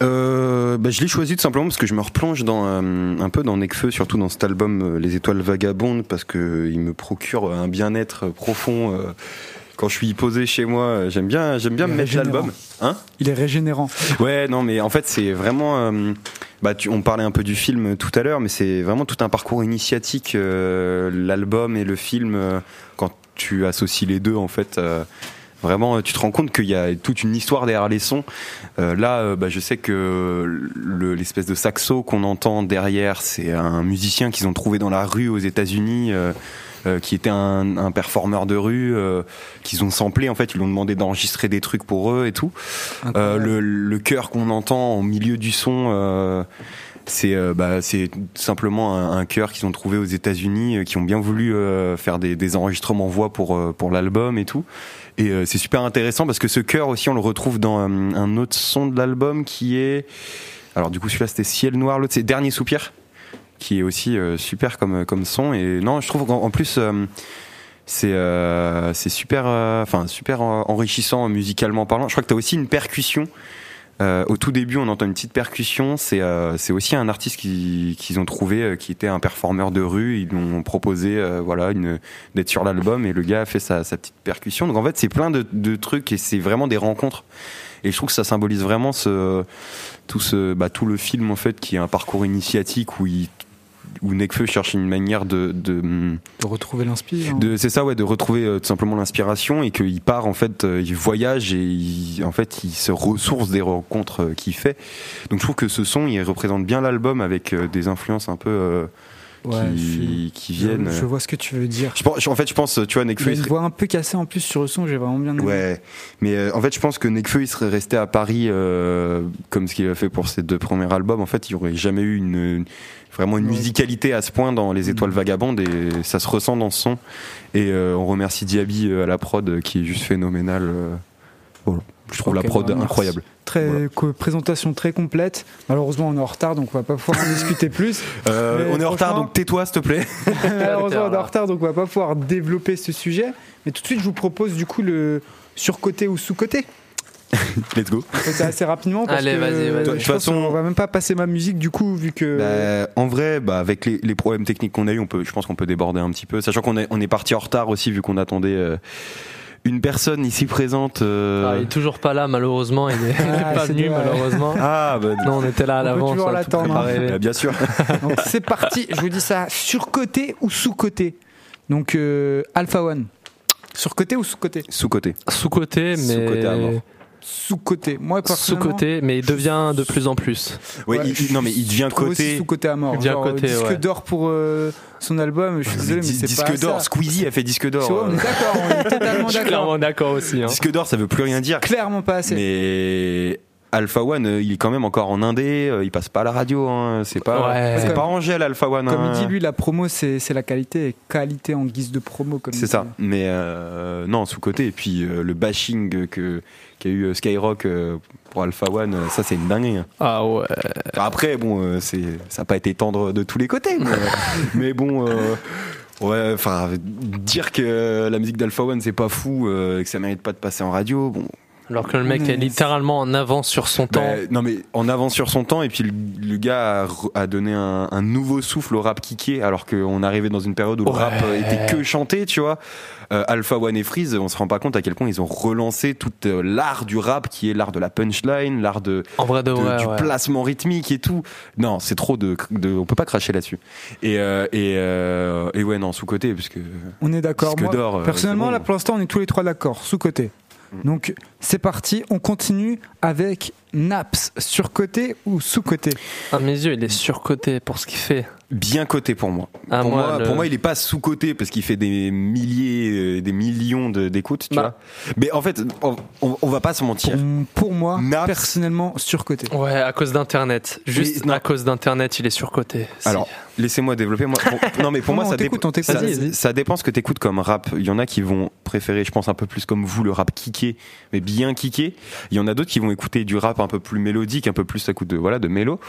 [SPEAKER 3] Euh, bah, je l'ai choisi tout simplement parce que je me replonge dans, euh, un peu dans Necfeu, surtout dans cet album euh, Les Étoiles Vagabondes, parce que euh, il me procure un bien-être profond. euh, quand je suis posé chez moi, euh, j'aime bien, j'aime bien
[SPEAKER 2] Il
[SPEAKER 3] me
[SPEAKER 2] est
[SPEAKER 3] mettre l'album. Hein
[SPEAKER 2] Il est régénérant.
[SPEAKER 3] Ouais, non, mais en fait, c'est vraiment. euh, bah, tu- on parlait un peu du film euh, tout à l'heure, mais c'est vraiment tout un parcours initiatique, euh, l'album et le film. euh, quand tu associes les deux, en fait, euh, vraiment, euh, tu te rends compte qu'il y a toute une histoire derrière les sons. Euh, là, euh, bah, je sais que le- l'espèce de saxo qu'on entend derrière, c'est un musicien qu'ils ont trouvé dans la rue aux États-Unis. euh, euh, qui était un, un performeur de rue euh, qu'ils ont samplé en fait ils l'ont demandé d'enregistrer des trucs pour eux et tout Euh, le, le chœur qu'on entend au milieu du son euh, C'est euh, bah, c'est simplement un, un chœur qu'ils ont trouvé aux États-Unis, euh, qui ont bien voulu euh, faire des, des enregistrements voix pour, euh, pour l'album et tout. Et euh, c'est super intéressant parce que ce chœur aussi, on le retrouve dans euh, un autre son de l'album qui est. Alors, du coup, celui-là, c'était Ciel Noir, l'autre, c'est Dernier Soupir, qui est aussi euh, super comme, comme son. Et non, je trouve qu'en en plus. euh, c'est euh, c'est super, euh, enfin super euh, enrichissant musicalement parlant. Je crois que tu as aussi une percussion. Euh, au tout début, on entend une petite percussion. C'est euh, c'est aussi un artiste qui- qu'ils ont trouvé, euh, qui était un performeur de rue. Ils lui ont proposé euh, voilà une- d'être sur l'album et le gars a fait sa, sa petite percussion. Donc en fait, c'est plein de, de trucs et c'est vraiment des rencontres. Et je trouve que ça symbolise vraiment ce, tout, ce, bah, tout le film en fait, qui est un parcours initiatique où, il, où Nekfeu cherche une manière de- de
[SPEAKER 2] De retrouver hein. l'inspire.
[SPEAKER 3] de- c'est ça ouais de retrouver euh, tout simplement l'inspiration et qu'il part en fait euh, il voyage et il, en fait il se ressource des rencontres euh, qu'il fait donc je trouve que ce son il représente bien l'album avec euh, des influences un peu euh,
[SPEAKER 2] Ouais,
[SPEAKER 3] qui, qui viennent
[SPEAKER 2] Je vois ce que tu veux dire.
[SPEAKER 3] Je pense- je- en fait je pense tu vois
[SPEAKER 2] Il a
[SPEAKER 3] Nekfeu
[SPEAKER 2] une
[SPEAKER 3] il serait-
[SPEAKER 2] voix un peu cassée en plus sur le son, j'ai vraiment bien aimé.
[SPEAKER 3] Ouais, mais euh, en fait, je pense que Nekfeu, il serait resté à Paris euh, comme ce qu'il a fait pour ses deux premiers albums. En fait, il aurait jamais eu une, une- vraiment une musicalité à ce point dans Les
[SPEAKER 2] Mhm.
[SPEAKER 3] Étoiles Vagabondes et ça se ressent dans ce son. Et euh, on remercie Diaby euh, à la prod euh, qui est juste phénoménal. euh, voilà. Je trouve
[SPEAKER 2] Ok,
[SPEAKER 3] la prod
[SPEAKER 2] bah, merci.
[SPEAKER 3] incroyable.
[SPEAKER 2] Très co- présentation très complète. Malheureusement, on est en retard, donc on va pas pouvoir en discuter plus.
[SPEAKER 3] Euh,
[SPEAKER 2] Mais
[SPEAKER 3] on est en retard,
[SPEAKER 2] franchement-
[SPEAKER 3] donc tais-toi, s'il te plaît.
[SPEAKER 2] Malheureusement, on est en retard, donc on va pas pouvoir développer ce sujet. Mais tout de suite, je vous propose du coup le surcoté ou sous-coté.
[SPEAKER 3] Let's go.
[SPEAKER 2] On fait ça assez rapidement parce
[SPEAKER 3] Allez,
[SPEAKER 2] que
[SPEAKER 3] vas-y, vas-y.
[SPEAKER 2] Euh, je
[SPEAKER 3] De
[SPEAKER 2] pense
[SPEAKER 3] toute façon-
[SPEAKER 2] qu'on va même pas passer ma musique du coup vu que
[SPEAKER 3] Bah, en vrai, bah, avec les, les problèmes techniques qu'on a eu, on peut, je pense qu'on peut déborder un petit peu. Sachant qu'on est, on est parti en retard aussi, vu qu'on attendait euh, une personne ici présente. euh,
[SPEAKER 4] Ah, il est toujours pas là, malheureusement. Il est, il est pas
[SPEAKER 2] c'est
[SPEAKER 4] venu,
[SPEAKER 2] dommage.
[SPEAKER 4] malheureusement.
[SPEAKER 3] Ah, bah,
[SPEAKER 4] non, on était là à
[SPEAKER 2] On peut
[SPEAKER 4] l'avance.
[SPEAKER 2] toujours
[SPEAKER 4] on a tout
[SPEAKER 2] l'attendre, hein.
[SPEAKER 4] préparé.
[SPEAKER 3] Bien sûr.
[SPEAKER 2] Donc, c'est parti. Je vous dis ça surcoté ou sous-coté. Donc euh, Alpha One. Surcoté ou sous-coté
[SPEAKER 3] Sous-côté.
[SPEAKER 4] Sous-côté, mais.
[SPEAKER 3] Sous-coté à mort.
[SPEAKER 2] Sous-coté. Moi personnellement,
[SPEAKER 4] Sous-côté, mais il devient de plus en plus.
[SPEAKER 3] Oui,
[SPEAKER 2] Ouais,
[SPEAKER 3] il- il- non, mais il devient
[SPEAKER 2] je trouve aussi
[SPEAKER 3] côté.
[SPEAKER 2] sous-coté à mort.
[SPEAKER 4] Il devient
[SPEAKER 2] Genre,
[SPEAKER 4] côté,
[SPEAKER 2] disque
[SPEAKER 4] ouais.
[SPEAKER 2] d'or pour euh, son album, je suis désolé mais
[SPEAKER 3] Dis-
[SPEAKER 2] c'est pas
[SPEAKER 3] disque d'or,
[SPEAKER 2] ça.
[SPEAKER 3] Squeezie a fait disque d'or.
[SPEAKER 2] C'est vrai, on est
[SPEAKER 3] euh.
[SPEAKER 2] d'accord, on est totalement
[SPEAKER 4] Je suis
[SPEAKER 2] d'accord.
[SPEAKER 4] clairement d'accord aussi. hein.
[SPEAKER 3] Disque d'or, ça veut plus rien dire.
[SPEAKER 2] Clairement pas assez.
[SPEAKER 3] Mais Alpha One, euh, il est quand même encore en indé, euh, il passe pas à la radio. hein, C'est pas,
[SPEAKER 4] Ouais.
[SPEAKER 3] c'est
[SPEAKER 2] Comme-
[SPEAKER 3] pas Angèle Alpha One.
[SPEAKER 2] Comme
[SPEAKER 3] hein.
[SPEAKER 2] il dit lui, la promo c'est c'est la qualité et qualité en guise de promo comme il
[SPEAKER 3] C'est
[SPEAKER 2] dit.
[SPEAKER 3] ça. Mais euh, non, sous côté. Et puis euh, le bashing que qu'a eu euh, Skyrock euh, pour Alpha One, euh, ça c'est une dinguerie. hein.
[SPEAKER 4] Ah ouais.
[SPEAKER 3] Enfin, Après, bon, euh, c'est ça n'a pas été tendre de tous les côtés, mais, mais bon. euh, Ouais, enfin, dire que la musique d'Alpha One c'est pas fou euh, et que ça mérite pas de passer en radio, bon,
[SPEAKER 4] Alors que le mec est littéralement en avance sur son temps.
[SPEAKER 3] Ben, non mais en avance sur son temps et puis le, le gars a, re- a donné un, un nouveau souffle au rap kické alors qu'on arrivait dans une période où le rap euh, était que chanté tu vois Euh, Alpha One et Freeze on se rend pas compte à quel point ils ont relancé tout euh, l'art du rap qui est l'art de la punchline l'art de,
[SPEAKER 4] En vrai de
[SPEAKER 3] de-
[SPEAKER 4] vrai,
[SPEAKER 3] du
[SPEAKER 4] ouais.
[SPEAKER 3] placement rythmique et tout non c'est trop de, de- on peut pas cracher là-dessus et euh, et, euh, et ouais non sous côté parce que
[SPEAKER 2] On est d'accord.
[SPEAKER 3] Disque
[SPEAKER 2] Moi,
[SPEAKER 3] d'or, euh,
[SPEAKER 2] personnellement,
[SPEAKER 3] c'est bon. Mm.
[SPEAKER 2] là pour l'instant, on est tous les trois d'accord, sous côté. Donc c'est parti, on continue avec Naps sur côté ou sous côté.
[SPEAKER 4] À mes yeux, il est surcoté pour ce qu'il fait.
[SPEAKER 3] bien coté pour moi.
[SPEAKER 4] Ah,
[SPEAKER 3] pour,
[SPEAKER 4] moi,
[SPEAKER 3] moi,
[SPEAKER 4] le-
[SPEAKER 3] pour moi, il est pas sous coté parce qu'il fait des milliers, euh, des millions de- d'écoutes, tu
[SPEAKER 4] Bah.
[SPEAKER 3] vois. Mais en fait, on, on- on va pas se mentir.
[SPEAKER 2] Pour moi, personnellement, sur côté.
[SPEAKER 4] Ouais, à cause d'Internet. Juste
[SPEAKER 3] Mais non.
[SPEAKER 4] à cause d'Internet, il est surcoté. Si.
[SPEAKER 3] Alors, laissez-moi développer. Moi, pour- non, mais pour
[SPEAKER 4] Non,
[SPEAKER 3] moi,
[SPEAKER 4] on
[SPEAKER 3] ça,
[SPEAKER 4] t'écoute,
[SPEAKER 3] dép-
[SPEAKER 4] on t'écoute.
[SPEAKER 3] ça-
[SPEAKER 4] Vas-y, vas-y.
[SPEAKER 3] ça dépend ce que t'écoutes comme rap. Il y en a qui vont préférer, je pense, un peu plus comme vous, le rap kické, mais bien kické. Il y en a d'autres qui vont écouter du rap un peu plus mélodique, un peu plus à coup de voilà de mélo,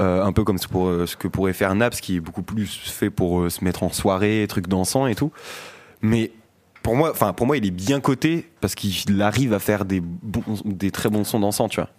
[SPEAKER 3] Euh, un peu comme ce, pour, euh, ce que pourrait faire Naps, qui est beaucoup plus fait pour euh, se mettre en soirée, trucs dansants et tout. Mais pour moi, enfin pour moi, il est bien coté parce qu'il arrive à faire des bons, des très bons sons dansants, tu vois.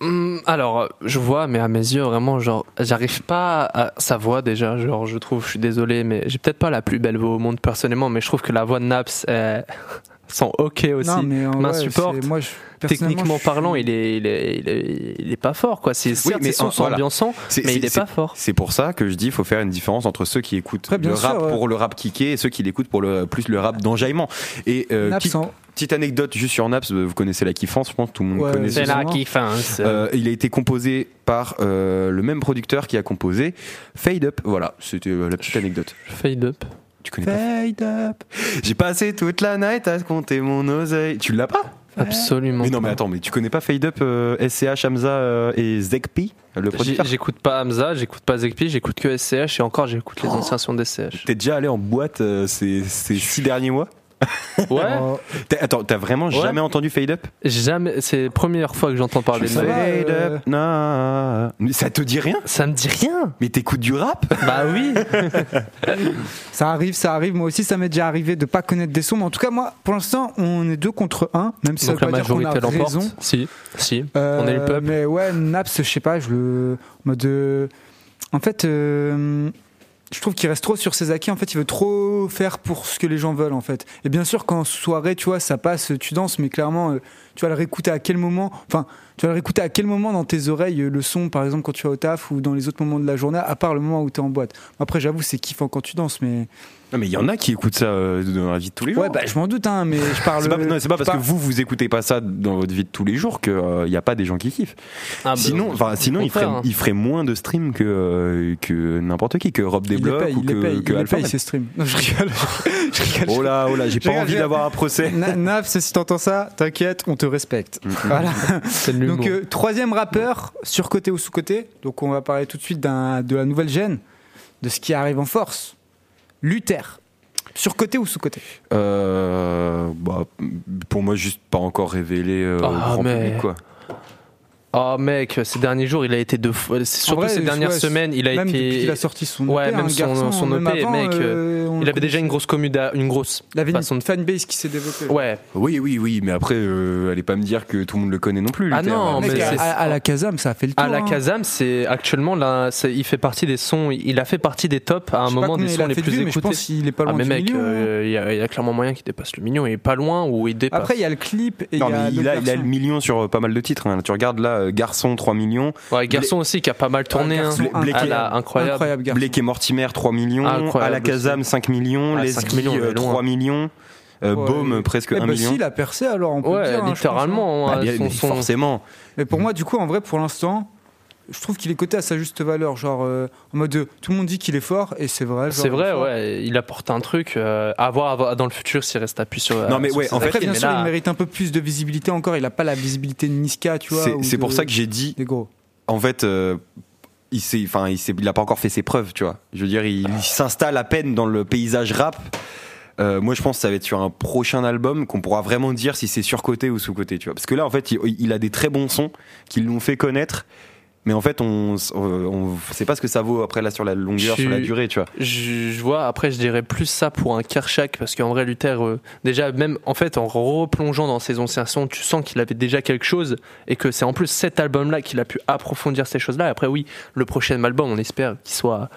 [SPEAKER 4] Hum, Alors, euh, je vois, mais à mes yeux, vraiment, genre, j'arrive pas à sa voix déjà. Genre, je trouve, je suis désolé, mais j'ai peut-être pas la plus belle voix au monde personnellement, mais je trouve que la voix de Naps euh, sont ok aussi.
[SPEAKER 2] Non, mais en vrai,
[SPEAKER 4] M'insupporte.
[SPEAKER 2] c'est- moi, je- personnellement,
[SPEAKER 4] Techniquement
[SPEAKER 2] je-
[SPEAKER 4] parlant, il est, il est, il est, il est pas fort, quoi. C'est certes, ses sons
[SPEAKER 3] en-
[SPEAKER 4] sont
[SPEAKER 3] voilà.
[SPEAKER 4] ambiançants,
[SPEAKER 3] C'est-
[SPEAKER 4] mais
[SPEAKER 3] c'est-
[SPEAKER 4] il est
[SPEAKER 3] c'est-
[SPEAKER 4] pas fort.
[SPEAKER 3] C'est pour ça que je dis, il faut faire une différence entre ceux qui écoutent
[SPEAKER 4] Ouais, bien
[SPEAKER 3] le rap
[SPEAKER 4] sûr, ouais.
[SPEAKER 3] pour le rap kické et ceux qui l'écoutent pour le plus le rap d'enjaillement. Et euh,
[SPEAKER 2] Naps,
[SPEAKER 3] petite-
[SPEAKER 4] hein.
[SPEAKER 2] en-
[SPEAKER 3] petite anecdote juste sur Naps, vous connaissez la kiffance, je pense que tout le monde
[SPEAKER 4] Ouais,
[SPEAKER 3] connaît.
[SPEAKER 4] c'est
[SPEAKER 3] ce
[SPEAKER 4] la
[SPEAKER 3] son.
[SPEAKER 4] kiffance.
[SPEAKER 3] Euh, il a été composé par euh, le même producteur qui a composé Fade Up. Voilà, c'était euh, la petite anecdote.
[SPEAKER 4] Fade Up.
[SPEAKER 3] Tu connais pas Fade Up. J'ai passé toute la night à compter mon oseille. Tu l'as pas
[SPEAKER 4] Absolument.
[SPEAKER 3] Mais non, mais attends, mais tu connais pas Fade Up, euh, SCH, Hamza euh, et Zekpi, le
[SPEAKER 4] J'ai-
[SPEAKER 3] producteur
[SPEAKER 4] J'écoute pas Hamza, j'écoute pas Zekpi, j'écoute que SCH et encore j'écoute les
[SPEAKER 2] Oh.
[SPEAKER 4] anciens sons d'SCH.
[SPEAKER 3] T'es déjà allé en boîte euh, ces, ces six derniers mois
[SPEAKER 4] Ouais.
[SPEAKER 2] Oh,
[SPEAKER 3] T'as- Attends, t'as vraiment
[SPEAKER 4] Ouais.
[SPEAKER 3] jamais entendu Fade Up
[SPEAKER 4] Jamais, c'est la première fois que j'entends parler de
[SPEAKER 3] Fade
[SPEAKER 4] ça.
[SPEAKER 3] Up, na- Mais ça te dit rien
[SPEAKER 4] Ça me dit rien
[SPEAKER 3] Mais t'écoutes du rap
[SPEAKER 4] Bah oui
[SPEAKER 2] Ça arrive, ça arrive. Moi aussi, ça m'est déjà arrivé de pas connaître des sons. Mais en tout cas, moi, pour l'instant, on est deux contre un. Même si
[SPEAKER 4] Donc
[SPEAKER 2] ça
[SPEAKER 4] la
[SPEAKER 2] veut pas dire qu'on a
[SPEAKER 4] majorité l'emporte.
[SPEAKER 2] raison.
[SPEAKER 4] Si, si,
[SPEAKER 2] Euh,
[SPEAKER 4] on est le peuple.
[SPEAKER 2] Mais ouais, Naps, je sais pas, je le. en Mode. euh, En fait, euh, je trouve qu'il reste trop sur ses acquis. En fait, il veut trop faire pour ce que les gens veulent, en fait. Et bien sûr, qu'en soirée, tu vois, ça passe, tu danses, mais clairement, euh, tu vas le réécouter à quel moment. Enfin, tu vas le réécouter à quel moment dans tes oreilles euh, le son, par exemple, quand tu vas au taf ou dans les autres moments de la journée, à part le moment où t'es en boîte. Après, j'avoue, c'est kiffant quand tu danses, mais.
[SPEAKER 3] Non, mais il y en a qui écoutent ça euh, dans la vie de tous les jours.
[SPEAKER 2] Ouais, bah, je m'en doute, hein, mais je parle.
[SPEAKER 3] C'est pas, non, c'est pas
[SPEAKER 2] je
[SPEAKER 3] parce que
[SPEAKER 2] parle-
[SPEAKER 3] vous, vous écoutez pas ça dans votre vie de tous les jours qu'il n'y a pas des gens qui kiffent.
[SPEAKER 4] Ah bah,
[SPEAKER 3] sinon, enfin,
[SPEAKER 4] au
[SPEAKER 3] sinon il, ferait,
[SPEAKER 4] contraire, hein.
[SPEAKER 3] il ferait moins de streams que, euh, que n'importe qui, que Rob
[SPEAKER 2] Il les
[SPEAKER 3] Desblocs
[SPEAKER 2] paye,
[SPEAKER 3] ou
[SPEAKER 2] il les
[SPEAKER 3] que,
[SPEAKER 2] paye,
[SPEAKER 3] que
[SPEAKER 2] il les
[SPEAKER 3] Alpha
[SPEAKER 2] paye,
[SPEAKER 3] Man.
[SPEAKER 2] ses streams. Non, je rigole. je rigole.
[SPEAKER 3] Oh là, oh là,
[SPEAKER 2] Je
[SPEAKER 3] j'ai pas
[SPEAKER 2] rigole,
[SPEAKER 3] envie
[SPEAKER 2] je-
[SPEAKER 3] d'avoir un procès.
[SPEAKER 2] Na- Naf, si t'entends ça, t'inquiète, on te respecte.
[SPEAKER 4] Mm,
[SPEAKER 2] Voilà.
[SPEAKER 4] C'est de l'humour.
[SPEAKER 2] Donc, euh, troisième rappeur, surcoté ou sous-coté. Donc, on va parler tout de suite d'un- de la nouvelle gêne, de ce qui arrive en force. Luther. Surcoté ou sous-coté
[SPEAKER 3] Euh, bah, pour moi, juste pas encore révélé euh, au
[SPEAKER 4] Ah,
[SPEAKER 3] grand
[SPEAKER 4] mais-
[SPEAKER 3] public, quoi.
[SPEAKER 4] Oh mec, ces derniers jours, il a été de fou. c'est Surtout
[SPEAKER 2] vrai,
[SPEAKER 4] ces dernières
[SPEAKER 2] ouais,
[SPEAKER 4] semaines, il a
[SPEAKER 2] même
[SPEAKER 4] été.
[SPEAKER 2] depuis qu'il a sorti son
[SPEAKER 4] ouais,
[SPEAKER 2] EP,
[SPEAKER 4] même
[SPEAKER 2] hein,
[SPEAKER 4] son,
[SPEAKER 2] garçon,
[SPEAKER 4] son
[SPEAKER 2] même
[SPEAKER 4] EP,
[SPEAKER 2] avant,
[SPEAKER 4] mec.
[SPEAKER 2] euh,
[SPEAKER 4] euh,
[SPEAKER 2] on
[SPEAKER 4] il
[SPEAKER 2] le
[SPEAKER 4] avait déjà une grosse commune, à- une grosse.
[SPEAKER 2] Il avait une
[SPEAKER 4] façon de-
[SPEAKER 2] fanbase qui s'est développée.
[SPEAKER 4] Ouais.
[SPEAKER 3] Oui, oui, oui, mais après, euh, allez pas me dire que tout le monde le connaît non plus.
[SPEAKER 4] Ah
[SPEAKER 3] Luther.
[SPEAKER 4] non,
[SPEAKER 2] Mec,
[SPEAKER 4] mais c'est-
[SPEAKER 2] à, à la Kazam, ça a fait le tour.
[SPEAKER 4] À Ah, la
[SPEAKER 2] hein.
[SPEAKER 4] Kazam, c'est actuellement là, c'est- il fait partie des sons, il a fait partie des tops à
[SPEAKER 2] Je
[SPEAKER 4] un
[SPEAKER 2] sais pas
[SPEAKER 4] moment des
[SPEAKER 2] combien il
[SPEAKER 4] sons
[SPEAKER 2] a
[SPEAKER 4] les
[SPEAKER 2] fait de
[SPEAKER 4] plus
[SPEAKER 2] vues, mais je
[SPEAKER 4] écoutés.
[SPEAKER 2] pense qu'il est pas
[SPEAKER 4] ah
[SPEAKER 2] loin
[SPEAKER 4] mais
[SPEAKER 2] du
[SPEAKER 4] mec,
[SPEAKER 2] million, hein.
[SPEAKER 4] euh, il y, a- il y a clairement moyen qu'il dépasse le million, il est pas loin ou il dépasse.
[SPEAKER 2] Après, il y a le clip et
[SPEAKER 3] Non,
[SPEAKER 2] il y a
[SPEAKER 3] mais il
[SPEAKER 2] d'autres
[SPEAKER 3] a, il a
[SPEAKER 2] versions.
[SPEAKER 3] le million sur euh, pas mal de titres. hein. Tu regardes là, euh, Garçon, 3 millions.
[SPEAKER 4] ouais, garçon aussi qui a pas mal tourné,
[SPEAKER 2] Ah,
[SPEAKER 4] hein.
[SPEAKER 2] Garçon,
[SPEAKER 3] Blake-
[SPEAKER 4] Ah là, incroyable.
[SPEAKER 2] Incroyable, garçon.
[SPEAKER 3] Blake et Mortimer, 3 millions.
[SPEAKER 4] Incroyable
[SPEAKER 3] Alakazam,
[SPEAKER 4] aussi.
[SPEAKER 3] 5 millions.
[SPEAKER 4] Ah,
[SPEAKER 3] Les
[SPEAKER 4] 5 millions, on est loin.
[SPEAKER 3] 3 millions. Euh,
[SPEAKER 2] Ouais.
[SPEAKER 3] Baume, presque
[SPEAKER 2] Eh
[SPEAKER 3] 1
[SPEAKER 2] bah
[SPEAKER 3] million.
[SPEAKER 2] si, il a percé alors, on peut
[SPEAKER 4] Ouais,
[SPEAKER 2] le dire, hein, je pense, hein.
[SPEAKER 4] littéralement.
[SPEAKER 3] Bah,
[SPEAKER 4] hein,
[SPEAKER 3] bien-
[SPEAKER 4] son-
[SPEAKER 3] mais
[SPEAKER 4] son-
[SPEAKER 3] Forcément.
[SPEAKER 2] Mais pour moi, du coup, en vrai, pour l'instant, je trouve qu'il est coté à sa juste valeur. Genre, euh, en mode, euh, tout le monde dit qu'il est fort, et c'est vrai. genre,
[SPEAKER 4] C'est vrai,
[SPEAKER 2] fort.
[SPEAKER 4] ouais, il apporte un truc euh, à voir à voir dans le futur s'il reste appuyé sur.
[SPEAKER 3] Non, mais
[SPEAKER 4] sur
[SPEAKER 3] ouais,
[SPEAKER 4] ses
[SPEAKER 3] en fait,
[SPEAKER 2] Après,
[SPEAKER 4] acquis,
[SPEAKER 2] bien
[SPEAKER 4] mais
[SPEAKER 2] sûr,
[SPEAKER 4] là-
[SPEAKER 2] il mérite un peu plus de visibilité encore. Il n'a pas la visibilité de Niska, tu vois.
[SPEAKER 3] C'est-
[SPEAKER 2] ou
[SPEAKER 3] C'est
[SPEAKER 2] de-
[SPEAKER 3] pour ça que j'ai dit,
[SPEAKER 2] Des gros.
[SPEAKER 3] en fait, euh, il s'est, enfin, il s'est- il a pas encore fait ses preuves, tu vois. Je veux dire, il,
[SPEAKER 4] Ah.
[SPEAKER 3] il s'installe à peine dans le paysage rap. Euh, moi, je pense que ça va être sur un prochain album qu'on pourra vraiment dire si c'est surcoté ou sous-coté, tu vois. Parce que là, en fait, il, il a des très bons sons qui l'ont fait connaître. Mais en fait, on, s- on, on sait pas ce que ça vaut après là sur la longueur,
[SPEAKER 4] Je
[SPEAKER 3] sur la
[SPEAKER 4] suis-
[SPEAKER 3] durée, tu vois.
[SPEAKER 4] Je, je vois, après, je dirais plus ça pour un Karchak, parce qu'en vrai, Luther, euh, déjà, même en fait, en replongeant dans ses anciens sons, tu sens qu'il avait déjà quelque chose, et que c'est en plus cet album-là qu'il a pu approfondir ces choses-là. Après, oui, le prochain album, on espère qu'il soit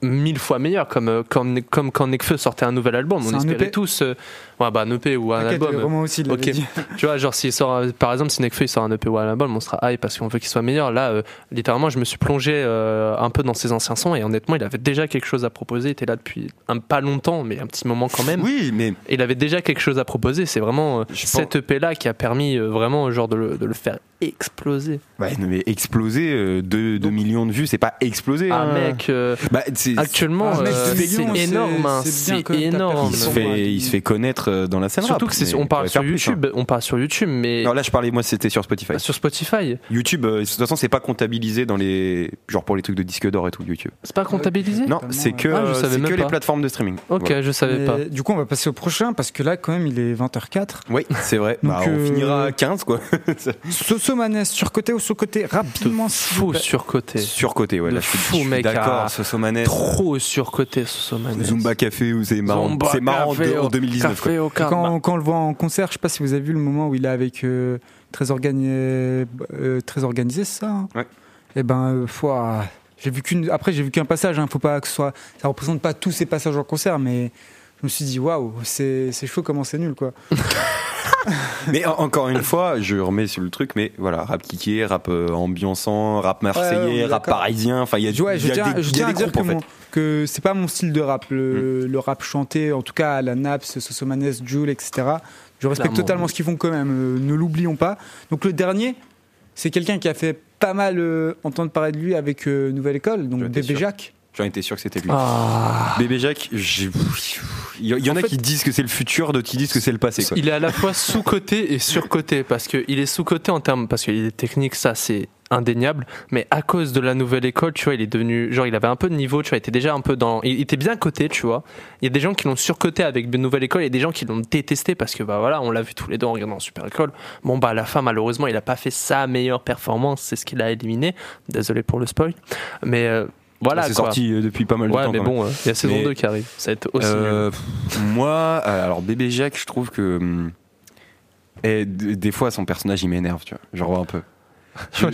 [SPEAKER 4] mille fois meilleur, comme, euh, comme, comme quand Nekfeu sortait un nouvel album.
[SPEAKER 2] C'est
[SPEAKER 4] On
[SPEAKER 2] un E
[SPEAKER 4] espérait
[SPEAKER 2] EP?
[SPEAKER 4] tous, euh, ouais, bah, un EP ou un
[SPEAKER 2] T'inquiète,
[SPEAKER 4] album.
[SPEAKER 2] le roman aussi, il l'avait
[SPEAKER 4] Ok.
[SPEAKER 2] dit.
[SPEAKER 4] Tu vois, genre, s'il sort, euh, par exemple, si Nekfeu il sort un EP ou un album, on sera hype parce qu'on veut qu'il soit meilleur. Là, euh, littéralement, je me suis plongé euh, un peu dans ses anciens sons et honnêtement, il avait déjà quelque chose à proposer. Il était là depuis un, pas longtemps, mais un petit moment quand même.
[SPEAKER 3] Oui, mais
[SPEAKER 4] Et il avait déjà quelque chose à proposer. C'est vraiment euh,
[SPEAKER 3] Je
[SPEAKER 4] cet EP là qui a permis euh, vraiment genre de le, de le faire exploser.
[SPEAKER 3] Ouais, non, mais exploser, 2 millions de vues, c'est pas exploser.
[SPEAKER 4] Ah
[SPEAKER 3] hein.
[SPEAKER 4] mec, euh,
[SPEAKER 3] Bah, c'est-
[SPEAKER 4] actuellement,
[SPEAKER 2] Ah, mec,
[SPEAKER 4] euh,
[SPEAKER 2] deux millions,
[SPEAKER 4] c'est
[SPEAKER 2] c'est-
[SPEAKER 4] énorme, hein,
[SPEAKER 2] c'est bien
[SPEAKER 4] c'est
[SPEAKER 2] quand même, t'as
[SPEAKER 4] énorme.
[SPEAKER 3] il, se
[SPEAKER 2] Ils sont pas-
[SPEAKER 3] fait, il se fait connaître euh, dans la scène
[SPEAKER 4] Surtout
[SPEAKER 3] rap,
[SPEAKER 4] que c'est,
[SPEAKER 3] mais
[SPEAKER 4] on parle
[SPEAKER 3] pourrait faire
[SPEAKER 4] sur
[SPEAKER 3] plus,
[SPEAKER 4] YouTube, on parle sur YouTube, mais
[SPEAKER 3] hein. Non, là, je parlais, moi, c'était sur Spotify.
[SPEAKER 4] sur Spotify,
[SPEAKER 3] YouTube, euh, de toute façon, c'est pas comptabilisé dans les. Genre pour les trucs de disque d'or et tout, YouTube.
[SPEAKER 4] c'est pas comptabilisé.
[SPEAKER 3] Non,
[SPEAKER 2] Notamment,
[SPEAKER 3] c'est que,
[SPEAKER 4] Ah, je
[SPEAKER 3] euh,
[SPEAKER 4] savais
[SPEAKER 3] c'est
[SPEAKER 4] même
[SPEAKER 3] que les
[SPEAKER 4] pas.
[SPEAKER 3] plateformes de streaming.
[SPEAKER 4] Ok,
[SPEAKER 3] Voilà.
[SPEAKER 4] je savais pas.
[SPEAKER 2] Mais Du coup, on va passer au prochain, parce que là, quand même, il est 20h04.
[SPEAKER 3] Oui, c'est vrai.
[SPEAKER 2] Donc,
[SPEAKER 3] Bah, on
[SPEAKER 2] euh,
[SPEAKER 3] finira à 15, quoi.
[SPEAKER 2] Soso Manes, surcoté ou sous-côté Rapidement, s'il vous
[SPEAKER 4] Fou
[SPEAKER 2] plaît.
[SPEAKER 4] surcoté.
[SPEAKER 3] Surcoté, ouais.
[SPEAKER 4] De
[SPEAKER 3] là, je suis-
[SPEAKER 4] fou,
[SPEAKER 3] je suis
[SPEAKER 4] mec, à-
[SPEAKER 3] D'accord, Sosomanet.
[SPEAKER 4] Trop surcoté ce sommet.
[SPEAKER 3] Zumba Café, ou c'est marrant.
[SPEAKER 4] Zumba
[SPEAKER 3] C'est marrant
[SPEAKER 4] Café
[SPEAKER 2] oh,
[SPEAKER 3] de- en
[SPEAKER 4] au-
[SPEAKER 3] 2019, quoi.
[SPEAKER 4] Café au
[SPEAKER 2] Et
[SPEAKER 4] karma.
[SPEAKER 2] Quand, quand on le voit en concert, je sais pas si vous avez vu le moment où il est avec euh, très, Organi- euh, euh, très organisé, c'est ça hein
[SPEAKER 3] Ouais.
[SPEAKER 2] Et ben, euh, foi, j'ai vu qu'une. Après, j'ai vu qu'un passage. Hein, faut pas que ce soit. Ça représente pas tous ces passages en concert, mais je me suis dit waouh, c'est c'est chaud comment c'est nul quoi.
[SPEAKER 3] Mais en- encore une fois, je remets sur le truc, mais voilà, rap kické, rap euh, ambiançant, rap
[SPEAKER 2] Ouais, ouais,
[SPEAKER 3] marseillais,
[SPEAKER 2] on est
[SPEAKER 3] rap
[SPEAKER 2] d'accord.
[SPEAKER 3] parisien, enfin il y a,
[SPEAKER 2] Ouais,
[SPEAKER 3] il
[SPEAKER 2] je
[SPEAKER 3] y a
[SPEAKER 2] tiens,
[SPEAKER 3] des,
[SPEAKER 2] je
[SPEAKER 3] il y a
[SPEAKER 2] tiens à
[SPEAKER 3] des
[SPEAKER 2] dire
[SPEAKER 3] groupes
[SPEAKER 2] que,
[SPEAKER 3] en fait. Hmm.
[SPEAKER 2] mon- que c'est pas mon style de rap, le, le rap chanté, en tout cas à la Naps, Sosomanes, Jules, etc. Je respecte
[SPEAKER 4] Clairement,
[SPEAKER 2] totalement
[SPEAKER 4] oui.
[SPEAKER 2] ce qu'ils font quand même, euh, ne l'oublions pas. Donc le dernier, c'est quelqu'un qui a fait pas mal euh, entendre parler de lui avec euh, Nouvelle École, donc
[SPEAKER 3] J'en étais
[SPEAKER 2] Bébé
[SPEAKER 3] sûr.
[SPEAKER 2] Jacques.
[SPEAKER 3] J'en étais sûr que c'était lui.
[SPEAKER 4] Ah.
[SPEAKER 3] Bébé Jacques, j'ai- Il y, y en, a qui disent que c'est le futur, d'autres qui disent que c'est le passé. quoi.
[SPEAKER 4] Il est à la fois sous-coté et sur-coté parce qu'il est sous-coté en termes parce qu'il est technique, ça c'est indéniable, mais à cause de la nouvelle école, tu vois, il est devenu genre il avait un peu de niveau, tu vois, il était déjà un peu dans il était bien coté, tu vois. Il y a des gens qui l'ont surcoté avec de nouvelle école et des gens qui l'ont détesté parce que bah voilà, on l'a vu tous les deux en regardant super école. Bon bah à la fin malheureusement, il a pas fait sa meilleure performance, c'est ce qu'il a éliminé. Désolé pour le spoil, mais euh, voilà
[SPEAKER 3] C'est
[SPEAKER 4] quoi.
[SPEAKER 3] sorti euh, depuis pas mal de
[SPEAKER 4] Ouais,
[SPEAKER 3] temps.
[SPEAKER 4] mais
[SPEAKER 3] quand
[SPEAKER 4] bon,
[SPEAKER 3] même.
[SPEAKER 4] euh, il y a saison
[SPEAKER 3] Mais,
[SPEAKER 4] 2 qui arrive. Ça va être aussi
[SPEAKER 3] euh, pff, moi, euh, alors Bébé Jacques, je trouve que. hum, et d- des fois, son personnage, il m'énerve, tu vois. Genre un peu.
[SPEAKER 4] Je-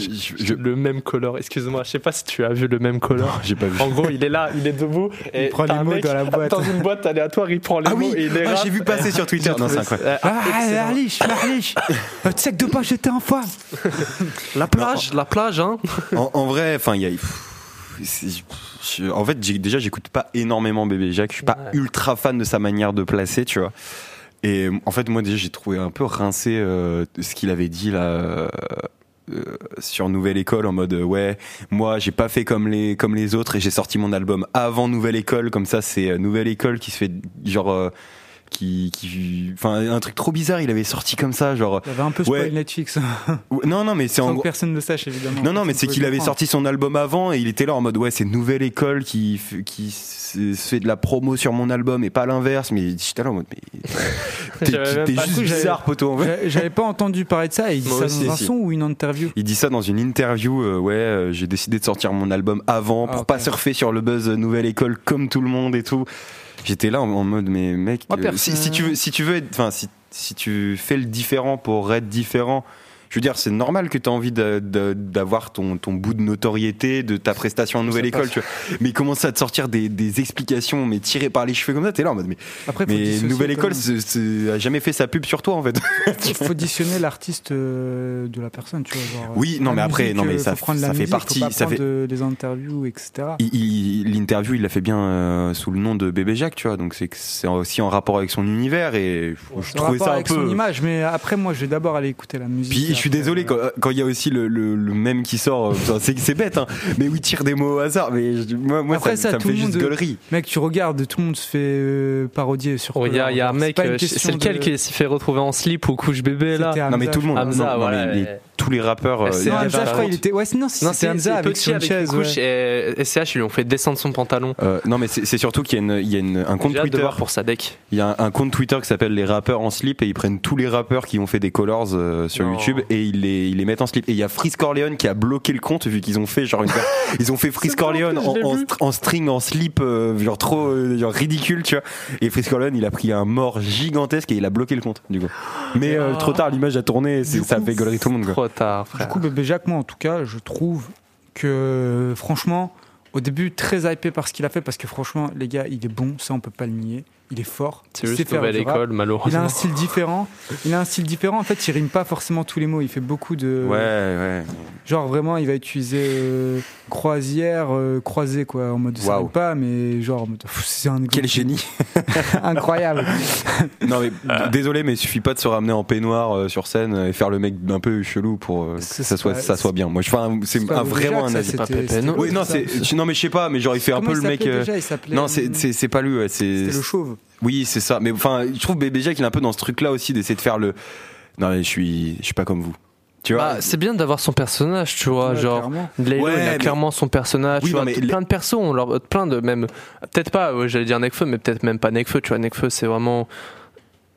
[SPEAKER 4] je- le même color, excuse-moi, je sais pas si tu as vu le même color.
[SPEAKER 3] j'ai pas vu.
[SPEAKER 4] En gros, il est là, il est debout et
[SPEAKER 2] prend
[SPEAKER 4] t'as
[SPEAKER 2] les
[SPEAKER 4] un
[SPEAKER 2] mots
[SPEAKER 4] mec
[SPEAKER 2] dans la boîte.
[SPEAKER 4] dans une boîte aléatoire, il prend les
[SPEAKER 3] Ah
[SPEAKER 4] mots
[SPEAKER 3] oui,
[SPEAKER 4] et il
[SPEAKER 3] ah,
[SPEAKER 4] dérape.
[SPEAKER 3] j'ai vu passer sur Twitter.
[SPEAKER 4] J'ai
[SPEAKER 3] Non, c'est
[SPEAKER 4] trouvé
[SPEAKER 3] incroyable.
[SPEAKER 4] ça-
[SPEAKER 2] Ah,
[SPEAKER 4] excellent.
[SPEAKER 2] Larlich, Larlich euh, Tu sais que de pas, j'étais en foire
[SPEAKER 4] La plage, la plage, hein.
[SPEAKER 3] en, en vrai, enfin, il y a. pff, c'est- je- en fait, j'ai- déjà, j'écoute pas énormément Bébé Jacques. Je suis pas ultra fan de sa manière de placer, tu vois. Et en fait, moi, déjà, j'ai trouvé un peu rincé euh, ce qu'il avait dit là. euh, euh, sur Nouvelle École en mode euh, ouais moi j'ai pas fait comme les comme les autres et j'ai sorti mon album avant Nouvelle École comme ça c'est euh, Nouvelle École qui se fait genre euh, qui qui enfin un truc trop bizarre il avait sorti comme ça genre
[SPEAKER 2] Il avait un peu spoil
[SPEAKER 3] ouais,
[SPEAKER 2] Netflix. hein.
[SPEAKER 3] ouais, non non mais c'est en
[SPEAKER 2] Sans que
[SPEAKER 3] gros
[SPEAKER 2] personne ne le sache, évidemment.
[SPEAKER 3] non, non, mais
[SPEAKER 2] Personne
[SPEAKER 3] c'est
[SPEAKER 2] pouvait
[SPEAKER 3] qu'il avait
[SPEAKER 2] comprendre.
[SPEAKER 3] sorti son album avant et il était là en mode ouais, c'est nouvelle école qui f- qui se se fait de la promo sur mon album et pas l'inverse. Mais j'étais là en mode mais t'es-
[SPEAKER 2] J'avais
[SPEAKER 3] t'es
[SPEAKER 2] même pas-
[SPEAKER 3] juste
[SPEAKER 2] Du coup, j'avais-
[SPEAKER 3] bizarre, poteau. en fait.
[SPEAKER 2] J'avais- J'avais pas entendu parler de ça et il dit
[SPEAKER 3] Moi
[SPEAKER 2] ça
[SPEAKER 3] aussi,
[SPEAKER 2] dans un
[SPEAKER 3] si.
[SPEAKER 2] son ou une interview
[SPEAKER 3] Il dit ça dans une interview. euh, ouais, euh, j'ai décidé de sortir mon album avant
[SPEAKER 2] Ah,
[SPEAKER 3] pour pas surfer sur le buzz euh, nouvelle école comme tout le monde et tout. J'étais là en, en mode mais mec,
[SPEAKER 4] Moi,
[SPEAKER 3] euh,
[SPEAKER 4] perso-
[SPEAKER 3] si, si tu veux, si tu veux, être- enfin si si tu fais le différent pour être différent. Je veux dire, c'est normal que tu as envie de- de- d'avoir ton, ton bout de notoriété, de ta prestation en nouvelle école, tu vois. Mais comment ça te sortir des, des explications, mais tirées par les cheveux comme ça, t'es là en mode, mais,
[SPEAKER 2] Après, faut
[SPEAKER 3] mais
[SPEAKER 2] dissocier
[SPEAKER 3] nouvelle
[SPEAKER 2] quand
[SPEAKER 3] école
[SPEAKER 2] même.
[SPEAKER 3] c'est- c'est- a jamais fait sa pub sur toi, en fait.
[SPEAKER 2] Il faut discerner l'artiste euh, de la personne, tu vois. genre, euh,
[SPEAKER 3] Oui, non,
[SPEAKER 2] la
[SPEAKER 3] mais après,
[SPEAKER 2] musique,
[SPEAKER 3] non, mais
[SPEAKER 2] euh,
[SPEAKER 3] ça-
[SPEAKER 2] faut prendre la
[SPEAKER 3] ça fait
[SPEAKER 2] musique, faut
[SPEAKER 3] partie,
[SPEAKER 2] pas
[SPEAKER 3] ça fait-
[SPEAKER 2] prendre, euh, les interviews, etc.
[SPEAKER 3] Il- il- L'interview, il l'a fait bien euh, sous le nom de Bébé Jacques, tu vois. Donc c'est que c'est aussi en rapport avec son univers et je
[SPEAKER 2] Son
[SPEAKER 3] trouvais
[SPEAKER 2] rapport
[SPEAKER 3] ça un
[SPEAKER 2] avec
[SPEAKER 3] peu.
[SPEAKER 2] son image, mais après, moi, je vais d'abord aller écouter la musique. euh,
[SPEAKER 3] Puis je suis désolé quand quand il y a aussi le, le- le même qui sort, euh, putain, c'est c'est bête, hein, mais oui, tire des mots au hasard. Mais je- moi, moi,
[SPEAKER 2] Après
[SPEAKER 3] ça,
[SPEAKER 2] ça,
[SPEAKER 3] me- ça
[SPEAKER 2] tout
[SPEAKER 3] me fait
[SPEAKER 2] le monde.
[SPEAKER 3] juste gueulerie.
[SPEAKER 2] Mec, tu regardes, tout le monde se fait euh, parodier sur.
[SPEAKER 4] Oh, Il y a,
[SPEAKER 2] Color,
[SPEAKER 4] il y a un
[SPEAKER 2] genre,
[SPEAKER 4] mec,
[SPEAKER 2] pas une
[SPEAKER 4] euh, je-
[SPEAKER 2] question
[SPEAKER 4] c'est lequel
[SPEAKER 2] de-
[SPEAKER 4] qui s'est fait retrouver en slip ou couche bébé là
[SPEAKER 2] C'était Hamza,
[SPEAKER 3] Non, mais tout le monde,
[SPEAKER 4] Hamza,
[SPEAKER 3] non, non,
[SPEAKER 4] voilà.
[SPEAKER 3] mais les- tous les rappeurs. euh,
[SPEAKER 4] C'est
[SPEAKER 3] il y
[SPEAKER 2] Non,
[SPEAKER 3] a-
[SPEAKER 4] un-
[SPEAKER 2] Hamza, je crois,
[SPEAKER 4] Hamza.
[SPEAKER 2] il était. Ouais, c'est- non,
[SPEAKER 4] Non,
[SPEAKER 2] c'était
[SPEAKER 4] c'est
[SPEAKER 2] Hamza avec
[SPEAKER 4] petit avec
[SPEAKER 2] Sanchez.
[SPEAKER 4] une couche
[SPEAKER 2] ouais.
[SPEAKER 4] et et SCH, ils lui ont fait descendre son pantalon.
[SPEAKER 3] euh, non, mais c'est c'est surtout qu'il y a, une- il y a une- un compte
[SPEAKER 4] J'ai hâte de
[SPEAKER 3] Twitter.
[SPEAKER 4] voir pour sa deck.
[SPEAKER 3] Il y a un, un compte Twitter qui s'appelle les rappeurs en slip et ils prennent tous les rappeurs qui ont fait des colors euh, sur
[SPEAKER 4] Non.
[SPEAKER 3] YouTube et ils les, ils les mettent en slip. Et il y a Freeze Corleone qui a bloqué le compte vu qu'ils ont fait genre une ver- ils ont fait Freeze Corleone en, en str- en string en slip euh, genre trop euh, genre ridicule tu vois. Et Freeze Corleone il a pris un mort gigantesque et il a bloqué le compte du coup. Mais euh, trop tard l'image a tourné et c'est-
[SPEAKER 2] Du
[SPEAKER 3] ça a
[SPEAKER 2] coup,
[SPEAKER 3] fait gaulerie tout le monde quoi.
[SPEAKER 4] Trop tard,
[SPEAKER 2] Du
[SPEAKER 4] frère.
[SPEAKER 2] coup, bébé Jacques, moi en tout cas, je trouve que franchement, au début, très hypé par ce qu'il a fait, parce que franchement, les gars, il est bon, ça on peut pas le nier. Il est fort,
[SPEAKER 4] C'est
[SPEAKER 2] il sait
[SPEAKER 4] juste
[SPEAKER 2] faire
[SPEAKER 4] nouvelle
[SPEAKER 2] du rap.
[SPEAKER 4] école,
[SPEAKER 2] Il a
[SPEAKER 4] malheureusement.
[SPEAKER 2] un style différent. Il a un style différent. En fait, il rime pas forcément tous les mots. Il fait beaucoup de.
[SPEAKER 3] Ouais ouais.
[SPEAKER 2] Genre vraiment, il va utiliser euh, croisière, euh, croisé quoi, en mode ça
[SPEAKER 3] Waouh.
[SPEAKER 2] rime pas, mais genre en mode, pff, c'est un exemple
[SPEAKER 3] Quel génie.
[SPEAKER 2] incroyable.
[SPEAKER 3] non mais d- désolé mais il suffit pas de se ramener en peignoir euh, sur scène et faire le mec un peu chelou pour euh, que
[SPEAKER 2] C'est-
[SPEAKER 3] ça soit
[SPEAKER 2] c'est
[SPEAKER 3] ça
[SPEAKER 2] pas-
[SPEAKER 3] soit bien. Moi je fais un- c'est
[SPEAKER 2] C'est pas
[SPEAKER 3] un-
[SPEAKER 2] Bébé
[SPEAKER 3] vraiment
[SPEAKER 2] euh, Jacques,
[SPEAKER 3] un
[SPEAKER 2] ça,
[SPEAKER 3] avis.
[SPEAKER 2] c'était-
[SPEAKER 4] pas Pépé,
[SPEAKER 2] c'était-
[SPEAKER 4] non.
[SPEAKER 3] Oui, non,
[SPEAKER 2] ça.
[SPEAKER 3] c'est, tu- non, mais je sais pas, mais genre il fait
[SPEAKER 2] Comment
[SPEAKER 3] un peu
[SPEAKER 2] il
[SPEAKER 3] le mec.
[SPEAKER 2] s'appelait
[SPEAKER 3] euh,
[SPEAKER 2] déjà Il s'appelait,
[SPEAKER 3] non, c'est,
[SPEAKER 2] euh,
[SPEAKER 3] c'est, c'est pas lui. ouais, c'est,
[SPEAKER 2] C'était le chauve.
[SPEAKER 3] Oui, c'est ça. Mais enfin, je trouve Bébé Jacques, il est un peu dans ce truc-là aussi d'essayer de faire le. Non, mais je suis, je suis pas comme vous. Tu vois
[SPEAKER 2] Ah,
[SPEAKER 4] Bah, c'est bien d'avoir son personnage, tu vois,
[SPEAKER 2] Ouais,
[SPEAKER 4] genre.
[SPEAKER 2] clairement.
[SPEAKER 4] Laylo,
[SPEAKER 3] Ouais,
[SPEAKER 4] il a
[SPEAKER 3] mais-
[SPEAKER 4] clairement son personnage,
[SPEAKER 3] Oui,
[SPEAKER 4] tu
[SPEAKER 3] non,
[SPEAKER 4] vois,
[SPEAKER 3] mais
[SPEAKER 4] t-
[SPEAKER 3] les-
[SPEAKER 4] plein de persos, on leur plein de même peut-être pas ouais, j'allais dire Nekfeu mais peut-être même pas Nekfeu, tu vois Nekfeu c'est vraiment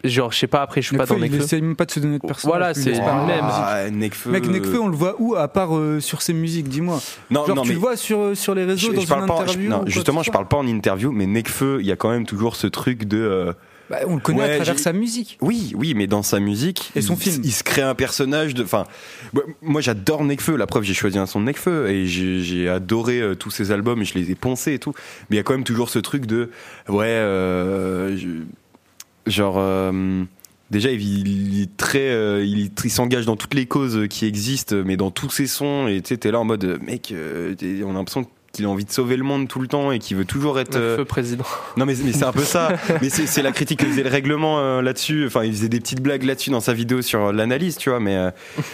[SPEAKER 4] genre je sais pas après je suis
[SPEAKER 2] Le
[SPEAKER 4] pas
[SPEAKER 2] feu,
[SPEAKER 4] dans
[SPEAKER 2] il
[SPEAKER 4] Nekfeu.
[SPEAKER 2] essaie même pas de se
[SPEAKER 3] Oh,
[SPEAKER 2] donner de personnage.
[SPEAKER 4] Voilà,
[SPEAKER 2] lui,
[SPEAKER 4] c'est
[SPEAKER 2] il parle de
[SPEAKER 4] lui-même.
[SPEAKER 2] musique.
[SPEAKER 3] Ah, Nekfeu.
[SPEAKER 2] Mec, Nekfeu, on le voit où à part euh, sur ses musiques, dis-moi.
[SPEAKER 3] Non,
[SPEAKER 2] Genre
[SPEAKER 3] Oh, non,
[SPEAKER 2] tu
[SPEAKER 3] mais-
[SPEAKER 2] le vois sur, euh, sur les réseaux
[SPEAKER 3] je,
[SPEAKER 2] dans
[SPEAKER 3] je parle
[SPEAKER 2] une
[SPEAKER 3] pas. en-
[SPEAKER 2] interview.
[SPEAKER 3] non,
[SPEAKER 2] ou quoi
[SPEAKER 3] justement,
[SPEAKER 2] que ce
[SPEAKER 3] je parle pas en interview, mais Nekfeu, il y a quand même toujours ce truc de. euh,
[SPEAKER 2] soit. Bah, on le connaît
[SPEAKER 3] Ouais,
[SPEAKER 2] à travers
[SPEAKER 3] j'ai-
[SPEAKER 2] sa musique.
[SPEAKER 3] Oui, oui, mais dans sa musique
[SPEAKER 2] Et son
[SPEAKER 3] il,
[SPEAKER 2] film.
[SPEAKER 3] il se crée un personnage de. Enfin, moi- moi j'adore Nekfeu. La preuve, j'ai choisi un son de Nekfeu et j'ai j'ai adoré euh, tous ses albums et je les ai poncés et tout. Mais il y a quand même toujours ce truc de ouais, euh, je- genre. euh, Déjà, il, il est très, euh, il, il s'engage dans toutes les causes qui existent, mais dans tous ses sons. Et tu sais, t'es là en mode, euh, mec, euh, t'es- on a l'impression qu'il a envie de sauver le monde tout le temps et qu'il veut toujours être. euh,
[SPEAKER 4] Nekfeu président.
[SPEAKER 3] non mais, mais c'est un peu ça. mais c'est c'est la critique que faisait le règlement euh, là-dessus. Enfin, il faisait des petites blagues là-dessus dans sa vidéo sur euh, l'analyse, tu vois. Mais euh,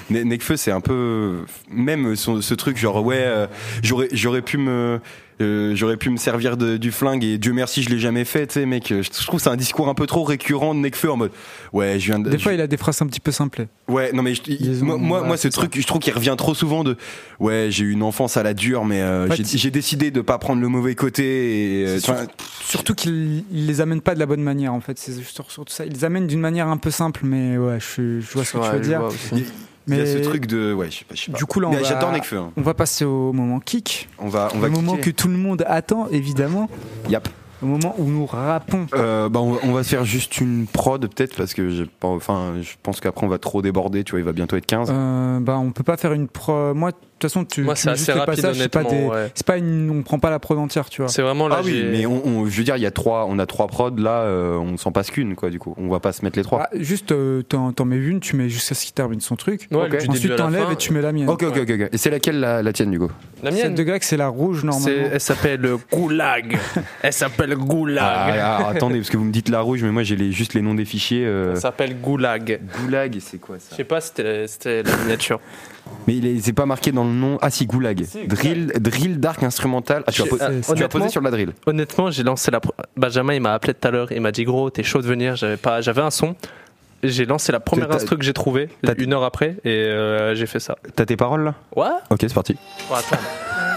[SPEAKER 3] Ne- Nekfeu, c'est un peu même son- ce truc genre ouais, euh, j'aurais j'aurais euh, pu me Euh, J'aurais pu me servir de- du flingue et Dieu merci, je l'ai jamais fait, tu sais, mec. Je je trouve que c'est un discours un peu trop récurrent de Nekfeu en mode Ouais, je viens de.
[SPEAKER 2] Des
[SPEAKER 3] je-
[SPEAKER 2] fois, il a des phrases un petit peu simplées.
[SPEAKER 3] Ouais, non mais je- il- moi, moi,
[SPEAKER 2] ouais,
[SPEAKER 3] moi, ce
[SPEAKER 2] c'est
[SPEAKER 3] truc, je trouve qu'il revient trop souvent de ouais, j'ai eu une enfance à la dure, mais euh,
[SPEAKER 2] Ouais,
[SPEAKER 3] j'ai-
[SPEAKER 2] tu-
[SPEAKER 3] j'ai décidé de pas prendre le mauvais côté. Et, euh, tu vois,
[SPEAKER 2] Surtout qu'il il les amène pas de la bonne manière, en fait. C'est juste surtout ça. Ils les amènent d'une manière un peu simple, mais ouais, je, suis- je vois ce que
[SPEAKER 3] Ouais,
[SPEAKER 2] tu veux
[SPEAKER 3] je
[SPEAKER 2] dire.
[SPEAKER 3] vois aussi. Il- il y a ce truc de ouais, je sais pas, je sais pas.
[SPEAKER 2] Du coup, là, on
[SPEAKER 3] Mais
[SPEAKER 2] va,
[SPEAKER 3] j'adore Nekfeu. hein.
[SPEAKER 2] on va passer au moment kick.
[SPEAKER 3] On va, on
[SPEAKER 2] le
[SPEAKER 3] va.
[SPEAKER 2] moment
[SPEAKER 3] kicker.
[SPEAKER 2] que tout le monde attend, évidemment.
[SPEAKER 3] Yap.
[SPEAKER 2] Au moment où nous rappons.
[SPEAKER 3] Euh, bah, on, va, on va se faire juste une prod peut-être parce que j'ai pas- enfin, je pense qu'après on va trop déborder. Tu vois, il va bientôt être 15
[SPEAKER 2] Euh, bah, on peut pas faire une pro. Moi, de toute façon, tu.
[SPEAKER 4] Moi,
[SPEAKER 2] tu
[SPEAKER 4] c'est
[SPEAKER 2] mets juste
[SPEAKER 4] assez
[SPEAKER 2] les
[SPEAKER 4] rapide,
[SPEAKER 2] passages, c'est pas des-
[SPEAKER 4] honnêtement, ouais.
[SPEAKER 2] C'est pas une. On prend pas la prod entière, tu vois.
[SPEAKER 3] Ah oui, mais on, on- je veux dire, il y a trois, on a trois prods là, euh, on s'en passe qu'une quoi. Du coup, on va pas se mettre les trois.
[SPEAKER 2] Ah, juste, euh, t'en t'en mets une, tu mets jusqu'à ce qu'il termine son truc.
[SPEAKER 3] Ouais, du début à
[SPEAKER 2] Ensuite,
[SPEAKER 3] la
[SPEAKER 2] t'enlèves
[SPEAKER 3] fin.
[SPEAKER 2] et tu mets la mienne.
[SPEAKER 3] Ok, ok, ok. ok. Et c'est laquelle la, la tienne du coup
[SPEAKER 4] La mienne
[SPEAKER 2] Celle de Greg, c'est la rouge normalement.
[SPEAKER 4] Elle s'appelle Goulag. Elle s'appelle Goulag.
[SPEAKER 3] Ah, ah, attendez, parce que vous me dites la rouge, mais moi j'ai les- juste les noms des fichiers. euh.
[SPEAKER 4] Elle s'appelle Goulag.
[SPEAKER 3] Goulag, c'est quoi ça
[SPEAKER 4] Je sais pas, c'était c'était la miniature.
[SPEAKER 3] Mais il est- c'est pas marqué dans le nom. Ah si, Goulag.
[SPEAKER 4] Si, Goulag.
[SPEAKER 3] drill, drill Dark Instrumental. Ah, tu, as
[SPEAKER 4] J'ai-
[SPEAKER 3] posé,
[SPEAKER 4] ah,
[SPEAKER 3] tu as
[SPEAKER 4] honnêtement-
[SPEAKER 3] posé sur la drill.
[SPEAKER 4] Honnêtement, j'ai lancé la. pro- Benjamin, il m'a appelé tout à l'heure. Il m'a dit gros, t'es chaud de venir. J'avais pas, j'avais un son. J'ai lancé la première
[SPEAKER 3] T'as-
[SPEAKER 4] instru que j'ai trouvée une heure après et euh, j'ai fait ça.
[SPEAKER 3] T'as tes paroles là
[SPEAKER 4] Ouais.
[SPEAKER 3] Ok, c'est parti.
[SPEAKER 4] Oh,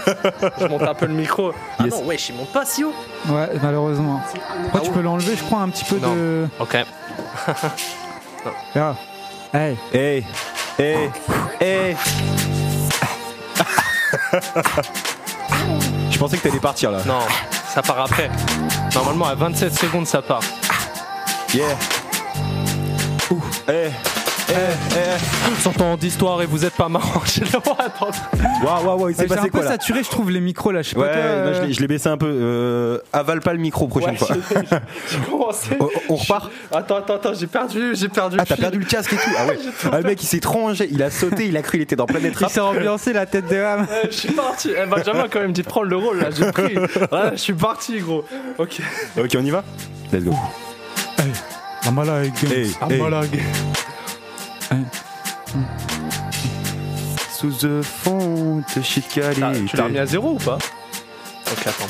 [SPEAKER 4] attends. je monte un peu le micro. Ah
[SPEAKER 2] Yes.
[SPEAKER 4] non, wesh, il monte pas si haut.
[SPEAKER 2] Ouais, malheureusement. Après, tu peux l'enlever, je crois, un petit peu de.
[SPEAKER 4] Ok.
[SPEAKER 2] Là. Hey.
[SPEAKER 3] Hey. Hey. Hey. Je pensais que t'allais partir là.
[SPEAKER 4] Non, ça part après. Normalement, à 27 secondes, ça part.
[SPEAKER 3] Yeah. Ouh. Eh. Eh.
[SPEAKER 4] Eh. 100 ans d'histoire et vous êtes pas marrant. J'ai le droit d'attendre.
[SPEAKER 3] Waouh, waouh, waouh, il s'est
[SPEAKER 2] Ouais, bah, C'est
[SPEAKER 3] passé
[SPEAKER 2] un peu
[SPEAKER 3] quoi, là
[SPEAKER 2] saturé, je trouve, les micros là. Je sais
[SPEAKER 3] Ouais,
[SPEAKER 2] pas. toi,
[SPEAKER 3] non, je
[SPEAKER 2] euh,
[SPEAKER 3] l'ai- je l'ai baissé un peu. Euh, avale pas le micro prochaine
[SPEAKER 4] Ouais,
[SPEAKER 3] fois.
[SPEAKER 4] J'ai commencé.
[SPEAKER 3] On- on repart
[SPEAKER 4] Attends, attends, attends, j'ai perdu, j'ai perdu.
[SPEAKER 3] Ah, t'as perdu le casque et tout. Ah ouais. Ah, le mec, il s'est trangé, il a sauté, il a cru, il était dans Planète
[SPEAKER 2] Il
[SPEAKER 3] Rap.
[SPEAKER 2] s'est ambiancé la tête de rame.
[SPEAKER 4] Je suis parti. Eh, Benjamin, quand même, dit de prendre le rôle là, j'ai pris. Ouais, je suis parti, gros. Ok.
[SPEAKER 3] Ok, on y va Let's go.
[SPEAKER 2] La malague.
[SPEAKER 3] Hey,
[SPEAKER 2] La
[SPEAKER 3] hey.
[SPEAKER 2] malague.
[SPEAKER 3] Sous the fond de Chicali.
[SPEAKER 4] Ah, tu l'as remis à zéro ou pas Ok, attends.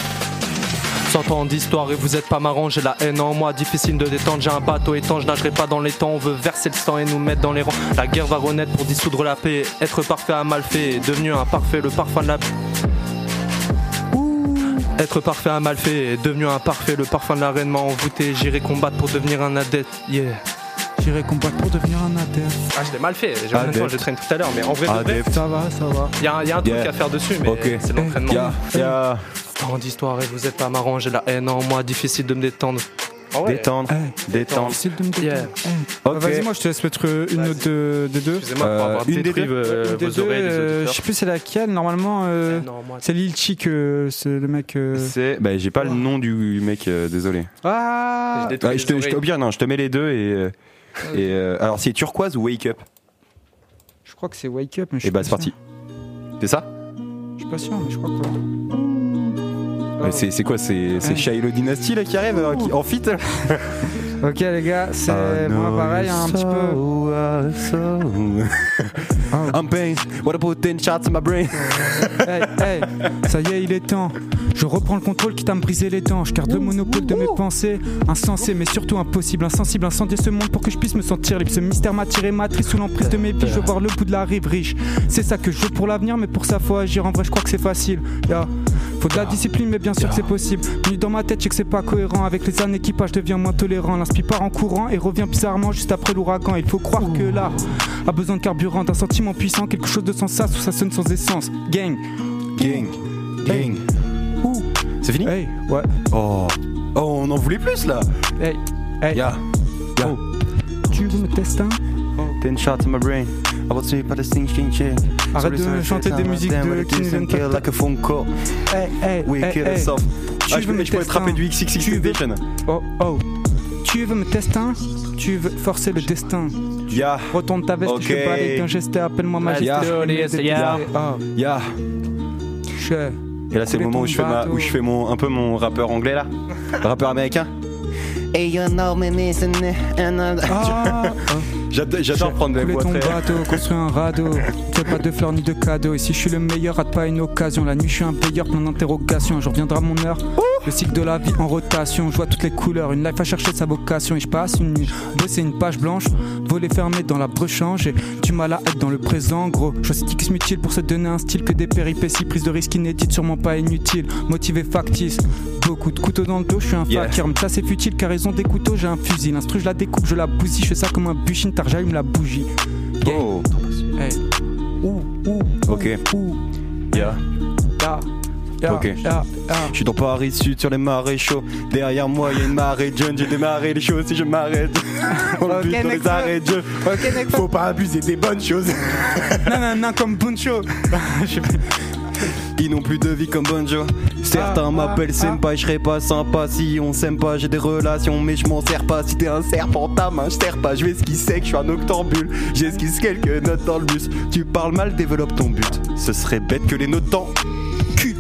[SPEAKER 4] 100 ans d'histoire et vous êtes pas marrant, j'ai la haine en moi, difficile de détendre, j'ai un bateau étanche, je nagerai pas dans les temps, on veut verser le sang et nous mettre dans les rangs. La guerre va renaître pour dissoudre la paix, être parfait à mal fait, devenu un parfait, le parfum de la Être parfait à mal fait, est devenu un parfait, le parfum de la reine m'a envoûté, j'irai combattre pour devenir un adepte, yeah.
[SPEAKER 2] J'irai combattre pour devenir un adepte.
[SPEAKER 4] Ah, je l'ai mal fait, j'ai en même temps,
[SPEAKER 3] Adepte.
[SPEAKER 4] je traîne tout à l'heure, mais en vrai, de vrai,
[SPEAKER 2] Ça va, ça va.
[SPEAKER 4] il y, a un- y a un truc
[SPEAKER 3] Yeah.
[SPEAKER 4] à faire dessus, mais
[SPEAKER 3] Ok.
[SPEAKER 4] c'est l'entraînement.
[SPEAKER 3] Ya, ya.
[SPEAKER 4] Tant d'histoires et vous êtes pas marrant, j'ai la haine en moi, difficile de me détendre. Ah ouais.
[SPEAKER 3] Détendre, détendre.
[SPEAKER 2] Difficile de me détendre.
[SPEAKER 4] Yeah.
[SPEAKER 2] Hey.
[SPEAKER 3] Ok.
[SPEAKER 2] Bah, Vas-y, moi, je te laisse mettre euh, une autre de- des deux.
[SPEAKER 4] Excusez-moi pour
[SPEAKER 3] Euh,
[SPEAKER 4] avoir
[SPEAKER 3] une des
[SPEAKER 4] détruit
[SPEAKER 3] deux.
[SPEAKER 4] euh,
[SPEAKER 2] Une des
[SPEAKER 4] vos
[SPEAKER 2] deux,
[SPEAKER 4] oreilles, les
[SPEAKER 2] euh,
[SPEAKER 4] auditeurs.
[SPEAKER 2] je sais plus c'est laquelle, normalement. euh,
[SPEAKER 4] Non, moi,
[SPEAKER 2] C'est Lil Chick, euh, c'est le mec. euh,
[SPEAKER 3] C'est. Bah, j'ai pas le nom du mec, euh, désolé.
[SPEAKER 2] Ah
[SPEAKER 4] je détruis
[SPEAKER 3] Bah,
[SPEAKER 4] les
[SPEAKER 3] je te, je te-
[SPEAKER 4] oreilles.
[SPEAKER 3] au pire, non, je te mets les deux et. euh, et euh, alors, c'est turquoise ou wake up
[SPEAKER 2] Je crois que c'est Wake Up, mais je suis
[SPEAKER 3] Et bah,
[SPEAKER 2] pas
[SPEAKER 3] c'est
[SPEAKER 2] sûr.
[SPEAKER 3] parti. C'est ça
[SPEAKER 2] Je suis pas sûr, mais je crois que.
[SPEAKER 3] Euh, c'est, c'est quoi C'est, c'est
[SPEAKER 2] Ah. Ouais.
[SPEAKER 3] Shiloh Dynasty là qui arrive euh, qui- en fit
[SPEAKER 2] Ok les gars,
[SPEAKER 3] Ah,
[SPEAKER 2] c'est moi pareil un petit peu.
[SPEAKER 3] I'm pain, what about 10 shots in my brain
[SPEAKER 2] Hey, hey, ça y est, il est temps. Je reprends le contrôle quitte à me briser les dents. Je garde le monopole de mes pensées. Insensé, mais surtout impossible. Insensible, incendier ce monde pour que je puisse me sentir libre. Ce mystère m'a tiré, m'a pris sous l'emprise de mes vies. Je veux voir le bout de la rive riche. C'est ça que je veux pour l'avenir, mais pour ça, faut agir. En vrai, je crois que c'est facile. Yeah. Faut de la discipline, mais bien sûr que c'est possible. Venu dans ma tête, je sais que c'est pas cohérent. Avec les années qui passent, je deviens moins tolérant. L'inspi part en courant et revient bizarrement juste après l'ouragan. Il faut croire que l'art a besoin de carburant, d'un sentiment puissant, quelque chose de sans sas ou ça sonne sans essence. Gang.
[SPEAKER 3] Gang, gang.
[SPEAKER 2] Ouh.
[SPEAKER 3] C'est fini
[SPEAKER 2] Hey, ouais.
[SPEAKER 3] Oh. oh, on en voulait plus là
[SPEAKER 2] Hey, hey.
[SPEAKER 3] Yeah. Yeah.
[SPEAKER 2] Tu veux me tester hein
[SPEAKER 3] 10 shots in my brain. I was sleep at the sing sing check.
[SPEAKER 2] Arrête de chanter des musiques de qui ne viennent pas.
[SPEAKER 3] like a phone call.
[SPEAKER 2] Hey, hey,
[SPEAKER 3] We
[SPEAKER 2] hey,
[SPEAKER 3] kill
[SPEAKER 2] hey.
[SPEAKER 3] us off.
[SPEAKER 2] Tu
[SPEAKER 3] Ah, je
[SPEAKER 2] veux
[SPEAKER 3] peux-
[SPEAKER 2] me
[SPEAKER 3] je pourrais te
[SPEAKER 2] tester hein.
[SPEAKER 3] rapper
[SPEAKER 2] un-
[SPEAKER 3] du XXX Station.
[SPEAKER 2] Oh, oh. Tu veux me tester hein Tu veux forcer le destin
[SPEAKER 3] Yeah,
[SPEAKER 2] Retourne ta veste, je
[SPEAKER 3] Ok.
[SPEAKER 2] te balaye d'un geste et appelle-moi majesté.
[SPEAKER 3] Yeah.
[SPEAKER 2] je vais
[SPEAKER 4] Yeah.
[SPEAKER 2] me
[SPEAKER 4] Yeah.
[SPEAKER 2] détester. Ah,
[SPEAKER 3] yeah.
[SPEAKER 2] je-
[SPEAKER 3] Et là, c'est le moment où je fais, ma-
[SPEAKER 2] Bateau.
[SPEAKER 3] où je fais mon, un peu mon rappeur anglais là. rappeur américain.
[SPEAKER 2] Ah, ah.
[SPEAKER 3] Je J'ad- J'adore prendre des
[SPEAKER 2] Couler
[SPEAKER 3] voix
[SPEAKER 2] ton
[SPEAKER 3] très.
[SPEAKER 2] bateau, construis un radeau. Fais pas de fleurs ni de cadeaux. Et si je suis le meilleur, rate pas une occasion. La nuit, je suis un payeur plein d'interrogations. Un jour viendra mon heure. Le cycle de la vie en rotation. Je vois toutes les couleurs. Une life à chercher sa vocation. Et je passe une nuit. Bosser une page blanche. Voler fermé dans la brechange. Et du mal à être dans le présent, gros. Choisis qui se mutile pour se donner un style. Que des péripéties, prise de risque inédite, sûrement pas inutile. Motivé factice. Beaucoup de couteaux dans le dos, je suis un
[SPEAKER 3] Yeah.
[SPEAKER 2] fakir. Me ça c'est futile car ils ont des couteaux, j'ai un fusil. L'instru, je la découpe, je la bousille. Je fais ça comme un buchin, tar j'allume la bougie.
[SPEAKER 3] Oh.
[SPEAKER 2] Hey. Ouh, ouh,
[SPEAKER 3] Ok. Yeah.
[SPEAKER 2] là, là,
[SPEAKER 3] Ok.
[SPEAKER 2] là, là.
[SPEAKER 3] Je suis dans Paris Sud sur les marais chauds. Derrière moi, il y a une marée de jeunes. J'ai démarré les choses si je m'arrête. On le bute dans les arrêts de jeu. Faut pas abuser des bonnes choses.
[SPEAKER 2] non, non, non, comme Poncho. Bah,
[SPEAKER 3] Ils n'ont plus de vie comme Bonjo. Certains m'appellent Senpai, je serais pas sympa si on s'aime pas. J'ai des relations, mais je m'en sers pas. Si t'es un serpent, ta main, je sers pas. Je vais esquisser que je suis un octambule. J'esquisse quelques notes dans le bus. Tu parles mal, développe ton but. Ce serait bête que les notes t'en cul.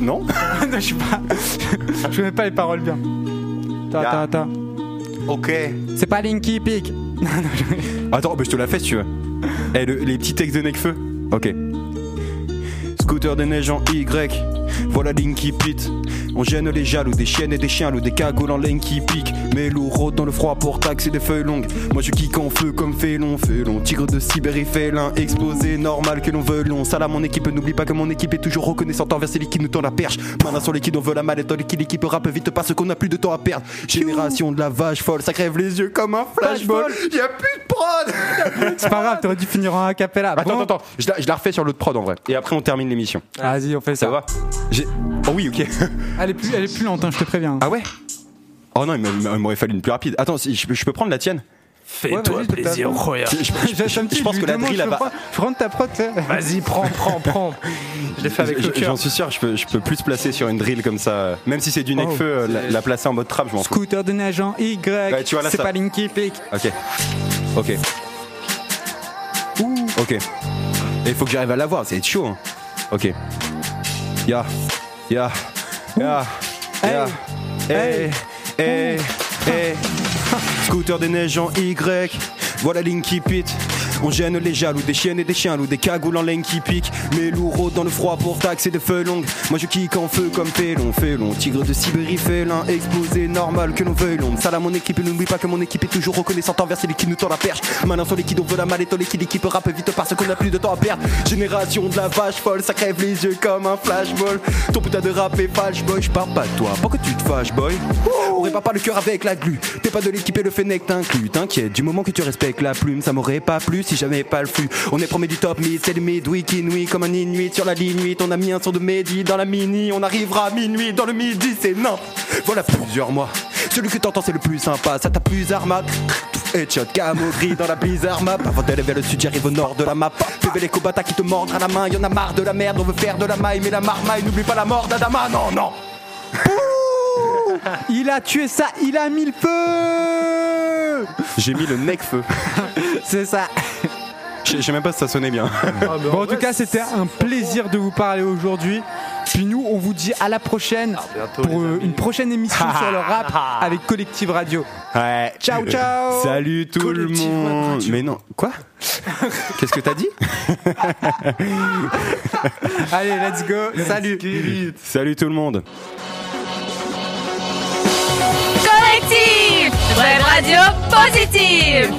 [SPEAKER 3] Non
[SPEAKER 2] Non, je sais pas. Je connais pas les paroles bien. Ta, ta, ta.
[SPEAKER 3] Ok.
[SPEAKER 2] C'est pas Linky Pick.
[SPEAKER 3] Attends, bah, je te la fais si tu veux. Eh, le- les petits textes de Necfeu Ok. Scooter de neige en Y. Voilà Linky Pit. On gêne les jaloux, des chiennes et des chiens loups, des cagoules en Linky Pick. Mais lourd rôde dans le froid pour taxer des feuilles longues. Moi je kick en feu comme félon, félon. Tigre de Sibérie, félin, explosé, normal que l'on veuille long. Salam mon équipe, n'oublie pas que mon équipe est toujours reconnaissante envers ces liquides, nous tend la perche. Mana sur liquide, on veut la mallette, dans liquide, l'équipe rappe vite parce qu'on a plus de temps à perdre. Génération de la vache folle, ça crève les yeux comme un flashball. Y'a plus de prod
[SPEAKER 2] C'est pas grave, t'aurais dû finir en acapella.
[SPEAKER 3] Attends,
[SPEAKER 2] Bon.
[SPEAKER 3] attends, attends. Je la, je la refais sur l'autre prod en vrai. Et après, on termine l'émission.
[SPEAKER 2] Vas-y, on fait ça.
[SPEAKER 3] Ça va J'ai- Oh oui, ok.
[SPEAKER 2] Elle est plus, elle est plus lente, hein, je te préviens.
[SPEAKER 3] Ah ouais Oh non, il m'a- il m'aurait fallu une plus rapide. Attends, si- je, peux- je peux prendre la tienne
[SPEAKER 4] Fais-toi
[SPEAKER 2] Ouais, vas-y,
[SPEAKER 4] plaisir,
[SPEAKER 2] peut-être.
[SPEAKER 4] Roya.
[SPEAKER 3] Je, je- je- je pense que la drill, elle va-
[SPEAKER 2] Prends ta prod, t'sais.
[SPEAKER 4] Vas-y, prends, prends, prends. Je l'ai fait avec le
[SPEAKER 3] J- J'en
[SPEAKER 4] cœur.
[SPEAKER 3] suis sûr, je peux, je peux plus placer sur une drill comme ça. Même si c'est du
[SPEAKER 2] Oh.
[SPEAKER 3] Necfeu, euh, la, la placer en mode trap, je m'en fous.
[SPEAKER 2] Scooter de neige en Y.
[SPEAKER 3] Ouais, Bah, tu vois, là,
[SPEAKER 2] C'est
[SPEAKER 3] ça-
[SPEAKER 2] pas Linky Pick.
[SPEAKER 3] Ok. Ok. Ok. Et faut que j'arrive à la voir, ça va être chaud. hein. Ok. Ya. Ya. Ya. Ya. Eh. Eh. Eh. Scooter des neiges en Y. Voilà Linky Pit. On gêne les jaloux, des chiennes et des chiens loups, des cagoules en laine qui piquent. Mes loups rôdent dans le froid pour taxer des feux longues. Moi je kick en feu comme félon, félon. Tigre de Sibérie, félin, explosé, normal que l'on veuille l'ombre. Salam mon équipe, et n'oublie pas que mon équipe est toujours reconnaissante envers celui qui nous tend la perche. Maintenant sur l'équipe, on veut la malle et ton équipe, l'équipe rappe vite parce qu'on a plus de temps à perdre. Génération de la vache folle, ça crève les yeux comme un flashball. Ton putain de rap est flash boy, je parle pas de toi. Pourquoi tu te fâches, boy On répare pas le cœur avec la glu. T'es pas de l'équipe et le fennec t'inclut. T'inquiète, du moment que tu respectes la plume, ça m'aurait pas plu si j'avais pas le flux. On est promis du top mid, c'est le mid, week nuit comme un inuit sur la ligne 8. On a mis un son de Mehdi dans la mini, on arrivera à minuit dans le midi, c'est non. Voilà plusieurs mois. Celui que t'entends, c'est le plus sympa, ça t'a plus armat. Headshot, camo gris dans la blizzard map. Avant d'aller vers le sud, j'arrive au nord de la map. Bébé les combats qui te mordent à la main, y'en a marre de la merde, on veut faire de la maille, mais la marmaille, n'oublie pas la mort d'Adama, non, non.
[SPEAKER 2] Il a tué ça, il a mis le feu.
[SPEAKER 3] J'ai mis le nec feu.
[SPEAKER 2] C'est ça.
[SPEAKER 3] Je sais même pas si ça sonnait bien.
[SPEAKER 2] Bon, en tout cas, c'était un plaisir de vous parler aujourd'hui. Puis nous, on vous dit à la prochaine pour euh, une prochaine émission sur le rap avec Collective Radio.
[SPEAKER 3] Ouais.
[SPEAKER 2] Ciao, ciao.
[SPEAKER 3] Salut tout le
[SPEAKER 2] Collective
[SPEAKER 3] monde.
[SPEAKER 2] Radio.
[SPEAKER 3] Mais non, quoi Qu'est-ce que t'as dit
[SPEAKER 2] Allez, let's go. Salut.
[SPEAKER 3] Salut tout le monde.
[SPEAKER 1] Collectif Web Radio Positive